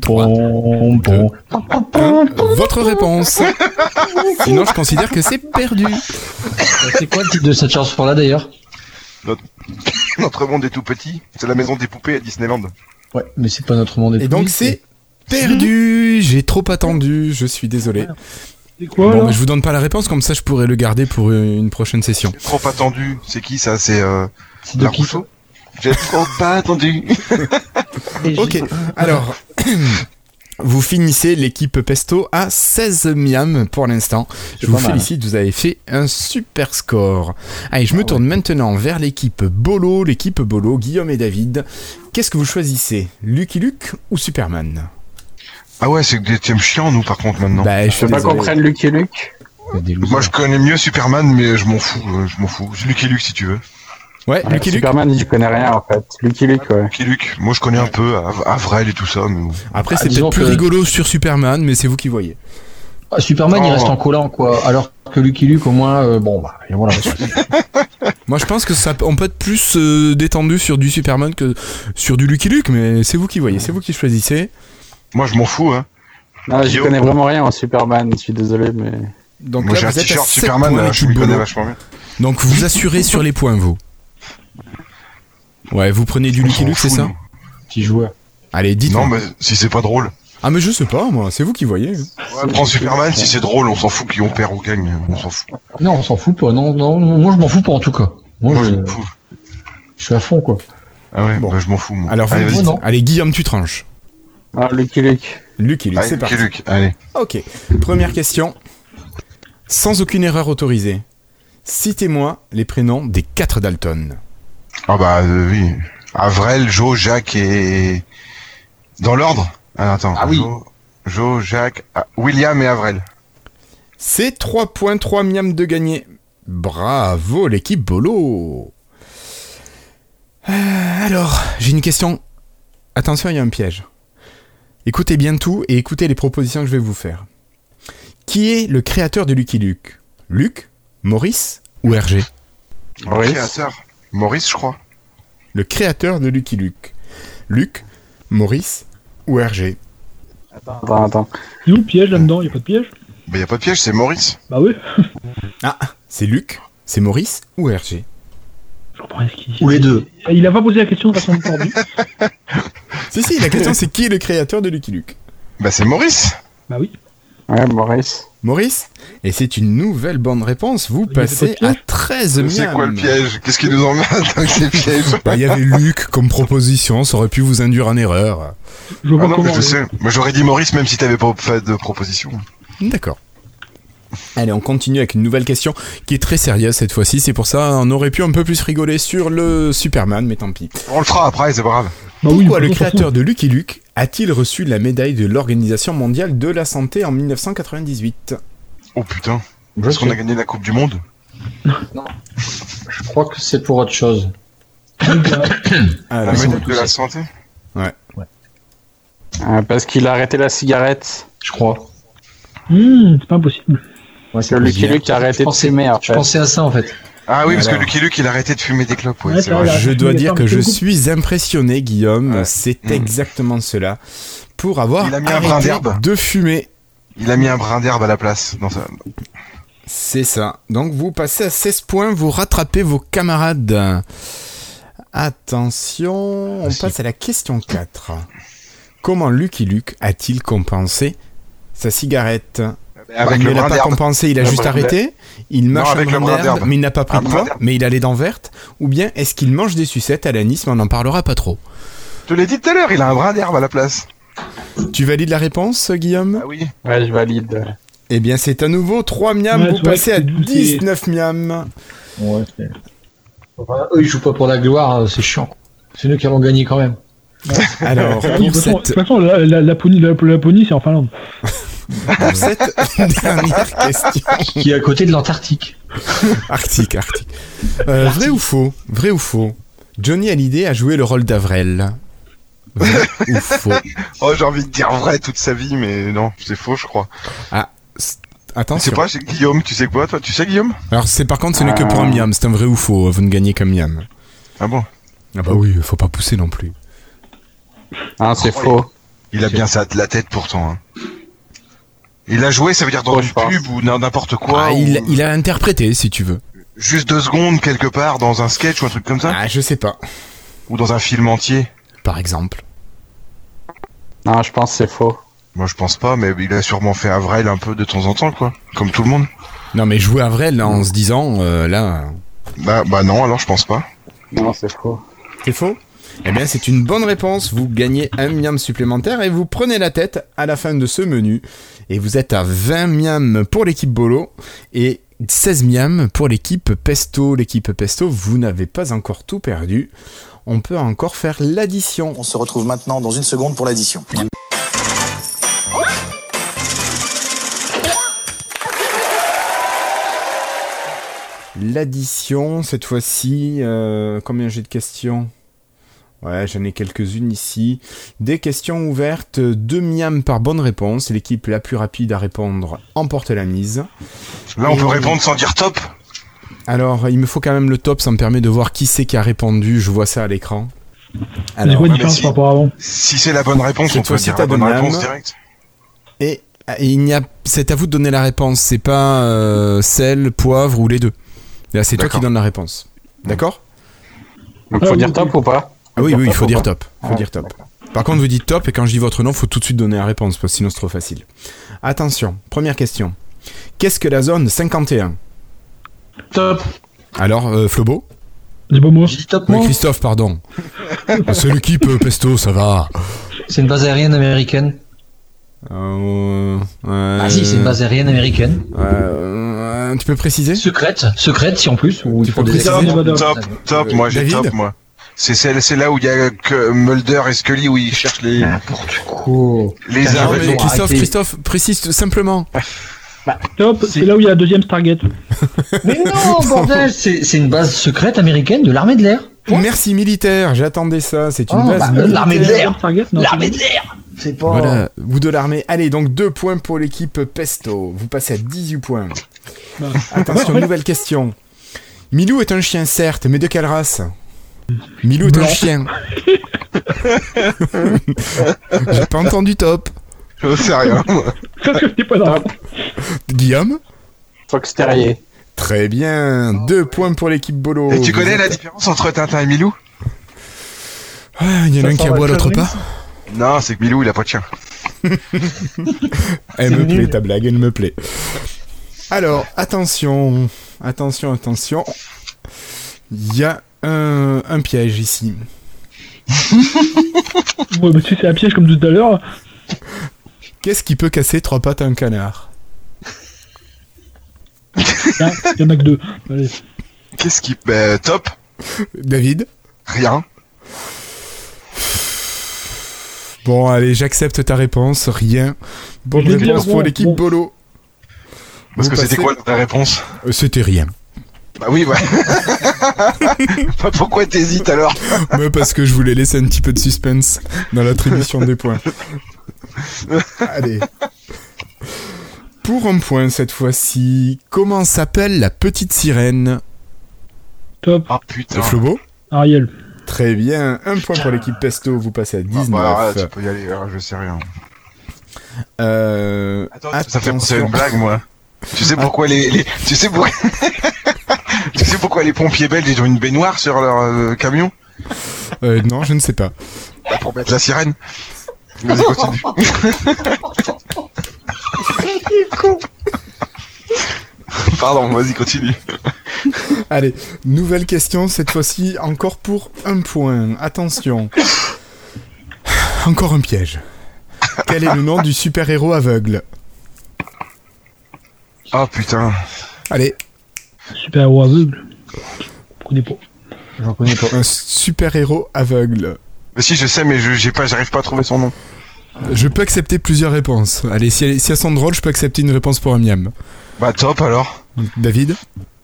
[SPEAKER 4] pom, pom, pom.
[SPEAKER 1] Votre réponse. Sinon, je considère que c'est perdu.
[SPEAKER 4] C'est quoi le titre de cette chanson là d'ailleurs
[SPEAKER 2] Notre monde est tout petit. C'est la maison des poupées à Disneyland.
[SPEAKER 4] Ouais, mais c'est pas notre monde.
[SPEAKER 1] Et donc, c'est perdu. J'ai trop attendu. Je suis désolé.
[SPEAKER 3] C'est quoi
[SPEAKER 1] Bon,
[SPEAKER 3] là
[SPEAKER 1] mais je vous donne pas la réponse, comme ça, je pourrais le garder pour une prochaine session.
[SPEAKER 2] Trop attendu. C'est qui ça C'est euh,
[SPEAKER 4] c'est de
[SPEAKER 2] la
[SPEAKER 4] qui
[SPEAKER 2] Rousseau J'ai trop attendu.
[SPEAKER 1] Ok, alors. Vous finissez l'équipe Pesto à 16 miams pour l'instant. Je
[SPEAKER 4] C'est
[SPEAKER 1] vous
[SPEAKER 4] pas mal.
[SPEAKER 1] félicite, vous avez fait un super score. Allez, je me tourne maintenant vers l'équipe Bolo, l'équipe Bolo, Guillaume et David. Qu'est-ce que vous choisissez Lucky Luke ou Superman
[SPEAKER 2] Ah ouais, c'est que des thèmes chiants, nous, par contre, maintenant.
[SPEAKER 1] Bah, je
[SPEAKER 5] Je
[SPEAKER 1] suis
[SPEAKER 5] veux pas qu'on
[SPEAKER 1] désolé.
[SPEAKER 5] prenne Lucky Luke.
[SPEAKER 4] Il y a des losers.
[SPEAKER 2] Moi, je connais mieux Superman, mais je m'en fous. euh, je m'en fous. C'est Lucky Luke, si tu veux.
[SPEAKER 1] Ouais,
[SPEAKER 5] Ouais,
[SPEAKER 1] Lucky Luke.
[SPEAKER 5] Superman, j'y connais rien en fait. Lucky Luke, ouais.
[SPEAKER 2] Lucky Luke. Moi, je connais un peu Av- Avril et tout ça. Mais... bon.
[SPEAKER 1] Après, c'est
[SPEAKER 4] Ah, disons
[SPEAKER 1] peut-être plus
[SPEAKER 4] que-
[SPEAKER 1] rigolo sur Superman, mais c'est vous qui voyez.
[SPEAKER 4] Ah, Superman, il
[SPEAKER 2] Oh.
[SPEAKER 4] reste en collant quoi, alors que Lucky Luke au moins, euh, bon bah, et voilà.
[SPEAKER 1] Moi, je pense que ça, on peut être plus euh, détendu sur du Superman que sur du Lucky Luke, mais c'est vous qui voyez, c'est vous qui choisissez.
[SPEAKER 2] Moi, je m'en fous. Hein.
[SPEAKER 5] Non, j'y
[SPEAKER 2] Guillaume.
[SPEAKER 5] connais vraiment rien en Superman, je suis désolé, mais.
[SPEAKER 1] Donc
[SPEAKER 2] Moi, j'ai
[SPEAKER 1] là,
[SPEAKER 2] un
[SPEAKER 1] vous êtes à
[SPEAKER 2] t-shirt
[SPEAKER 1] 7
[SPEAKER 2] Superman.
[SPEAKER 1] points,
[SPEAKER 2] là, je
[SPEAKER 1] l'équipe
[SPEAKER 2] m'y connais
[SPEAKER 1] Bolo.
[SPEAKER 2] vachement bien.
[SPEAKER 1] Donc vous vous assurez sur les points, vous. Ouais, vous prenez du
[SPEAKER 2] On
[SPEAKER 1] Lucky
[SPEAKER 2] s'en
[SPEAKER 1] Luke, c'est
[SPEAKER 2] fout,
[SPEAKER 1] ça
[SPEAKER 2] nous.
[SPEAKER 4] Petit joueur.
[SPEAKER 1] Allez, dites
[SPEAKER 2] Non, mais si c'est pas drôle.
[SPEAKER 1] Ah, mais je sais pas, moi, c'est vous qui voyez.
[SPEAKER 2] Ouais, prends Superman, si c'est drôle, on s'en fout qui on perd ou gagne, on s'en fout.
[SPEAKER 4] Non, on s'en fout pas. Non, non, non, moi je m'en fous pas en tout cas. Moi,
[SPEAKER 2] Moi, je
[SPEAKER 4] je,
[SPEAKER 2] m'en fous.
[SPEAKER 4] je suis à fond quoi.
[SPEAKER 2] Ah ouais,
[SPEAKER 1] Bon.
[SPEAKER 2] bah, je m'en fous, moi.
[SPEAKER 1] Alors vous
[SPEAKER 2] allez,
[SPEAKER 1] me
[SPEAKER 4] vas-y.
[SPEAKER 1] dites.
[SPEAKER 4] Non.
[SPEAKER 1] Allez, Guillaume, tu tranches.
[SPEAKER 5] Ah, Lucky Luke.
[SPEAKER 1] Lucky Luke,
[SPEAKER 2] Allez,
[SPEAKER 1] c'est parti.
[SPEAKER 2] Luc, allez.
[SPEAKER 1] Ok, première question. Sans aucune erreur autorisée, citez-moi les prénoms des quatre Dalton.
[SPEAKER 2] Ah bah, euh, oui. Avrel, Jo, Jacques et... Dans l'ordre Ah, attends.
[SPEAKER 4] Ah oui.
[SPEAKER 2] Jo, Jo, Jacques, ah, William et Avrel.
[SPEAKER 1] C'est 3.3 miam de gagné. Bravo l'équipe Bolo. Euh, alors, j'ai une question. Attention, il y a un piège. Écoutez bien tout et écoutez les propositions que je vais vous faire. Qui est le créateur de Lucky Luke Luc, Maurice ou Hergé
[SPEAKER 5] Maurice.
[SPEAKER 2] Créateur. Maurice, je crois.
[SPEAKER 1] Le créateur de Lucky Luke. Luc, Maurice ou Hergé
[SPEAKER 5] Attends, attends.
[SPEAKER 3] C'est où le piège là-dedans Y'a pas de piège
[SPEAKER 2] Bah, y a pas de piège, c'est Maurice.
[SPEAKER 3] Bah oui.
[SPEAKER 1] C'est Luc, c'est Maurice ou Hergé
[SPEAKER 3] Je comprends rien ce qu'il dit.
[SPEAKER 4] Ou les deux.
[SPEAKER 3] Il a pas posé la question de façon tordue.
[SPEAKER 1] Si, si, la question c'est qui est le créateur de Lucky Luke
[SPEAKER 2] Bah, c'est Maurice
[SPEAKER 3] bah oui.
[SPEAKER 5] Ouais, Maurice.
[SPEAKER 1] Maurice Et c'est une nouvelle bonne réponse. Vous
[SPEAKER 3] Il y avait
[SPEAKER 1] passez
[SPEAKER 3] pas de
[SPEAKER 1] à
[SPEAKER 3] piège
[SPEAKER 1] 13 miams.
[SPEAKER 2] C'est quoi le piège Qu'est-ce qui nous emmerde avec ces pièges
[SPEAKER 1] Bah, Il y avait Luc comme proposition, ça aurait pu vous induire en erreur.
[SPEAKER 3] Je vois
[SPEAKER 2] Ah non,
[SPEAKER 3] pas
[SPEAKER 2] mais
[SPEAKER 3] comment.
[SPEAKER 2] je
[SPEAKER 3] euh,
[SPEAKER 2] sais. Moi, j'aurais dit Maurice même si t'avais pas fait de proposition.
[SPEAKER 1] D'accord. Allez, on continue avec une nouvelle question qui est très sérieuse cette fois-ci. C'est pour ça on aurait pu un peu plus rigoler sur le Superman, mais tant pis.
[SPEAKER 2] On le fera après, c'est pas grave.
[SPEAKER 3] Bah oui,
[SPEAKER 1] Pourquoi
[SPEAKER 3] de
[SPEAKER 1] le
[SPEAKER 3] toute façon.
[SPEAKER 1] créateur de Lucky Luke a-t-il reçu la médaille de l'Organisation mondiale de la santé en 1998
[SPEAKER 2] Oh putain.
[SPEAKER 4] Je,
[SPEAKER 2] Parce qu'on a
[SPEAKER 4] sais.
[SPEAKER 2] gagné la Coupe du Monde.
[SPEAKER 4] Je crois que c'est pour autre chose.
[SPEAKER 3] Bah,
[SPEAKER 2] La
[SPEAKER 1] Alors,
[SPEAKER 4] mais-
[SPEAKER 2] médaille de la santé.
[SPEAKER 5] Euh, parce qu'il a arrêté la cigarette.
[SPEAKER 4] Je crois.
[SPEAKER 3] Hmm, c'est pas impossible.
[SPEAKER 4] Ouais,
[SPEAKER 5] Que Lucky Luke a
[SPEAKER 4] Je
[SPEAKER 5] arrêté de
[SPEAKER 4] pensais,
[SPEAKER 5] fumer, en
[SPEAKER 4] je
[SPEAKER 5] fait.
[SPEAKER 4] pensais à ça en fait.
[SPEAKER 2] Ah oui, parce que
[SPEAKER 1] Alors.
[SPEAKER 2] Lucky Luke, il a arrêté de fumer des clopes. Ouais,
[SPEAKER 3] Ouais,
[SPEAKER 2] c'est
[SPEAKER 3] ça,
[SPEAKER 2] vrai.
[SPEAKER 3] là.
[SPEAKER 1] je
[SPEAKER 3] tu
[SPEAKER 1] dois
[SPEAKER 3] les
[SPEAKER 1] dire
[SPEAKER 3] fermes
[SPEAKER 1] que je
[SPEAKER 3] beaucoup.
[SPEAKER 1] suis impressionné, Guillaume.
[SPEAKER 2] Ouais.
[SPEAKER 1] C'est
[SPEAKER 2] Mmh.
[SPEAKER 1] exactement cela. Pour avoir
[SPEAKER 2] Il a mis un brin
[SPEAKER 1] arrêté
[SPEAKER 2] d'herbe.
[SPEAKER 1] de fumer.
[SPEAKER 2] Il a mis un brin d'herbe à la place. Dans sa-
[SPEAKER 1] C'est ça. Donc vous passez à 16 points, vous rattrapez vos camarades. Attention, on
[SPEAKER 2] Merci.
[SPEAKER 1] passe à la question 4. Comment Lucky Luke a-t-il compensé sa cigarette
[SPEAKER 2] Avec
[SPEAKER 1] Il
[SPEAKER 2] le
[SPEAKER 1] ne l'a
[SPEAKER 2] brin
[SPEAKER 1] pas
[SPEAKER 2] d'herbe. Ah, bah,
[SPEAKER 1] compensé, il a
[SPEAKER 2] Le
[SPEAKER 1] juste
[SPEAKER 2] brin
[SPEAKER 1] arrêté. Il marche
[SPEAKER 2] avec
[SPEAKER 1] un
[SPEAKER 2] le
[SPEAKER 1] brin
[SPEAKER 2] brin
[SPEAKER 1] d'herbe,
[SPEAKER 2] d'herbe.
[SPEAKER 1] mais il n'a pas pris
[SPEAKER 2] Un
[SPEAKER 1] de
[SPEAKER 2] brin
[SPEAKER 1] poids,
[SPEAKER 2] d'herbe.
[SPEAKER 1] mais il a les dents vertes. Ou bien est-ce qu'il mange des sucettes à l'anis, mais on n'en parlera pas trop.
[SPEAKER 2] Je te l'ai dit tout à l'heure, il a un brin d'herbe à la place.
[SPEAKER 1] Tu valides la réponse, Guillaume
[SPEAKER 2] Ah oui.
[SPEAKER 5] Ouais, je valide.
[SPEAKER 1] Eh bien, c'est à nouveau 3 miams,
[SPEAKER 3] Ouais,
[SPEAKER 1] vous
[SPEAKER 3] c'est vrai
[SPEAKER 1] passez
[SPEAKER 3] que
[SPEAKER 1] à
[SPEAKER 3] c'est doux, c'est-
[SPEAKER 1] 19 miams.
[SPEAKER 4] Ouais, c'est- Enfin, eux ils jouent pas pour la gloire, euh, c'est chiant. C'est nous qui allons gagner quand même.
[SPEAKER 1] Alors,
[SPEAKER 3] Ah oui,
[SPEAKER 1] pour
[SPEAKER 3] de toute façon-
[SPEAKER 1] cette
[SPEAKER 3] de toute façon, la, la, Laponie, la- la Laponie, c'est en Finlande.
[SPEAKER 1] pour cette dernière question.
[SPEAKER 4] qui est à côté de l'Antarctique.
[SPEAKER 1] Arctique, Arctique. Euh, vrai ou faux Vrai ou faux Johnny Hallyday a joué le rôle d'Avrel. Vrai ou faux
[SPEAKER 2] Oh, j'ai envie de dire vrai toute sa vie, mais non, c'est faux, je crois. Je sais
[SPEAKER 1] Attention.
[SPEAKER 2] pas, c'est Guillaume, tu sais quoi, toi Tu sais, Guillaume
[SPEAKER 1] Alors, c'est par contre, ce n'est que pour un miam. C'est un vrai ou faux. Vous ne gagnez qu'un miam.
[SPEAKER 2] Ah bon
[SPEAKER 1] Ah bah oui, faut pas pousser non plus.
[SPEAKER 5] Hein, c'est
[SPEAKER 2] Oh,
[SPEAKER 5] faux.
[SPEAKER 2] Il a bien ça de la tête pourtant. hein. Il a joué, ça veut dire dans
[SPEAKER 5] Oh,
[SPEAKER 2] du
[SPEAKER 5] je pense.
[SPEAKER 2] pub ou dans n'importe quoi.
[SPEAKER 1] Ah,
[SPEAKER 2] ou
[SPEAKER 1] il, il a interprété, si tu veux.
[SPEAKER 2] Juste deux secondes quelque part dans un sketch ou un truc comme ça
[SPEAKER 1] Ah, je sais pas.
[SPEAKER 2] Ou dans un film entier
[SPEAKER 1] Par exemple.
[SPEAKER 5] Non, je pense que c'est faux.
[SPEAKER 2] Moi je pense pas, mais il a sûrement fait Avril un peu de temps en temps quoi. Comme tout le monde.
[SPEAKER 1] Non, mais jouer Avrel là, en se disant, euh, là.
[SPEAKER 2] Bah, bah non, alors je pense pas.
[SPEAKER 5] Non, c'est faux.
[SPEAKER 1] C'est faux Eh bien, c'est une bonne réponse. Vous gagnez un miam supplémentaire et vous prenez la tête à la fin de ce menu. Et vous êtes à 20 miams pour l'équipe Bolo et 16 miams pour l'équipe Pesto. L'équipe Pesto, vous n'avez pas encore tout perdu. On peut encore faire l'addition.
[SPEAKER 6] On se retrouve maintenant dans une seconde pour l'addition.
[SPEAKER 1] L'addition, cette fois-ci, euh, combien j'ai de questions Ouais, j'en ai quelques-unes ici. Des questions ouvertes, deux miams par bonne réponse. L'équipe la plus rapide à répondre emporte la mise.
[SPEAKER 2] Là on
[SPEAKER 1] Et-
[SPEAKER 2] peut répondre sans dire top
[SPEAKER 1] Alors, il me faut quand même le top, ça me permet de voir qui c'est qui a répondu. Je vois ça à l'écran.
[SPEAKER 3] Je vois
[SPEAKER 1] Alors,
[SPEAKER 3] une
[SPEAKER 2] bah,
[SPEAKER 3] différence
[SPEAKER 2] si.
[SPEAKER 3] par rapport à avant.
[SPEAKER 2] Si c'est la bonne réponse,
[SPEAKER 1] Cette
[SPEAKER 2] on peut
[SPEAKER 1] fois-ci,
[SPEAKER 2] dire
[SPEAKER 1] t'as
[SPEAKER 2] la bonne
[SPEAKER 1] bonne
[SPEAKER 2] réponse
[SPEAKER 1] âme.
[SPEAKER 2] direct.
[SPEAKER 1] et, et il n'y a, c'est à vous de donner la réponse. C'est pas euh, sel, poivre ou les deux. Là, c'est toi qui
[SPEAKER 2] D'accord.
[SPEAKER 1] donne la réponse. D'accord
[SPEAKER 5] Donc,
[SPEAKER 3] Ah,
[SPEAKER 5] faut
[SPEAKER 3] oui,
[SPEAKER 5] dire
[SPEAKER 3] ok.
[SPEAKER 5] top ou pas
[SPEAKER 1] Ah oui,
[SPEAKER 5] Faut
[SPEAKER 1] oui,
[SPEAKER 5] dire
[SPEAKER 1] il faut
[SPEAKER 5] top,
[SPEAKER 1] dire
[SPEAKER 5] ou pas
[SPEAKER 1] top. Faut dire top. Par contre, vous dites top et quand je dis votre nom, faut tout de suite donner la réponse parce que sinon c'est trop facile. Attention, première question. Qu'est-ce que la zone 51
[SPEAKER 4] Top.
[SPEAKER 1] Alors, euh, Flobo
[SPEAKER 3] Des beaux mots.
[SPEAKER 4] Je dis top
[SPEAKER 1] Oui,
[SPEAKER 4] moi.
[SPEAKER 1] Christophe, pardon. c'est l'équipe euh, Pesto, ça va.
[SPEAKER 4] C'est une base aérienne américaine.
[SPEAKER 1] Euh, euh,
[SPEAKER 4] Ah si, c'est une base aérienne américaine.
[SPEAKER 1] Euh, euh, tu peux préciser
[SPEAKER 4] Secrète, secrète si en plus. Ou
[SPEAKER 1] Tu
[SPEAKER 4] ils font
[SPEAKER 1] peux
[SPEAKER 4] des
[SPEAKER 1] préciser,
[SPEAKER 4] examens.
[SPEAKER 3] madame.
[SPEAKER 2] Top, top,
[SPEAKER 1] Euh,
[SPEAKER 2] moi j'ai
[SPEAKER 1] David
[SPEAKER 2] top moi. C'est celle- c'est là où il y a que Mulder et Scully où ils cherchent les
[SPEAKER 1] Ah.
[SPEAKER 4] Oh.
[SPEAKER 2] les
[SPEAKER 4] Putain,
[SPEAKER 1] Non,
[SPEAKER 4] mais
[SPEAKER 2] ingrédients.
[SPEAKER 1] Ah, mais Christophe,
[SPEAKER 4] arrêtez.
[SPEAKER 1] Christophe, précise simplement.
[SPEAKER 3] Top, c'est
[SPEAKER 4] C'est-
[SPEAKER 3] là où il y a la deuxième Stargate.
[SPEAKER 4] Mais non, bordel, c'est c'est une base secrète américaine de l'armée de l'air. Point.
[SPEAKER 1] Merci militaire, j'attendais ça, c'est une
[SPEAKER 4] Oh,
[SPEAKER 1] base.
[SPEAKER 4] bah,
[SPEAKER 1] militaire.
[SPEAKER 4] l'armée de
[SPEAKER 3] La
[SPEAKER 4] l'air.
[SPEAKER 3] deuxième Stargate, non,
[SPEAKER 4] L'armée de l'air. C'est pas.
[SPEAKER 1] Voilà, vous de l'armée. Allez, donc deux points pour l'équipe Pesto. Vous passez à 18 points.
[SPEAKER 3] Bah.
[SPEAKER 1] Attention, nouvelle question. Milou est un chien, certes, mais de quelle race Milou est un
[SPEAKER 4] Blanc.
[SPEAKER 1] chien. J'ai pas entendu top.
[SPEAKER 2] Je sais rien.
[SPEAKER 3] c'est- Parce que j'étais pas dans
[SPEAKER 1] Guillaume
[SPEAKER 5] Fox Terrier.
[SPEAKER 1] Très bien,
[SPEAKER 3] Ah,
[SPEAKER 1] deux points pour l'équipe Bolo.
[SPEAKER 2] Et tu
[SPEAKER 1] Vous
[SPEAKER 2] connais
[SPEAKER 1] êtes-
[SPEAKER 2] la différence entre Tintin et Milou
[SPEAKER 1] Ah, Il y en a
[SPEAKER 3] Ça
[SPEAKER 1] un qui
[SPEAKER 3] sent la
[SPEAKER 1] aboie, l'autre
[SPEAKER 3] connerie,
[SPEAKER 1] pas
[SPEAKER 2] Non, c'est que Milou il a pas de chien.
[SPEAKER 1] Elle
[SPEAKER 4] C'est
[SPEAKER 1] me
[SPEAKER 4] nul.
[SPEAKER 1] plaît, ta blague, elle me plaît. Alors, attention, attention, attention. Il y a un, un piège ici.
[SPEAKER 3] Ouais, mais tu sais, c'est un piège comme tout à l'heure.
[SPEAKER 1] Qu'est-ce qui peut casser trois pattes à un canard
[SPEAKER 3] Il y en a que deux. Allez.
[SPEAKER 2] Qu'est-ce qui. bah, top
[SPEAKER 1] David
[SPEAKER 2] Rien.
[SPEAKER 1] Bon, allez, j'accepte ta réponse. Rien. Bonne
[SPEAKER 3] Je vais
[SPEAKER 1] réponse
[SPEAKER 3] dire
[SPEAKER 1] pour
[SPEAKER 3] bon,
[SPEAKER 1] l'équipe
[SPEAKER 3] bon.
[SPEAKER 1] Bolo.
[SPEAKER 2] Parce
[SPEAKER 1] Vous
[SPEAKER 2] que c'était
[SPEAKER 1] passez-
[SPEAKER 2] quoi ta réponse
[SPEAKER 1] Euh, C'était rien.
[SPEAKER 2] Bah oui, ouais. Bah, Pourquoi t'hésites alors
[SPEAKER 1] Mais parce que je voulais laisser un petit peu de suspense dans l'attribution des points. Allez. Pour un point cette fois-ci, comment s'appelle la petite sirène
[SPEAKER 3] Top.
[SPEAKER 2] Ah putain.
[SPEAKER 1] Flobo
[SPEAKER 3] Ariel.
[SPEAKER 1] Très bien, un point pour l'équipe Pesto, vous passez à
[SPEAKER 2] Ah,
[SPEAKER 1] 19.
[SPEAKER 2] bah, arrête, tu peux y aller, alors, je sais rien.
[SPEAKER 1] Euh,
[SPEAKER 2] ça fait penser à
[SPEAKER 1] attention.
[SPEAKER 2] une blague, moi. Tu sais pourquoi les, les- tu sais pour- tu sais pourquoi les pompiers belges ils ont une baignoire sur leur euh, camion
[SPEAKER 1] Euh, non, je ne sais pas.
[SPEAKER 2] Bah, pour mettre la sirène. Vas-y continue. Pardon, vas-y continue.
[SPEAKER 1] Allez, nouvelle question, cette fois-ci encore pour un point. Attention. Encore un piège. Quel est le nom du super-héros aveugle
[SPEAKER 2] Ah putain.
[SPEAKER 1] Allez,
[SPEAKER 3] Super héros aveugle. Je connais pas.
[SPEAKER 4] J'en connais pas.
[SPEAKER 1] un super-héros aveugle.
[SPEAKER 2] Mais Bah, si je sais, mais je j'ai pas, j'arrive pas à trouver son nom.
[SPEAKER 1] Je peux accepter plusieurs réponses. Allez, si elles, si elles sont drôles, je peux accepter une réponse pour un miam.
[SPEAKER 2] Bah top alors.
[SPEAKER 1] David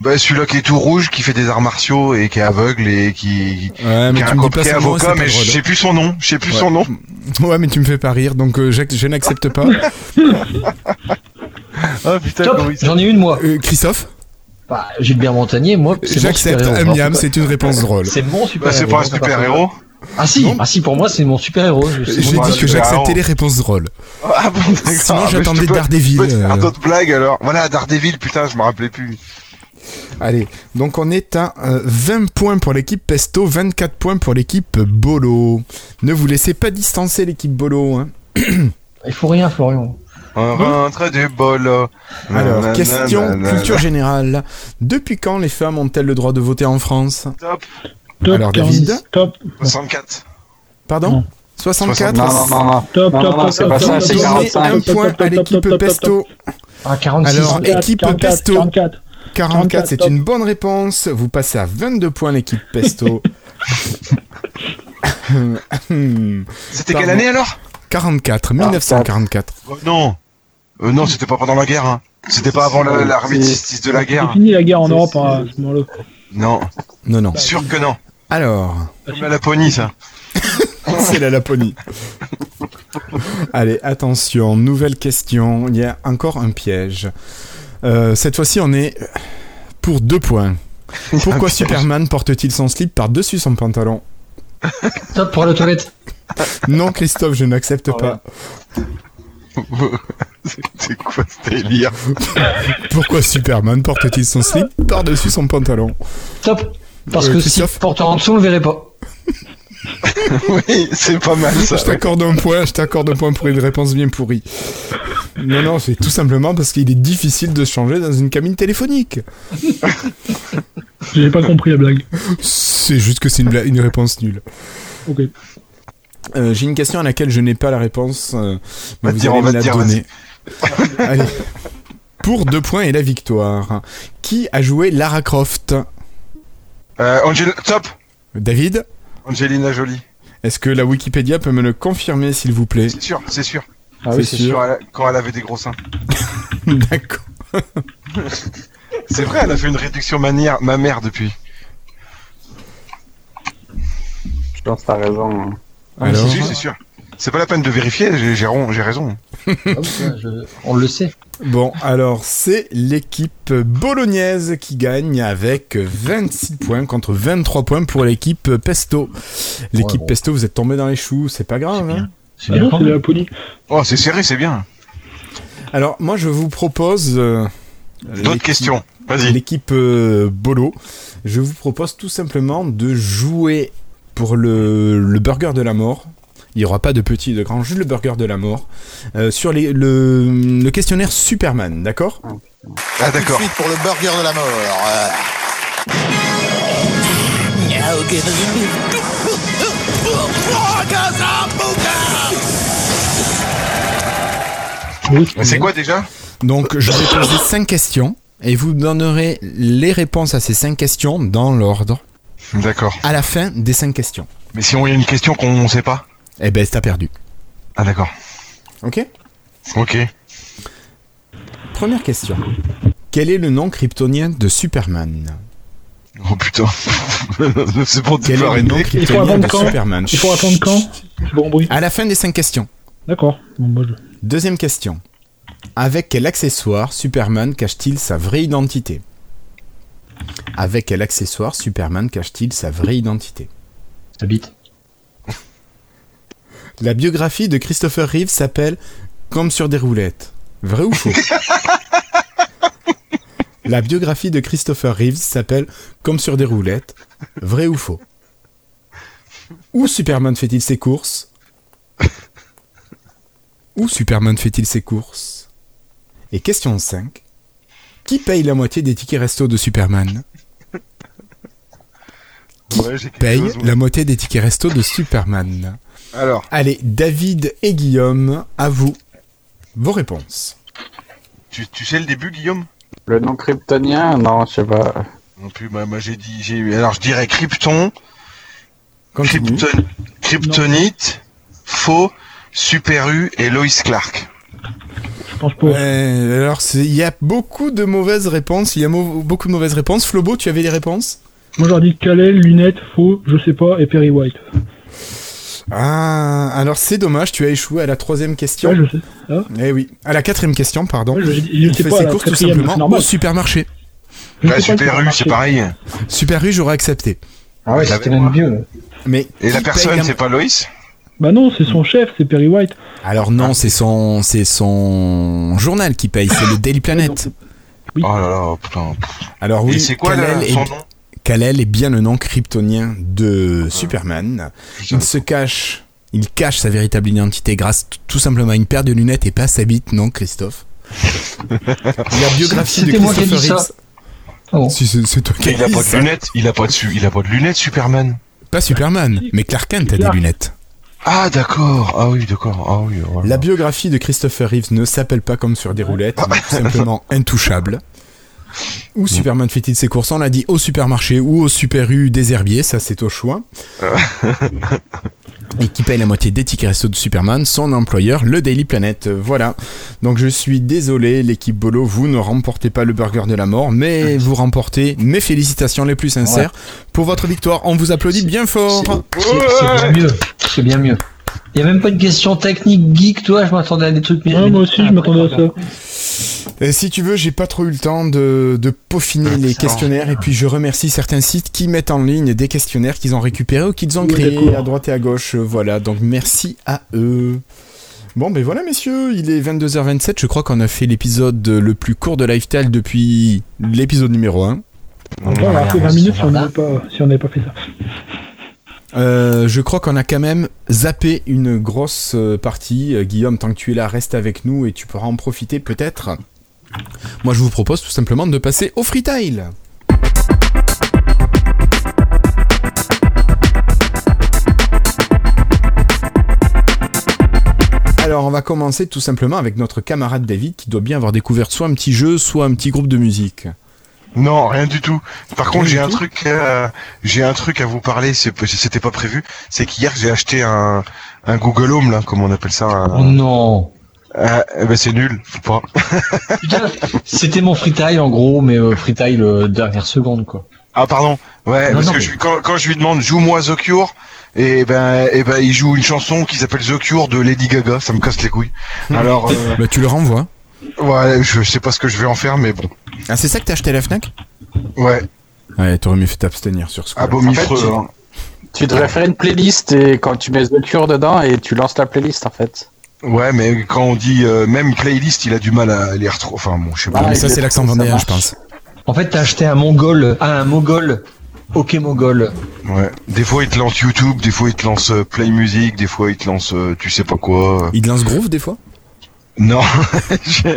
[SPEAKER 2] Bah celui-là qui est tout rouge, qui fait des arts martiaux et qui est aveugle et qui,
[SPEAKER 1] Ouais,
[SPEAKER 2] qui est un copier
[SPEAKER 1] son nom et c'est
[SPEAKER 2] avocat,
[SPEAKER 1] pas
[SPEAKER 2] mais
[SPEAKER 1] drôle.
[SPEAKER 2] je sais plus son nom. Je sais plus
[SPEAKER 1] Ouais.
[SPEAKER 2] son nom.
[SPEAKER 1] Ouais, mais tu me fais pas rire, donc euh, j'ac- je n'accepte pas.
[SPEAKER 2] Ah putain,
[SPEAKER 4] Top
[SPEAKER 2] comment il
[SPEAKER 4] J'en ai une, moi.
[SPEAKER 1] Euh, Christophe
[SPEAKER 4] Bah, Gilbert Montagnier, moi, c'est mon
[SPEAKER 1] J'accepte
[SPEAKER 4] super-héros.
[SPEAKER 1] un
[SPEAKER 4] Alors,
[SPEAKER 1] miam,
[SPEAKER 4] c'est
[SPEAKER 1] c'est une réponse drôle.
[SPEAKER 4] quoi C'est mon super
[SPEAKER 2] Bah, c'est pas un super héros.
[SPEAKER 4] Ah si,
[SPEAKER 1] Non.
[SPEAKER 4] ah si, pour moi, c'est mon super-héros. je- c'est
[SPEAKER 1] J'ai
[SPEAKER 4] mon
[SPEAKER 1] dit
[SPEAKER 4] super-héros.
[SPEAKER 1] que j'acceptais les réponses drôles.
[SPEAKER 2] Ah bon, d'accord.
[SPEAKER 1] Sinon,
[SPEAKER 2] Ah,
[SPEAKER 1] j'attendais
[SPEAKER 2] mais je te peux-
[SPEAKER 1] Daredevil.
[SPEAKER 2] Peux te
[SPEAKER 1] euh.
[SPEAKER 2] faire d'autres blagues alors. Voilà, Daredevil, putain, je me rappelais plus.
[SPEAKER 1] Allez, donc on est à euh, 20 points pour l'équipe Pesto, 24 points pour l'équipe Bolo. Ne vous laissez pas distancer l'équipe Bolo. hein.
[SPEAKER 4] Il faut rien, Florian.
[SPEAKER 2] On rentre du bol.
[SPEAKER 1] Alors,
[SPEAKER 2] Nanana,
[SPEAKER 1] question
[SPEAKER 2] nanana.
[SPEAKER 1] culture générale. Depuis quand les femmes ont-elles le droit de voter en France
[SPEAKER 2] Top
[SPEAKER 3] Top.
[SPEAKER 1] Alors,
[SPEAKER 3] 46.
[SPEAKER 1] David
[SPEAKER 3] Top.
[SPEAKER 2] 64.
[SPEAKER 1] Pardon
[SPEAKER 3] Non.
[SPEAKER 1] 64
[SPEAKER 5] Non, non, non, non.
[SPEAKER 3] Top.
[SPEAKER 5] Non,
[SPEAKER 3] Top.
[SPEAKER 5] non, non,
[SPEAKER 3] Top.
[SPEAKER 5] c'est
[SPEAKER 3] top,
[SPEAKER 5] pas
[SPEAKER 3] top,
[SPEAKER 5] ça,
[SPEAKER 3] top,
[SPEAKER 5] c'est
[SPEAKER 3] top,
[SPEAKER 5] 45.
[SPEAKER 1] Donnez
[SPEAKER 3] top,
[SPEAKER 1] un
[SPEAKER 3] top,
[SPEAKER 1] point
[SPEAKER 3] top,
[SPEAKER 1] à
[SPEAKER 3] top, top,
[SPEAKER 1] l'équipe
[SPEAKER 3] top, top,
[SPEAKER 1] Pesto.
[SPEAKER 4] Ah, 46.
[SPEAKER 1] Alors, équipe
[SPEAKER 3] 44,
[SPEAKER 1] Pesto.
[SPEAKER 3] 44.
[SPEAKER 1] 44, c'est
[SPEAKER 3] top.
[SPEAKER 1] une bonne réponse. Vous passez à 22 points l'équipe Pesto.
[SPEAKER 2] C'était
[SPEAKER 1] Pardon.
[SPEAKER 2] quelle année alors
[SPEAKER 1] 44, 1944.
[SPEAKER 2] Oh, Non. Euh, non, c'était pas pendant la guerre. Hein. C'était pas avant la- l'armistice de la
[SPEAKER 3] C'est
[SPEAKER 2] guerre.
[SPEAKER 3] fini la guerre en
[SPEAKER 5] C'est-
[SPEAKER 3] Europe
[SPEAKER 5] c'est-
[SPEAKER 3] hein, à ce moment-là.
[SPEAKER 2] Non,
[SPEAKER 1] Non, non.
[SPEAKER 2] sûr que non.
[SPEAKER 1] Alors,
[SPEAKER 2] Comme la Laponie, ça.
[SPEAKER 1] C'est la Laponie. Allez, attention, nouvelle question. Il y a encore un piège. Euh, cette fois-ci, on est pour deux points. Pourquoi Superman porte-t-il son slip par-dessus son pantalon
[SPEAKER 4] Top pour la toilette.
[SPEAKER 1] Non, Christophe, je n'accepte pas.
[SPEAKER 2] C'est quoi ce délire
[SPEAKER 1] Pourquoi Superman porte-t-il son slip par-dessus son pantalon
[SPEAKER 4] Top. Parce
[SPEAKER 1] Euh,
[SPEAKER 4] que si
[SPEAKER 1] Christophe
[SPEAKER 4] porteur en dessous, on le verrait pas.
[SPEAKER 2] Oui, c'est pas mal ça.
[SPEAKER 1] Je t'accorde un point, je t'accorde un point pour une réponse bien pourrie. Non, non, c'est tout simplement parce qu'il est difficile de se changer dans une cabine téléphonique.
[SPEAKER 3] J'ai pas compris la blague.
[SPEAKER 1] C'est juste que c'est une, bla- une réponse nulle.
[SPEAKER 3] Ok.
[SPEAKER 1] Euh, J'ai une question à laquelle je n'ai pas la réponse, euh, mais
[SPEAKER 2] Va te
[SPEAKER 1] vous
[SPEAKER 2] dire,
[SPEAKER 1] allez
[SPEAKER 2] on va
[SPEAKER 1] me
[SPEAKER 2] te
[SPEAKER 1] la
[SPEAKER 2] dire,
[SPEAKER 1] donner. Allez. Pour deux points et la victoire, qui a joué Lara Croft
[SPEAKER 2] Euh, Angel- Top
[SPEAKER 1] David
[SPEAKER 2] Angelina Jolie.
[SPEAKER 1] Est-ce que la Wikipédia peut me le confirmer, s'il vous plaît
[SPEAKER 2] C'est sûr, c'est sûr.
[SPEAKER 5] Ah
[SPEAKER 1] oui,
[SPEAKER 5] oui,
[SPEAKER 1] C'est
[SPEAKER 5] c'est
[SPEAKER 1] sûr.
[SPEAKER 5] sûr.
[SPEAKER 2] Quand elle- Quand elle avait des gros seins.
[SPEAKER 1] D'accord.
[SPEAKER 2] C'est vrai, elle a fait une réduction manière, ma mère depuis.
[SPEAKER 5] Je pense que t'as raison. hein.
[SPEAKER 1] Alors
[SPEAKER 2] Si, Ah c'est sûr. C'est pas la peine de vérifier, j'ai j'ai ron- j'ai raison.
[SPEAKER 4] Ah oui, ça, je- On le sait.
[SPEAKER 1] Bon, alors c'est l'équipe bolognaise qui gagne avec 26 points contre 23 points pour l'équipe Pesto. L'équipe
[SPEAKER 4] Ouais, bon.
[SPEAKER 1] Pesto, vous êtes tombé dans les choux, c'est pas grave.
[SPEAKER 4] bien.
[SPEAKER 1] hein.
[SPEAKER 3] Ah
[SPEAKER 4] C'est bien
[SPEAKER 3] non,
[SPEAKER 4] quand
[SPEAKER 3] c'est
[SPEAKER 4] même.
[SPEAKER 3] la police.
[SPEAKER 2] Oh, c'est serré, c'est bien.
[SPEAKER 1] Alors, moi, je vous propose. euh,
[SPEAKER 2] D'autres
[SPEAKER 1] l'équipe-
[SPEAKER 2] questions Vas-y.
[SPEAKER 1] L'équipe euh, Bolo. Je vous propose tout simplement de jouer pour le, le burger de la mort. Il n'y aura pas de petit et de grand, juste le burger de la mort. Euh, sur les- le, le questionnaire Superman, d'accord
[SPEAKER 2] Ah,
[SPEAKER 6] Tout de
[SPEAKER 2] d'accord.
[SPEAKER 6] suite pour le burger de la mort. Euh,
[SPEAKER 7] Now give us a big
[SPEAKER 6] Oh,
[SPEAKER 7] Kazabuka!
[SPEAKER 3] Oui,
[SPEAKER 2] C'est quoi déjà
[SPEAKER 1] Donc, je vais poser 5 questions. et vous donnerez les réponses à ces cinq questions dans l'ordre
[SPEAKER 2] D'accord.
[SPEAKER 1] à la fin des cinq questions.
[SPEAKER 2] Mais si on y a une question qu'on sait pas.
[SPEAKER 1] Eh ben, t'as perdu.
[SPEAKER 2] Ah d'accord.
[SPEAKER 1] Ok
[SPEAKER 2] Ok.
[SPEAKER 1] Première question. Quel est le nom kryptonien de Superman
[SPEAKER 2] Oh putain. c'est pour te
[SPEAKER 1] Quel
[SPEAKER 2] faire
[SPEAKER 1] est le nom
[SPEAKER 2] aider.
[SPEAKER 1] kryptonien de
[SPEAKER 3] attendre quand
[SPEAKER 1] Superman
[SPEAKER 3] Il faut attendre quand C'est bon bruit.
[SPEAKER 1] À la fin des cinq questions.
[SPEAKER 3] D'accord. Bon, moi, je-
[SPEAKER 1] Deuxième question. Avec quel accessoire Superman cache-t-il sa vraie identité Avec quel accessoire Superman cache-t-il sa vraie identité
[SPEAKER 4] Ça bite.
[SPEAKER 1] La biographie de Christopher Reeve s'appelle Comme sur des roulettes. Vrai ou faux La biographie de Christopher Reeves s'appelle Comme sur des roulettes. Vrai ou faux Où Superman fait-il ses courses Où Superman fait-il ses courses Et question 5. Qui paye la moitié des tickets resto de Superman
[SPEAKER 2] Ouais, j'ai quelque
[SPEAKER 1] Paye
[SPEAKER 2] chose, ouais.
[SPEAKER 1] la moitié des tickets resto de Superman.
[SPEAKER 2] Alors,
[SPEAKER 1] Allez, David et Guillaume, à vous. Vos réponses.
[SPEAKER 2] tu, tu sais le début, Guillaume
[SPEAKER 5] Le nom kryptonien Non, je sais pas.
[SPEAKER 2] Non plus. Bah, moi j'ai dit. j'ai eu- Alors je dirais Krypton,
[SPEAKER 1] Continue.
[SPEAKER 2] Krypton, Kryptonite, Faux, Super U et Lois Clark.
[SPEAKER 3] je pense pas.
[SPEAKER 1] Ouais, alors, c'est- il y a beaucoup de mauvaises réponses. Il y a mau- beaucoup de mauvaises réponses. Flobo, tu avais les réponses
[SPEAKER 3] Moi j'aurais dit Kalel, lunettes, faux, je sais pas, et Perry White.
[SPEAKER 1] Ah, alors c'est dommage, tu as échoué à la troisième question.
[SPEAKER 3] Ouais, je sais.
[SPEAKER 1] Eh oui, à la quatrième question, pardon.
[SPEAKER 3] Ouais, je, je
[SPEAKER 1] Il
[SPEAKER 3] sais
[SPEAKER 1] fait
[SPEAKER 3] pas.
[SPEAKER 1] ses
[SPEAKER 3] la
[SPEAKER 1] courses tout
[SPEAKER 3] quatrième,
[SPEAKER 1] simplement Bah,
[SPEAKER 3] c'est
[SPEAKER 1] au
[SPEAKER 3] normal.
[SPEAKER 1] supermarché.
[SPEAKER 3] Je
[SPEAKER 2] Bah,
[SPEAKER 3] sais
[SPEAKER 2] Super
[SPEAKER 3] pas si
[SPEAKER 2] U,
[SPEAKER 3] ça
[SPEAKER 2] c'est
[SPEAKER 3] a marché.
[SPEAKER 2] pareil.
[SPEAKER 1] Super U, j'aurais accepté.
[SPEAKER 4] Ah ouais, c'était l'un de mieux.
[SPEAKER 1] Mais qui
[SPEAKER 2] Et la
[SPEAKER 1] paye
[SPEAKER 2] personne, c'est pas Lois
[SPEAKER 3] Bah non, c'est son chef, c'est Perry White.
[SPEAKER 1] Alors
[SPEAKER 2] Ah.
[SPEAKER 1] non, c'est son, c'est son journal qui paye, c'est le Daily Planet.
[SPEAKER 3] Oui.
[SPEAKER 2] Oh là là, putain.
[SPEAKER 1] Alors Ah oui,
[SPEAKER 2] et c'est quoi
[SPEAKER 1] Kal-El
[SPEAKER 2] là,
[SPEAKER 1] est-
[SPEAKER 2] son nom Ah.
[SPEAKER 1] Kal-El est bien le nom kryptonien de Superman. Il se cache, il cache sa véritable identité grâce t- tout simplement à une paire de lunettes et pas à sa bite, non, Christophe La biographie de
[SPEAKER 4] C'était moi qui ai
[SPEAKER 1] Christopher
[SPEAKER 4] dit ça.
[SPEAKER 1] Reeves.
[SPEAKER 4] Ah bon.
[SPEAKER 1] Si, c'est c'est toi qui
[SPEAKER 2] Mais Il
[SPEAKER 1] as
[SPEAKER 2] a
[SPEAKER 1] dit
[SPEAKER 2] pas de
[SPEAKER 1] ça.
[SPEAKER 2] lunettes, il a pas de, su- il a pas de lunettes, Superman.
[SPEAKER 1] Pas Superman, mais Clark Kent a des
[SPEAKER 3] Clark.
[SPEAKER 1] lunettes.
[SPEAKER 2] Ah d'accord, ah oui d'accord, ah oui. voilà.
[SPEAKER 1] La biographie de Christopher Reeves ne s'appelle pas comme sur des roulettes, mais tout simplement intouchable. Où Superman fait-il ses courses On l'a dit au supermarché ou au Super U des Herbiers, ça c'est au choix. Et qui paye la moitié des tickets resto de Superman, son employeur, le Daily Planet. Voilà. Donc je suis désolé, l'équipe Bolo, vous ne remportez pas le burger de la mort, mais vous remportez mes félicitations les plus sincères pour votre victoire. On vous applaudit bien fort.
[SPEAKER 4] C'est c'est bien mieux. C'est bien mieux. Il y a même pas une question technique geek, toi. Je m'attendais à des trucs. Ah, mais-
[SPEAKER 3] Ouais, moi aussi, je m'attendais à ça.
[SPEAKER 1] Et Euh, si tu veux, j'ai pas trop eu le temps de, de
[SPEAKER 3] Ah,
[SPEAKER 1] peaufiner les
[SPEAKER 4] Excellent.
[SPEAKER 1] questionnaires et puis je remercie certains sites qui mettent en ligne des questionnaires qu'ils ont récupérés ou qu'ils ont
[SPEAKER 3] Oui,
[SPEAKER 1] créés
[SPEAKER 3] d'accord.
[SPEAKER 1] à droite et à gauche. euh, Voilà, donc merci à eux. Bon, ben voilà, messieurs, il est 22h27. Je crois qu'on a fait l'épisode le plus court de Lifestyle depuis l'épisode numéro 1.
[SPEAKER 3] Ouais, on a fait 20 minutes si on
[SPEAKER 4] Voilà.
[SPEAKER 3] n'avait pas, si on n'avait pas fait ça.
[SPEAKER 1] Euh, je crois qu'on a quand même zappé une grosse euh, partie. Euh, Guillaume, tant que tu es là, reste avec nous et tu pourras en profiter peut-être. Moi, je vous propose tout simplement de passer au freetail. Alors, on va commencer tout simplement avec notre camarade David qui doit bien avoir découvert soit un petit jeu, soit un petit groupe de musique.
[SPEAKER 2] Non, rien du tout. Par contre,
[SPEAKER 1] Rien
[SPEAKER 2] j'ai
[SPEAKER 1] du
[SPEAKER 2] un
[SPEAKER 1] tout
[SPEAKER 2] truc, euh, j'ai un truc à vous parler. c'est- C'était pas prévu. C'est qu'hier j'ai acheté un, un Google Home là, comment on appelle ça
[SPEAKER 4] Oh
[SPEAKER 2] un-
[SPEAKER 4] non.
[SPEAKER 2] Euh, eh ben c'est nul, faut pas.
[SPEAKER 4] Putain, c'était mon freetail en gros, mais euh, freetail euh, dernière seconde quoi.
[SPEAKER 2] Ah pardon. Ouais, parce
[SPEAKER 4] Non, non,
[SPEAKER 2] que
[SPEAKER 4] mais-
[SPEAKER 2] je lui- quand, quand je lui demande joue-moi The Cure, et ben et ben il joue une chanson qui s'appelle The Cure de Lady Gaga. Ça me casse les couilles. Alors euh,
[SPEAKER 1] Bah, tu le renvoies.
[SPEAKER 2] ouais, je sais pas ce que je vais en faire, mais bon.
[SPEAKER 1] Ah, c'est ça que t'as acheté à la Fnac Ah
[SPEAKER 2] Ouais,
[SPEAKER 1] Ouais, t'aurais mieux fait t'abstenir sur ce coup.
[SPEAKER 2] abomifreux.
[SPEAKER 5] tu-
[SPEAKER 2] hein.
[SPEAKER 5] Tu devrais faire une playlist et quand tu mets The Cure dedans et tu lances la playlist en fait.
[SPEAKER 2] Ouais, mais quand on dit euh, même playlist, il a du mal à les retrouver. Enfin bon, je sais pas.
[SPEAKER 5] Ah,
[SPEAKER 1] mais ça,
[SPEAKER 5] il
[SPEAKER 1] c'est
[SPEAKER 5] est-
[SPEAKER 1] l'accent
[SPEAKER 5] ça
[SPEAKER 1] vendéen,
[SPEAKER 5] marche.
[SPEAKER 1] je pense.
[SPEAKER 4] En fait, t'as acheté un mongol, ah, un mongol, ok mongol.
[SPEAKER 2] Ouais. Des fois, il te lance YouTube, des fois, il te lance euh, Play Music, des fois, il te lance euh, tu sais pas quoi. euh.
[SPEAKER 1] Il lance groove des fois
[SPEAKER 2] Non, j'ai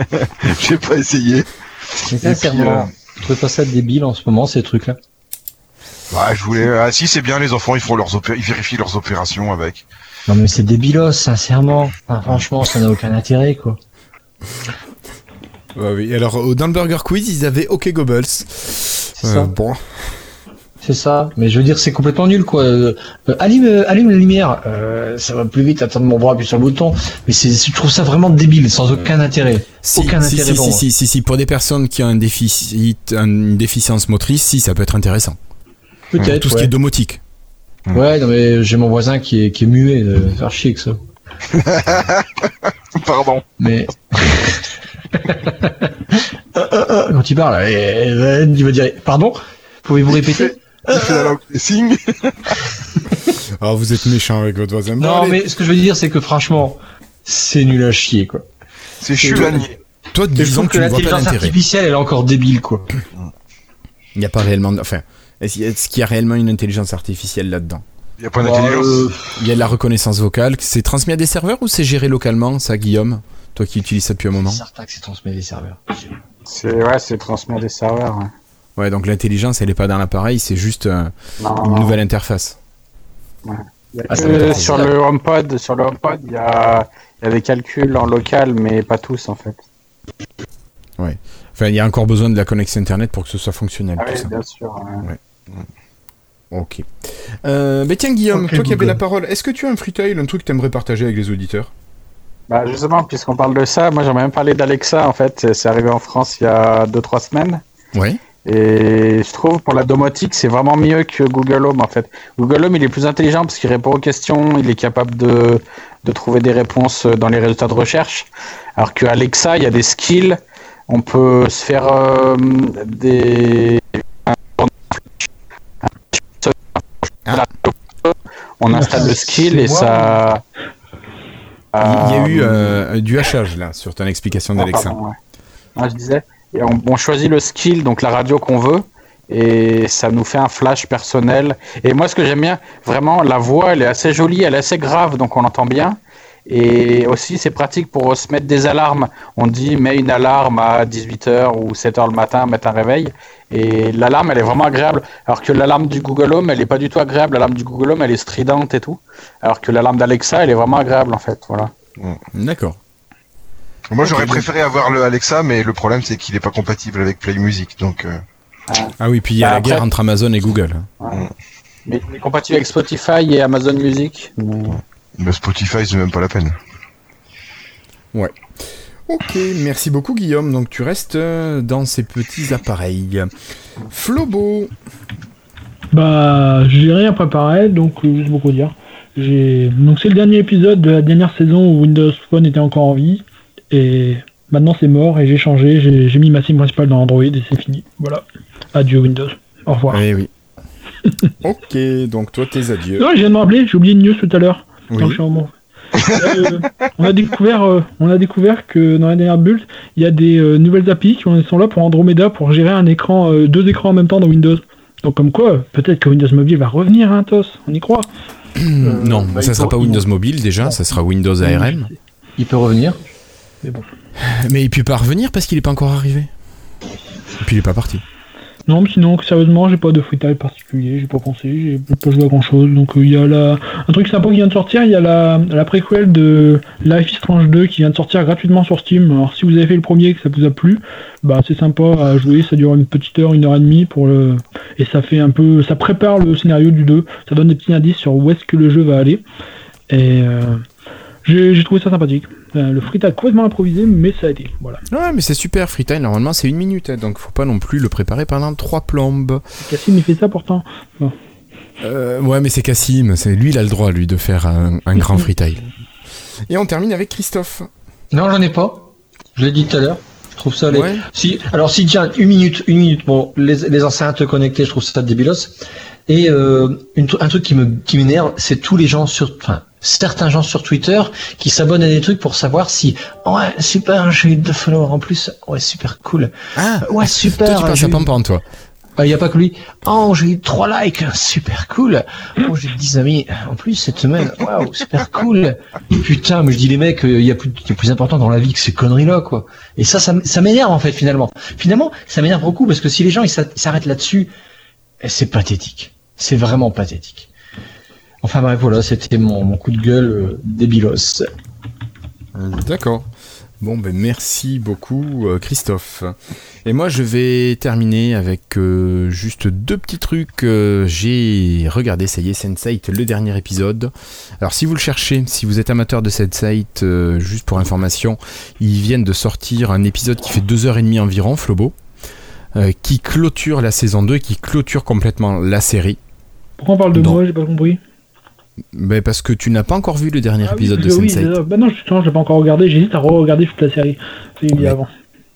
[SPEAKER 2] j'ai pas essayé. puis,
[SPEAKER 4] Mais
[SPEAKER 3] euh,
[SPEAKER 4] sincèrement, je trouve pas ça débile en ce moment ces trucs là.
[SPEAKER 2] Bah, je voulais. Ah, si, c'est bien, les enfants, ils font leurs opé- ils vérifient leurs opérations avec.
[SPEAKER 4] Non mais c'est débilos, sincèrement. Enfin, franchement, ça n'a aucun intérêt quoi.
[SPEAKER 1] Ouais, oui. Alors, au- dans le Burger Quiz, ils avaient OK Goebbels. Euh,
[SPEAKER 4] ça.
[SPEAKER 1] bon.
[SPEAKER 4] C'est ça, mais je veux dire, c'est complètement nul, quoi. Euh, euh, allume, euh, allume la lumière, Euh, ça va plus vite, attends mon bras, appuie sur le bouton. Mais c'est, je trouve ça vraiment débile, sans aucun intérêt.
[SPEAKER 1] Si,
[SPEAKER 4] aucun
[SPEAKER 1] si,
[SPEAKER 4] intérêt
[SPEAKER 1] si,
[SPEAKER 4] pour
[SPEAKER 1] si,
[SPEAKER 4] moi.
[SPEAKER 1] si, si, si, pour des personnes qui ont un déficit, une déficience motrice, si, ça peut être intéressant.
[SPEAKER 4] Peut-être.
[SPEAKER 1] Tout ce
[SPEAKER 4] ouais.
[SPEAKER 1] qui est domotique.
[SPEAKER 4] Ouais, non, mais j'ai mon voisin qui est, qui est muet, euh, faire chier avec ça.
[SPEAKER 2] Pardon.
[SPEAKER 4] Mais. Euh, euh, euh, quand il parle, euh, euh, il va dire Pardon Pouvez-vous répéter
[SPEAKER 2] Il fait la langue des signes.
[SPEAKER 1] Ah, vous êtes méchant avec votre voisin. Bon,
[SPEAKER 4] Non,
[SPEAKER 1] allez.
[SPEAKER 4] mais ce que je veux dire, c'est que franchement, c'est nul à chier, quoi.
[SPEAKER 2] C'est chulanier.
[SPEAKER 1] Toi,
[SPEAKER 4] Et je
[SPEAKER 1] disons
[SPEAKER 4] trouve
[SPEAKER 1] que
[SPEAKER 4] que
[SPEAKER 1] tu ne vois pas
[SPEAKER 4] l'intelligence
[SPEAKER 1] l'intérêt.
[SPEAKER 4] artificielle, elle est encore débile, quoi.
[SPEAKER 1] Il n'y a pas réellement. Enfin, est-ce est-ce qu'il y a réellement une intelligence artificielle là-dedans
[SPEAKER 2] Il y a pas
[SPEAKER 4] Bah,
[SPEAKER 2] d'intelligence.
[SPEAKER 4] euh,
[SPEAKER 1] Il y a de la reconnaissance vocale. C'est transmis à des serveurs ou c'est géré localement, ça, Guillaume Toi qui utilises ça depuis un
[SPEAKER 4] c'est
[SPEAKER 1] moment
[SPEAKER 4] certain que c'est transmis des serveurs.
[SPEAKER 5] C'est ouais, c'est le transmis des serveurs. ouais.
[SPEAKER 1] Ouais, donc l'intelligence, elle n'est pas dans l'appareil, c'est juste euh,
[SPEAKER 5] Non,
[SPEAKER 1] une
[SPEAKER 5] non.
[SPEAKER 1] nouvelle interface.
[SPEAKER 5] Il y a
[SPEAKER 4] Ah, ça
[SPEAKER 5] que
[SPEAKER 4] va être
[SPEAKER 5] sur le HomePod, sur le HomePod, il y a, il y a des calculs en local, mais pas tous en fait.
[SPEAKER 1] Enfin, il y a encore besoin de la connexion Internet pour que ce soit fonctionnel,
[SPEAKER 5] Ah
[SPEAKER 1] tout
[SPEAKER 5] oui,
[SPEAKER 1] ça.
[SPEAKER 5] bien sûr. ouais.
[SPEAKER 1] Ok. Euh, mais tiens, Guillaume,
[SPEAKER 4] Ok,
[SPEAKER 1] toi qui avais
[SPEAKER 4] Google.
[SPEAKER 1] la parole, est-ce que tu as un freetail, un truc que tu aimerais partager avec les auditeurs
[SPEAKER 5] Bah justement, puisqu'on parle de ça, moi j'aimerais même parler d'Alexa en fait. C'est- C'est arrivé en France il y a 2-3 semaines.
[SPEAKER 1] Ouais.
[SPEAKER 5] Et je trouve pour la domotique, c'est vraiment mieux que Google Home en fait. Google Home, il est plus intelligent parce qu'il répond aux questions, il est capable de, de trouver des réponses dans les résultats de recherche. Alors que Alexa, il y a des skills, on peut se faire euh, des on installe le skill et
[SPEAKER 4] C'est moi.
[SPEAKER 5] ça
[SPEAKER 1] Il y a eu
[SPEAKER 5] Euh,
[SPEAKER 1] euh, du hachage, là, sur ton explication
[SPEAKER 5] Ah,
[SPEAKER 1] d'Alexa.
[SPEAKER 5] pardon, ouais. Ah, je disais, et on, on choisit le skill, donc la radio qu'on veut, et ça nous fait un flash personnel. Et moi, ce que j'aime bien, vraiment, la voix, elle est assez jolie, elle est assez grave, donc on l'entend bien. Et aussi, c'est pratique pour euh, se mettre des alarmes. On dit, mets une alarme à 18h ou 7h le matin, mettre un réveil. Et l'alarme, elle est vraiment agréable. Alors que l'alarme du Google Home, elle est pas du tout agréable. L'alarme du Google Home, elle est stridente et tout. Alors que l'alarme d'Alexa, elle est vraiment agréable, en fait. Voilà.
[SPEAKER 1] D'accord.
[SPEAKER 2] Moi, j'aurais préféré avoir le Alexa, mais le problème, c'est qu'il est pas compatible avec Play Music. Donc, euh,
[SPEAKER 1] Ah oui, puis il y a
[SPEAKER 5] Bah,
[SPEAKER 1] la guerre
[SPEAKER 5] après-
[SPEAKER 1] entre Amazon et Google.
[SPEAKER 5] Mais il est compatible avec Spotify et Amazon Music.
[SPEAKER 2] le Spotify, c'est même pas la peine.
[SPEAKER 1] Ok, merci beaucoup Guillaume. Donc tu restes euh, dans ces petits appareils. Flobo,
[SPEAKER 3] Bah, j'ai rien préparé, donc euh, juste beaucoup dire. J'ai donc c'est le dernier épisode de la dernière saison où Windows Phone était encore en vie et maintenant c'est mort et j'ai changé, j'ai j'ai mis ma SIM principale dans Android et c'est fini. Voilà. Adieu Windows. Au revoir.
[SPEAKER 1] Eh Oui, oui. ok, donc toi tes adieux.
[SPEAKER 3] Non, je viens de me rappeler, j'ai oublié une news tout à l'heure.
[SPEAKER 1] Oui.
[SPEAKER 3] Tant que je suis en bon. Euh, on a découvert, euh, on a découvert que dans la dernière bulle, il y a des euh, nouvelles API qui sont là pour Andromeda pour gérer un écran, euh, deux écrans en même temps dans Windows. Donc comme quoi, peut-être que Windows Mobile va revenir, hein, TOS. On y croit.
[SPEAKER 1] Hmm. non,
[SPEAKER 4] bah,
[SPEAKER 1] ça
[SPEAKER 4] il
[SPEAKER 1] sera
[SPEAKER 4] faut-
[SPEAKER 1] pas Windows Mobile déjà, ça sera Windows ARM.
[SPEAKER 4] Il peut revenir.
[SPEAKER 1] Mais il peut pas revenir parce qu'il est pas encore arrivé. Et puis il est pas parti.
[SPEAKER 3] Non, mais sinon, sérieusement, j'ai pas de freestyle particulier, j'ai pas pensé, j'ai pas joué à grand chose. Donc, euh, il y a la... un truc sympa qui vient de sortir, il y a la, la préquel de Life is Strange 2 qui vient de sortir gratuitement sur Steam. Alors, si vous avez fait le premier et que ça vous a plu, bah c'est sympa à jouer, ça dure une petite heure, une heure et demie pour le. Et ça fait un peu. Ça prépare le scénario du 2, ça donne des petits indices sur où est-ce que le jeu va aller. Et euh, j'ai j'ai trouvé ça sympathique. Euh, Le freestyle complètement improvisé, mais ça a été. Voilà.
[SPEAKER 1] Ouais, mais c'est super, Freetime, normalement c'est une minute, hein, donc faut pas non plus le préparer pendant trois plombes.
[SPEAKER 3] Cassine, il fait ça pourtant.
[SPEAKER 1] Euh, ouais, mais c'est Cassim, c'est lui il a le droit lui de faire un, un grand Freetime. Et on termine avec Christophe.
[SPEAKER 4] Non, j'en ai pas. Je l'ai dit tout à l'heure. Je trouve ça. Les...
[SPEAKER 1] Ouais.
[SPEAKER 4] Si, alors si tiens, une minute, une minute. Bon, les, les enceintes connectées, je trouve ça débilos. Et euh, une tru- un truc qui me qui m'énerve, c'est tous les gens sur, enfin, certains gens sur Twitter qui s'abonnent à des trucs pour savoir si, ouais, super, j'ai eu deux followers en plus. Ouais, super cool.
[SPEAKER 1] Ah,
[SPEAKER 4] Ouais,
[SPEAKER 1] toi
[SPEAKER 4] super.
[SPEAKER 1] tu penses
[SPEAKER 4] j'ai
[SPEAKER 1] à
[SPEAKER 4] eu-
[SPEAKER 1] Pampan, toi.
[SPEAKER 4] il n'y Bah, a pas que lui. Oh, j'ai eu trois likes, super cool. Oh, j'ai 10 amis en plus cette semaine. Waouh, super cool. Putain, mais je dis les mecs, il y a plus, il y a plus important dans la vie que ces conneries-là, quoi. Et ça, ça, m- ça m'énerve en fait finalement. Finalement, ça m'énerve beaucoup parce que si les gens ils s'a- ils s'arrêtent là-dessus, eh, c'est pathétique. C'est vraiment pathétique. Enfin bref, voilà, c'était mon, mon coup de gueule euh, débilos.
[SPEAKER 1] D'accord. Bon, ben merci beaucoup, euh, Christophe. Et moi, je vais terminer avec euh, juste deux petits trucs. Euh, J'ai regardé, ça y est, Sense8, le dernier épisode. Alors, si vous le cherchez, si vous êtes amateur de Sense8, euh, juste pour information, ils viennent de sortir un épisode qui fait deux heures et demie environ, Flobo, euh, qui clôture la saison 2 et qui clôture complètement la série.
[SPEAKER 3] Pourquoi on parle de
[SPEAKER 1] Non.
[SPEAKER 3] moi J'ai pas compris.
[SPEAKER 1] Ben, parce que tu n'as pas encore vu le dernier
[SPEAKER 3] Ah oui,
[SPEAKER 1] épisode de
[SPEAKER 3] parce que oui,
[SPEAKER 1] Sense8.
[SPEAKER 3] c'est ça. Bah non, justement, je l'ai pas encore regardé. J'hésite à re-regarder toute la série. C'est une
[SPEAKER 1] Mais-
[SPEAKER 3] avant.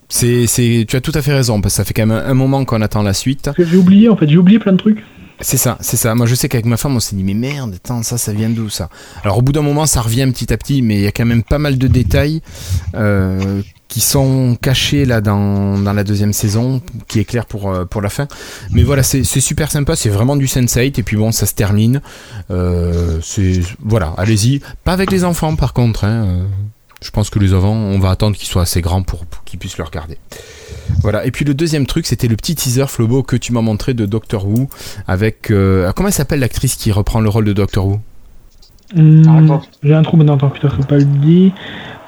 [SPEAKER 1] C'est, c'est- tu as tout à fait raison, parce que ça fait quand même un moment qu'on attend la suite.
[SPEAKER 3] Parce que j'ai oublié, en fait. J'ai oublié plein de trucs.
[SPEAKER 1] C'est ça, c'est ça. Moi, je sais qu'avec ma femme, on s'est dit, mais merde, attends, ça, ça vient d'où ça Alors, au bout d'un moment, ça revient petit à petit, mais il y a quand même pas mal de détails euh, qui sont cachés là dans, dans la deuxième saison, qui est clair pour, euh, pour la fin. Mais voilà, c'est c'est super sympa, c'est vraiment du sense et puis bon, ça se termine. Euh, c'est- voilà, allez-y. Pas avec les enfants, par contre. hein, euh, Je pense que les enfants, on va attendre qu'ils soient assez grands pour, pour qu'ils puissent le regarder. Voilà. Et puis le deuxième truc, c'était le petit teaser Flobo que tu m'as montré de Doctor Who avec euh, comment elle s'appelle l'actrice qui reprend le rôle de Doctor Who
[SPEAKER 3] Hum,
[SPEAKER 5] attends.
[SPEAKER 3] j'ai un trou maintenant. Attends, putain, faut pas le dire.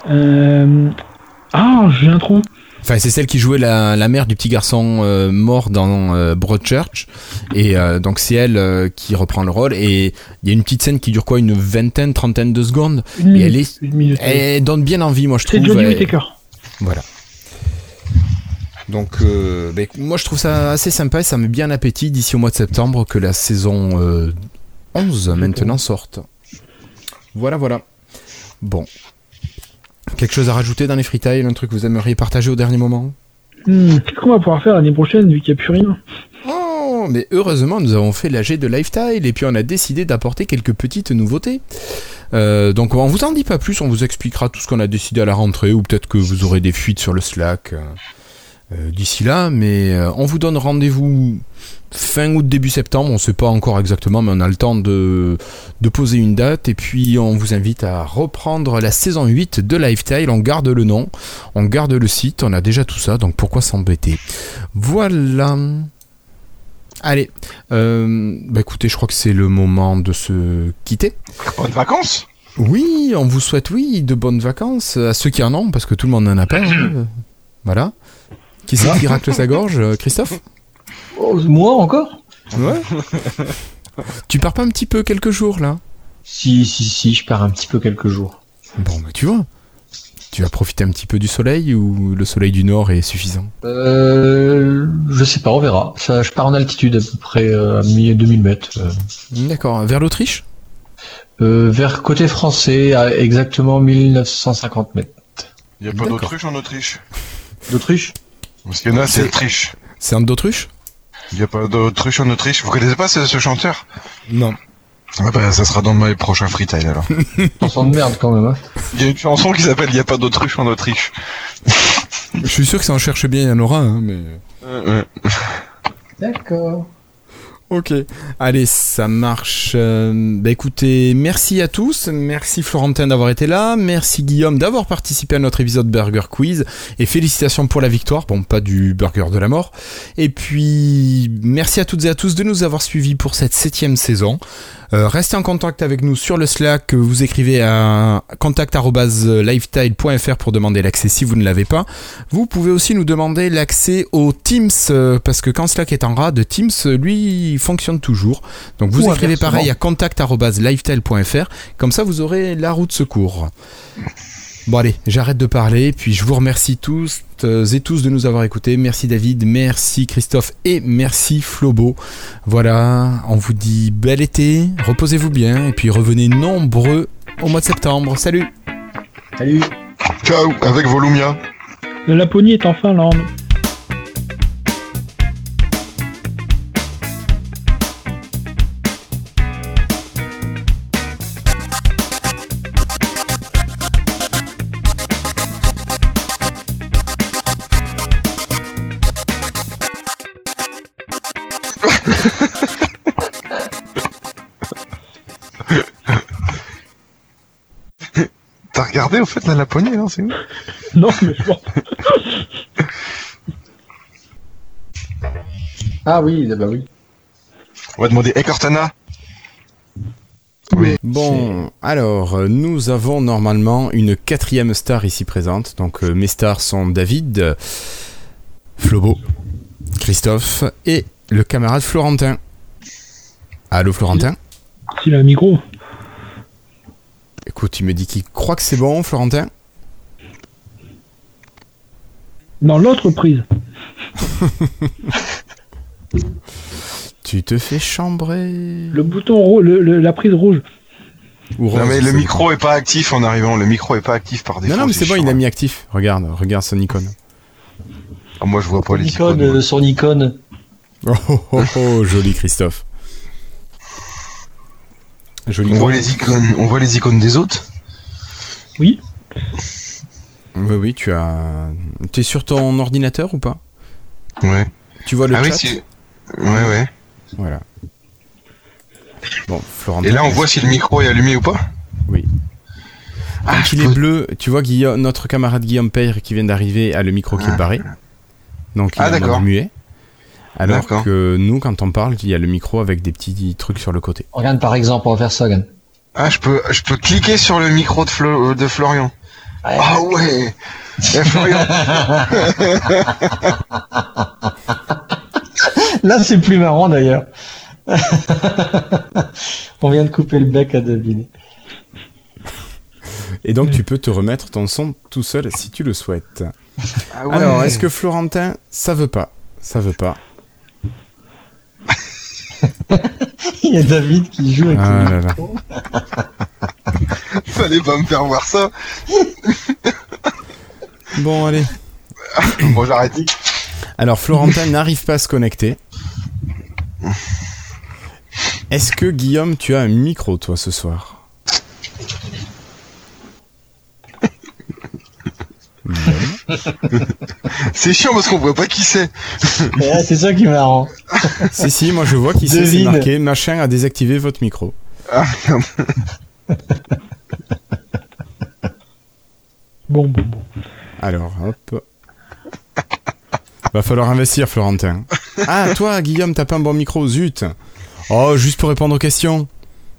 [SPEAKER 3] Euh... Ah, j'ai un trou.
[SPEAKER 1] Enfin, c'est celle qui jouait la, la mère du petit garçon euh, mort dans euh, Broadchurch, et euh, donc c'est elle euh, qui reprend le rôle. Et il y a une petite scène qui dure quoi, une vingtaine, trentaine de secondes.
[SPEAKER 3] Une
[SPEAKER 1] Et
[SPEAKER 3] minute.
[SPEAKER 1] elle est,
[SPEAKER 3] Une minute.
[SPEAKER 1] elle donne bien envie, moi je
[SPEAKER 3] Hmm. C'est
[SPEAKER 1] trouve.
[SPEAKER 3] Jodie
[SPEAKER 1] elle-
[SPEAKER 3] Whittaker.
[SPEAKER 1] Voilà. Donc, euh, bah, écou- moi je trouve ça assez sympa, et ça met bien l'appétit d'ici au mois de septembre que la saison euh, 11 maintenant sorte. Voilà, voilà. Bon. Quelque chose à rajouter dans les freetiles, un truc que vous aimeriez partager au dernier moment
[SPEAKER 3] Hum, Qu'est-ce qu'on va pouvoir faire l'année prochaine vu qu'il n'y a plus rien
[SPEAKER 1] Oh, mais heureusement, nous avons fait l'AG de Lifetile et puis on a décidé d'apporter quelques petites nouveautés. Euh, donc, on vous en dit pas plus, on vous expliquera tout ce qu'on a décidé à la rentrée ou peut-être que vous aurez des fuites sur le Slack euh, euh, d'ici là. Mais euh, on vous donne rendez-vous fin août, début septembre. On sait pas encore exactement, mais on a le temps de, de poser une date. Et puis, on vous invite à reprendre la saison 8 de Lifetile. On garde le nom, on garde le site, on a déjà tout ça, donc pourquoi s'embêter Voilà. Allez, euh, bah écoutez, je crois que c'est le moment de se quitter.
[SPEAKER 2] Bonnes vacances
[SPEAKER 1] Oui, on vous souhaite, oui, de bonnes vacances à ceux qui en ont, parce que tout le monde n'en a pas. hein. Voilà. Qui c'est qui racle sa gorge, euh, Christophe
[SPEAKER 4] Oh, moi encore
[SPEAKER 1] Ouais. tu pars pas un petit peu quelques jours là
[SPEAKER 4] Si, si, si, je pars un petit peu quelques jours.
[SPEAKER 1] Bon, bah tu vois, tu vas profiter un petit peu du soleil ou le soleil du nord est suffisant
[SPEAKER 4] Euh, je sais pas, on verra. Ça, je pars en altitude à peu près euh, à mi- 2000 mètres. euh.
[SPEAKER 1] D'accord, vers l'Autriche
[SPEAKER 4] Euh, vers côté français, à exactement 1950 mètres.
[SPEAKER 2] Il n'y a pas
[SPEAKER 1] D'accord.
[SPEAKER 2] d'autruche en Autriche
[SPEAKER 4] D'Autriche
[SPEAKER 2] Parce qu'il y en a, c'est
[SPEAKER 1] C'est-
[SPEAKER 2] Autriche.
[SPEAKER 1] C'est un d'Autriche
[SPEAKER 2] Il n'y a pas d'autruche en Autriche. Vous connaissez pas ce, ce chanteur
[SPEAKER 1] Non.
[SPEAKER 2] ah bah, Ça sera dans mes prochains freetime alors.
[SPEAKER 4] Chanson de merde quand même. Hein.
[SPEAKER 2] Il y a une chanson qui s'appelle Il n'y a pas d'autruche en Autriche.
[SPEAKER 1] Je suis sûr que ça en cherche bien, il y en aura, hein, mais.
[SPEAKER 2] Euh,
[SPEAKER 4] D'accord.
[SPEAKER 1] Ok, allez, ça marche. Euh, bah écoutez, merci à tous, merci Florentin d'avoir été là, merci Guillaume d'avoir participé à notre épisode Burger Quiz et félicitations pour la victoire, bon pas du burger de la mort. Et puis merci à toutes et à tous de nous avoir suivis pour cette septième saison. Euh, restez en contact avec nous sur le Slack, euh, vous écrivez à contact@lifetile.fr pour demander l'accès si vous ne l'avez pas. Vous pouvez aussi nous demander l'accès au Teams, euh, parce que quand Slack est en rade, Teams, euh, lui, il fonctionne toujours. Donc vous
[SPEAKER 4] Ou
[SPEAKER 1] écrivez
[SPEAKER 4] inversement.
[SPEAKER 1] pareil à contact.lifetile.fr, comme ça vous aurez la route secours. Bon allez, j'arrête de parler, puis je vous remercie tous euh, et tous de nous avoir écoutés. Merci David, merci Christophe et merci Flobo. Voilà, on vous dit bel été, reposez-vous bien, et puis revenez nombreux au mois de septembre. Salut
[SPEAKER 4] Salut.
[SPEAKER 2] Ciao Avec Volumia.
[SPEAKER 3] La Laponie est en Finlande.
[SPEAKER 2] T'as regardé au fait la Laponie, non C'est où
[SPEAKER 3] Non, mais je pense.
[SPEAKER 4] Ah oui, bah oui.
[SPEAKER 2] On va demander Hey Cortana Oui.
[SPEAKER 1] Bon, alors, euh, nous avons normalement une quatrième star ici présente. Donc, euh, mes stars sont David, euh, Flobo, Christophe et le camarade Florentin. Allô, Florentin
[SPEAKER 3] S'il a un micro,
[SPEAKER 1] Écoute, il me dit qu'il croit que c'est bon, Florentin.
[SPEAKER 3] dans l'autre prise.
[SPEAKER 1] Tu te fais chambrer.
[SPEAKER 3] Le bouton rouge, la prise rouge.
[SPEAKER 1] Ou
[SPEAKER 2] Non
[SPEAKER 1] rose,
[SPEAKER 2] mais le
[SPEAKER 1] c'est-
[SPEAKER 2] micro est pas actif en arrivant, le micro est pas actif par défaut.
[SPEAKER 1] Non, non, mais c'est bon,
[SPEAKER 2] chiant.
[SPEAKER 1] il a mis actif. Regarde, regarde son icône.
[SPEAKER 2] Ah, moi je vois pas les
[SPEAKER 4] Icône,
[SPEAKER 2] icônes.
[SPEAKER 4] euh, son icône.
[SPEAKER 1] Oh, oh, oh, oh, joli Christophe. Joli.
[SPEAKER 2] On
[SPEAKER 1] mot.
[SPEAKER 2] voit les icônes, on voit les icônes des autres.
[SPEAKER 1] Oui, oui, tu as. T'es sur ton ordinateur ou pas
[SPEAKER 2] Ouais.
[SPEAKER 1] Tu vois le
[SPEAKER 2] ah oui,
[SPEAKER 1] chat
[SPEAKER 2] c'est Ouais ouais.
[SPEAKER 1] Voilà. Bon, Florentin.
[SPEAKER 2] Et là on voit si le micro est allumé ou pas
[SPEAKER 1] Oui.
[SPEAKER 2] Ah,
[SPEAKER 1] Quand
[SPEAKER 2] je
[SPEAKER 1] il
[SPEAKER 2] peux-
[SPEAKER 1] est bleu, tu vois Guillaume, notre camarade Guillaume Peyre qui vient d'arriver a le micro qui est barré. Donc il
[SPEAKER 2] Ah,
[SPEAKER 1] est en
[SPEAKER 2] d'accord.
[SPEAKER 1] mode muet. Alors
[SPEAKER 2] D'accord.
[SPEAKER 1] que nous, quand on parle, il y a le micro avec des petits trucs sur le côté.
[SPEAKER 4] Regarde par exemple, on va faire ça, regarde.
[SPEAKER 2] Ah, je peux je peux cliquer sur le micro de, Flo- euh, de Florian.
[SPEAKER 4] Ouais.
[SPEAKER 2] Ah ouais. Eh, Florian,
[SPEAKER 4] Là, c'est plus marrant d'ailleurs. on vient de couper le bec à David.
[SPEAKER 1] Et donc tu peux te remettre ton son tout seul si tu le souhaites.
[SPEAKER 2] Ah ouais.
[SPEAKER 1] Alors, est-ce que Florentin, ça veut pas Ça veut pas.
[SPEAKER 4] Il y a David qui joue avec
[SPEAKER 1] Ah là là.
[SPEAKER 2] fallait pas me faire voir ça
[SPEAKER 1] Bon, allez.
[SPEAKER 2] Bon, j'arrête.
[SPEAKER 1] Alors, Florentin n'arrive pas à se connecter. Est-ce que Guillaume, tu as un micro, toi, ce soir Guillaume
[SPEAKER 2] C'est chiant parce qu'on voit pas qui c'est.
[SPEAKER 4] le- Ouais, Ah, c'est ça qui est marrant.
[SPEAKER 1] Si, si, moi je vois qu'il s'est c'est
[SPEAKER 4] Devine.
[SPEAKER 1] marqué machin a désactivé votre micro.
[SPEAKER 3] Bon, bon, bon.
[SPEAKER 1] Alors, hop. Va falloir investir, Florentin. Ah, toi, Guillaume, t'as pas un bon micro, zut. Oh, juste pour répondre aux questions.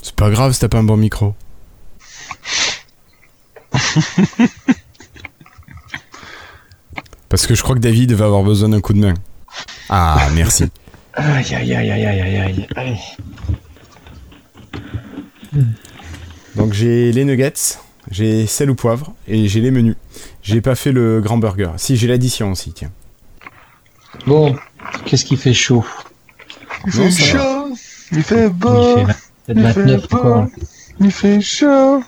[SPEAKER 1] C'est pas grave si t'as pas un bon micro. Parce que je crois que David va avoir besoin d'un coup de main. Ah, merci.
[SPEAKER 4] Aïe, aïe, aïe, aïe, aïe, aïe, aïe. Allez.
[SPEAKER 1] Donc j'ai les nuggets, j'ai sel ou poivre et j'ai les menus. J'ai pas fait le grand burger. Si, j'ai l'addition aussi, tiens.
[SPEAKER 4] Bon, qu'est-ce qui fait chaud
[SPEAKER 2] Il
[SPEAKER 1] Non,
[SPEAKER 2] fait
[SPEAKER 1] ça va.
[SPEAKER 2] chaud. Il fait beau.
[SPEAKER 4] Il fait peut-être 29 ou quoi.
[SPEAKER 2] Il fait chaud.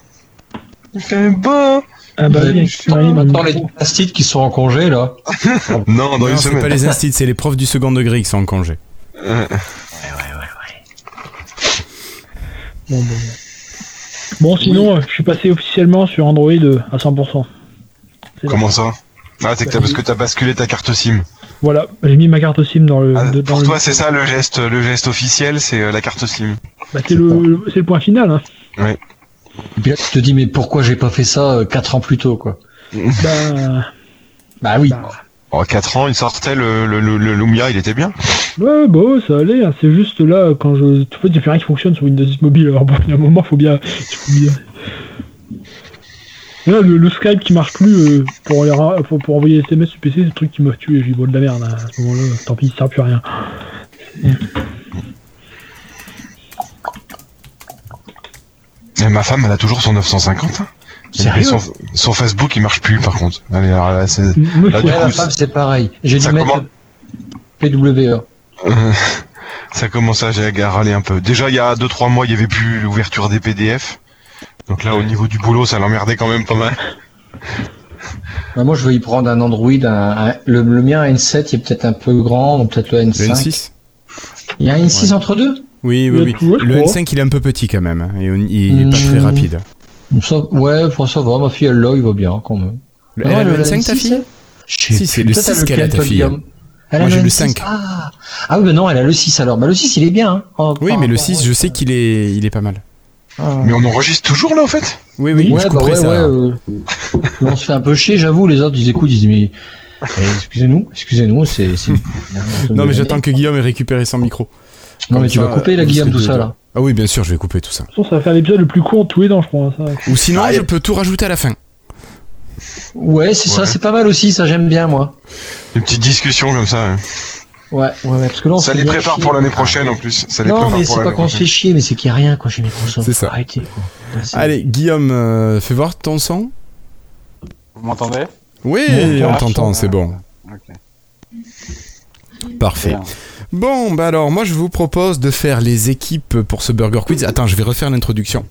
[SPEAKER 2] Il fait beau.
[SPEAKER 3] Ah bah,
[SPEAKER 4] Vous
[SPEAKER 3] oui,
[SPEAKER 4] avez-
[SPEAKER 3] avec Marie, dans le
[SPEAKER 4] Dans les
[SPEAKER 3] micro.
[SPEAKER 4] plastiques qui sont en congé là.
[SPEAKER 2] Non, dans
[SPEAKER 1] Non,
[SPEAKER 2] une
[SPEAKER 1] c'est pas
[SPEAKER 2] semaine.
[SPEAKER 1] les instits, c'est les profs du second degré qui sont en congé.
[SPEAKER 3] Bon, bon, bon. Bon, sinon, euh, je suis passé officiellement sur Android euh, à 100%. C'est
[SPEAKER 2] Comment ça Ah, c'est que t'as- parce que t'as basculé ta carte
[SPEAKER 1] Euh,
[SPEAKER 2] SIM.
[SPEAKER 3] là. Voilà, j'ai mis ma carte SIM dans le.
[SPEAKER 2] Ah,
[SPEAKER 3] de- dans
[SPEAKER 2] pour
[SPEAKER 3] le-
[SPEAKER 2] toi, c'est ça le geste, le geste officiel, c'est euh, la carte SIM.
[SPEAKER 3] Bah, c'est le, le- c'est le point final. Hein.
[SPEAKER 4] Et puis là, tu te dis, mais pourquoi j'ai pas fait ça 4 ans plus tôt quoi
[SPEAKER 3] Bah,
[SPEAKER 4] Bah oui.
[SPEAKER 3] Bah.
[SPEAKER 2] En 4 ans, il sortait le, le, le, le Lumia, il était bien.
[SPEAKER 3] ouais, bah, ouais, ça allait. hein. C'est juste là, quand je. En fait, il n'y a plus rien qui fonctionne sur Windows 10 mobile. Alors, bon, il y a un moment, faut bien. Faut bien... Là, le, le Skype qui marche plus euh, pour, les ra- pour, pour envoyer des SMS sur PC, c'est le truc qui m'a tué. J'ai dit, bon de la merde hein, à ce moment-là. Tant pis, ça sert plus à rien.
[SPEAKER 2] Et ma femme, elle a toujours son 950. hein. Et
[SPEAKER 4] Sérieux
[SPEAKER 2] son, son Facebook, il marche plus, par contre. Allez, alors là, c'est...
[SPEAKER 3] Moi,
[SPEAKER 2] Là,
[SPEAKER 3] je-
[SPEAKER 2] du
[SPEAKER 4] Ouais, la
[SPEAKER 2] coup,
[SPEAKER 4] femme, c'est pareil. J'ai dû
[SPEAKER 2] ça
[SPEAKER 4] mettre E.
[SPEAKER 2] commence-
[SPEAKER 4] PWE.
[SPEAKER 2] Ça commence à à râler un peu. Déjà, il y a 2-3 mois, il y avait plus l'ouverture des PDF. Donc là, au niveau du boulot, ça l'emmerdait quand même pas mal.
[SPEAKER 4] Bah, moi, je veux y prendre un Android. un- un- le, le mien N7, il est peut-être un peu grand, ou peut-être le
[SPEAKER 1] Le
[SPEAKER 4] N5.
[SPEAKER 1] N6
[SPEAKER 4] Il y a un N6 entre deux
[SPEAKER 1] Oui,
[SPEAKER 3] Il y a
[SPEAKER 1] oui, oui.
[SPEAKER 3] tout, ouais, je
[SPEAKER 1] Le
[SPEAKER 3] crois.
[SPEAKER 1] N5, il est un peu petit quand même. hein, Et on- il est pas très
[SPEAKER 4] Mmh.
[SPEAKER 1] rapide.
[SPEAKER 4] Ça- Ouais, pour ça va. Ma fille, elle l'a, il va bien quand même.
[SPEAKER 1] Le,
[SPEAKER 4] Ah
[SPEAKER 1] elle a
[SPEAKER 4] ouais,
[SPEAKER 1] le
[SPEAKER 4] elle a
[SPEAKER 1] N5, ta
[SPEAKER 4] N6,
[SPEAKER 1] fille
[SPEAKER 4] elle Je
[SPEAKER 1] Si,
[SPEAKER 4] sais plus.
[SPEAKER 1] c'est le
[SPEAKER 4] Toi, t'as
[SPEAKER 1] 6 qu'elle a,
[SPEAKER 4] lequel,
[SPEAKER 1] ta
[SPEAKER 4] toi,
[SPEAKER 1] fille. hein.
[SPEAKER 4] Guillaume Elle a
[SPEAKER 1] Moi, j'ai le
[SPEAKER 4] 6.
[SPEAKER 1] 5.
[SPEAKER 4] Ah. ah oui, mais non, elle a le 6 alors. Bah, le 6, il est bien. hein, en-
[SPEAKER 1] Oui,
[SPEAKER 4] par
[SPEAKER 1] mais le
[SPEAKER 4] rapport-
[SPEAKER 1] 6, je sais qu'il est, il est pas mal.
[SPEAKER 4] Ah.
[SPEAKER 2] Mais on enregistre toujours, là, en fait
[SPEAKER 1] Oui, oui,
[SPEAKER 4] ouais,
[SPEAKER 1] je
[SPEAKER 4] bah
[SPEAKER 1] couperai
[SPEAKER 4] ouais,
[SPEAKER 1] ça.
[SPEAKER 4] ouais. euh, mais on se fait un peu chier, j'avoue. Les autres, ils écoutent, ils disent, mais eh, excusez-nous, excusez-nous, c'est. hein, c'est-
[SPEAKER 1] Non, mais j'attends que Guillaume ait récupéré son micro.
[SPEAKER 4] Non, mais
[SPEAKER 1] Comme
[SPEAKER 4] tu
[SPEAKER 1] ça,
[SPEAKER 4] vas couper,
[SPEAKER 1] vous
[SPEAKER 4] la Guillaume,
[SPEAKER 1] serez
[SPEAKER 4] tout
[SPEAKER 1] deux,
[SPEAKER 4] ça,
[SPEAKER 1] toi.
[SPEAKER 4] là.
[SPEAKER 1] Ah oui, bien sûr, je vais couper tout ça.
[SPEAKER 3] De toute façon, ça va faire l'épisode le plus court de tous les temps, je crois. hein, Ça.
[SPEAKER 1] Ou sinon,
[SPEAKER 2] Ah,
[SPEAKER 1] je
[SPEAKER 2] et-
[SPEAKER 1] peux tout rajouter à la fin.
[SPEAKER 4] Ouais, c'est ça,
[SPEAKER 2] Ouais.
[SPEAKER 4] c'est pas mal aussi, ça j'aime bien moi.
[SPEAKER 2] Des petites discussions comme ça. hein.
[SPEAKER 4] Ouais, ouais, ouais, parce que là on se
[SPEAKER 2] Ça
[SPEAKER 4] fait
[SPEAKER 2] les
[SPEAKER 4] bien
[SPEAKER 2] prépare
[SPEAKER 4] chier.
[SPEAKER 2] pour l'année prochaine en plus. Ça les
[SPEAKER 4] Non,
[SPEAKER 2] prépare
[SPEAKER 4] mais
[SPEAKER 2] pour
[SPEAKER 4] c'est pas
[SPEAKER 2] l'année
[SPEAKER 4] qu'on se
[SPEAKER 2] prochaine.
[SPEAKER 4] fait chier, mais c'est qu'il n'y a rien quoi chez Microsoft.
[SPEAKER 1] C'est ça.
[SPEAKER 4] Arrêtez quoi. Ouais, c'est-
[SPEAKER 1] Allez, Guillaume, euh, fais voir ton son.
[SPEAKER 5] Vous m'entendez
[SPEAKER 1] Oui,
[SPEAKER 5] Mon
[SPEAKER 1] on
[SPEAKER 5] gars.
[SPEAKER 1] t'entend, c'est bon.
[SPEAKER 5] Ok.
[SPEAKER 1] Parfait.
[SPEAKER 5] Bien.
[SPEAKER 1] Bon, bah alors, moi je vous propose de faire les équipes pour ce Burger Quiz. Attends, je vais refaire l'introduction.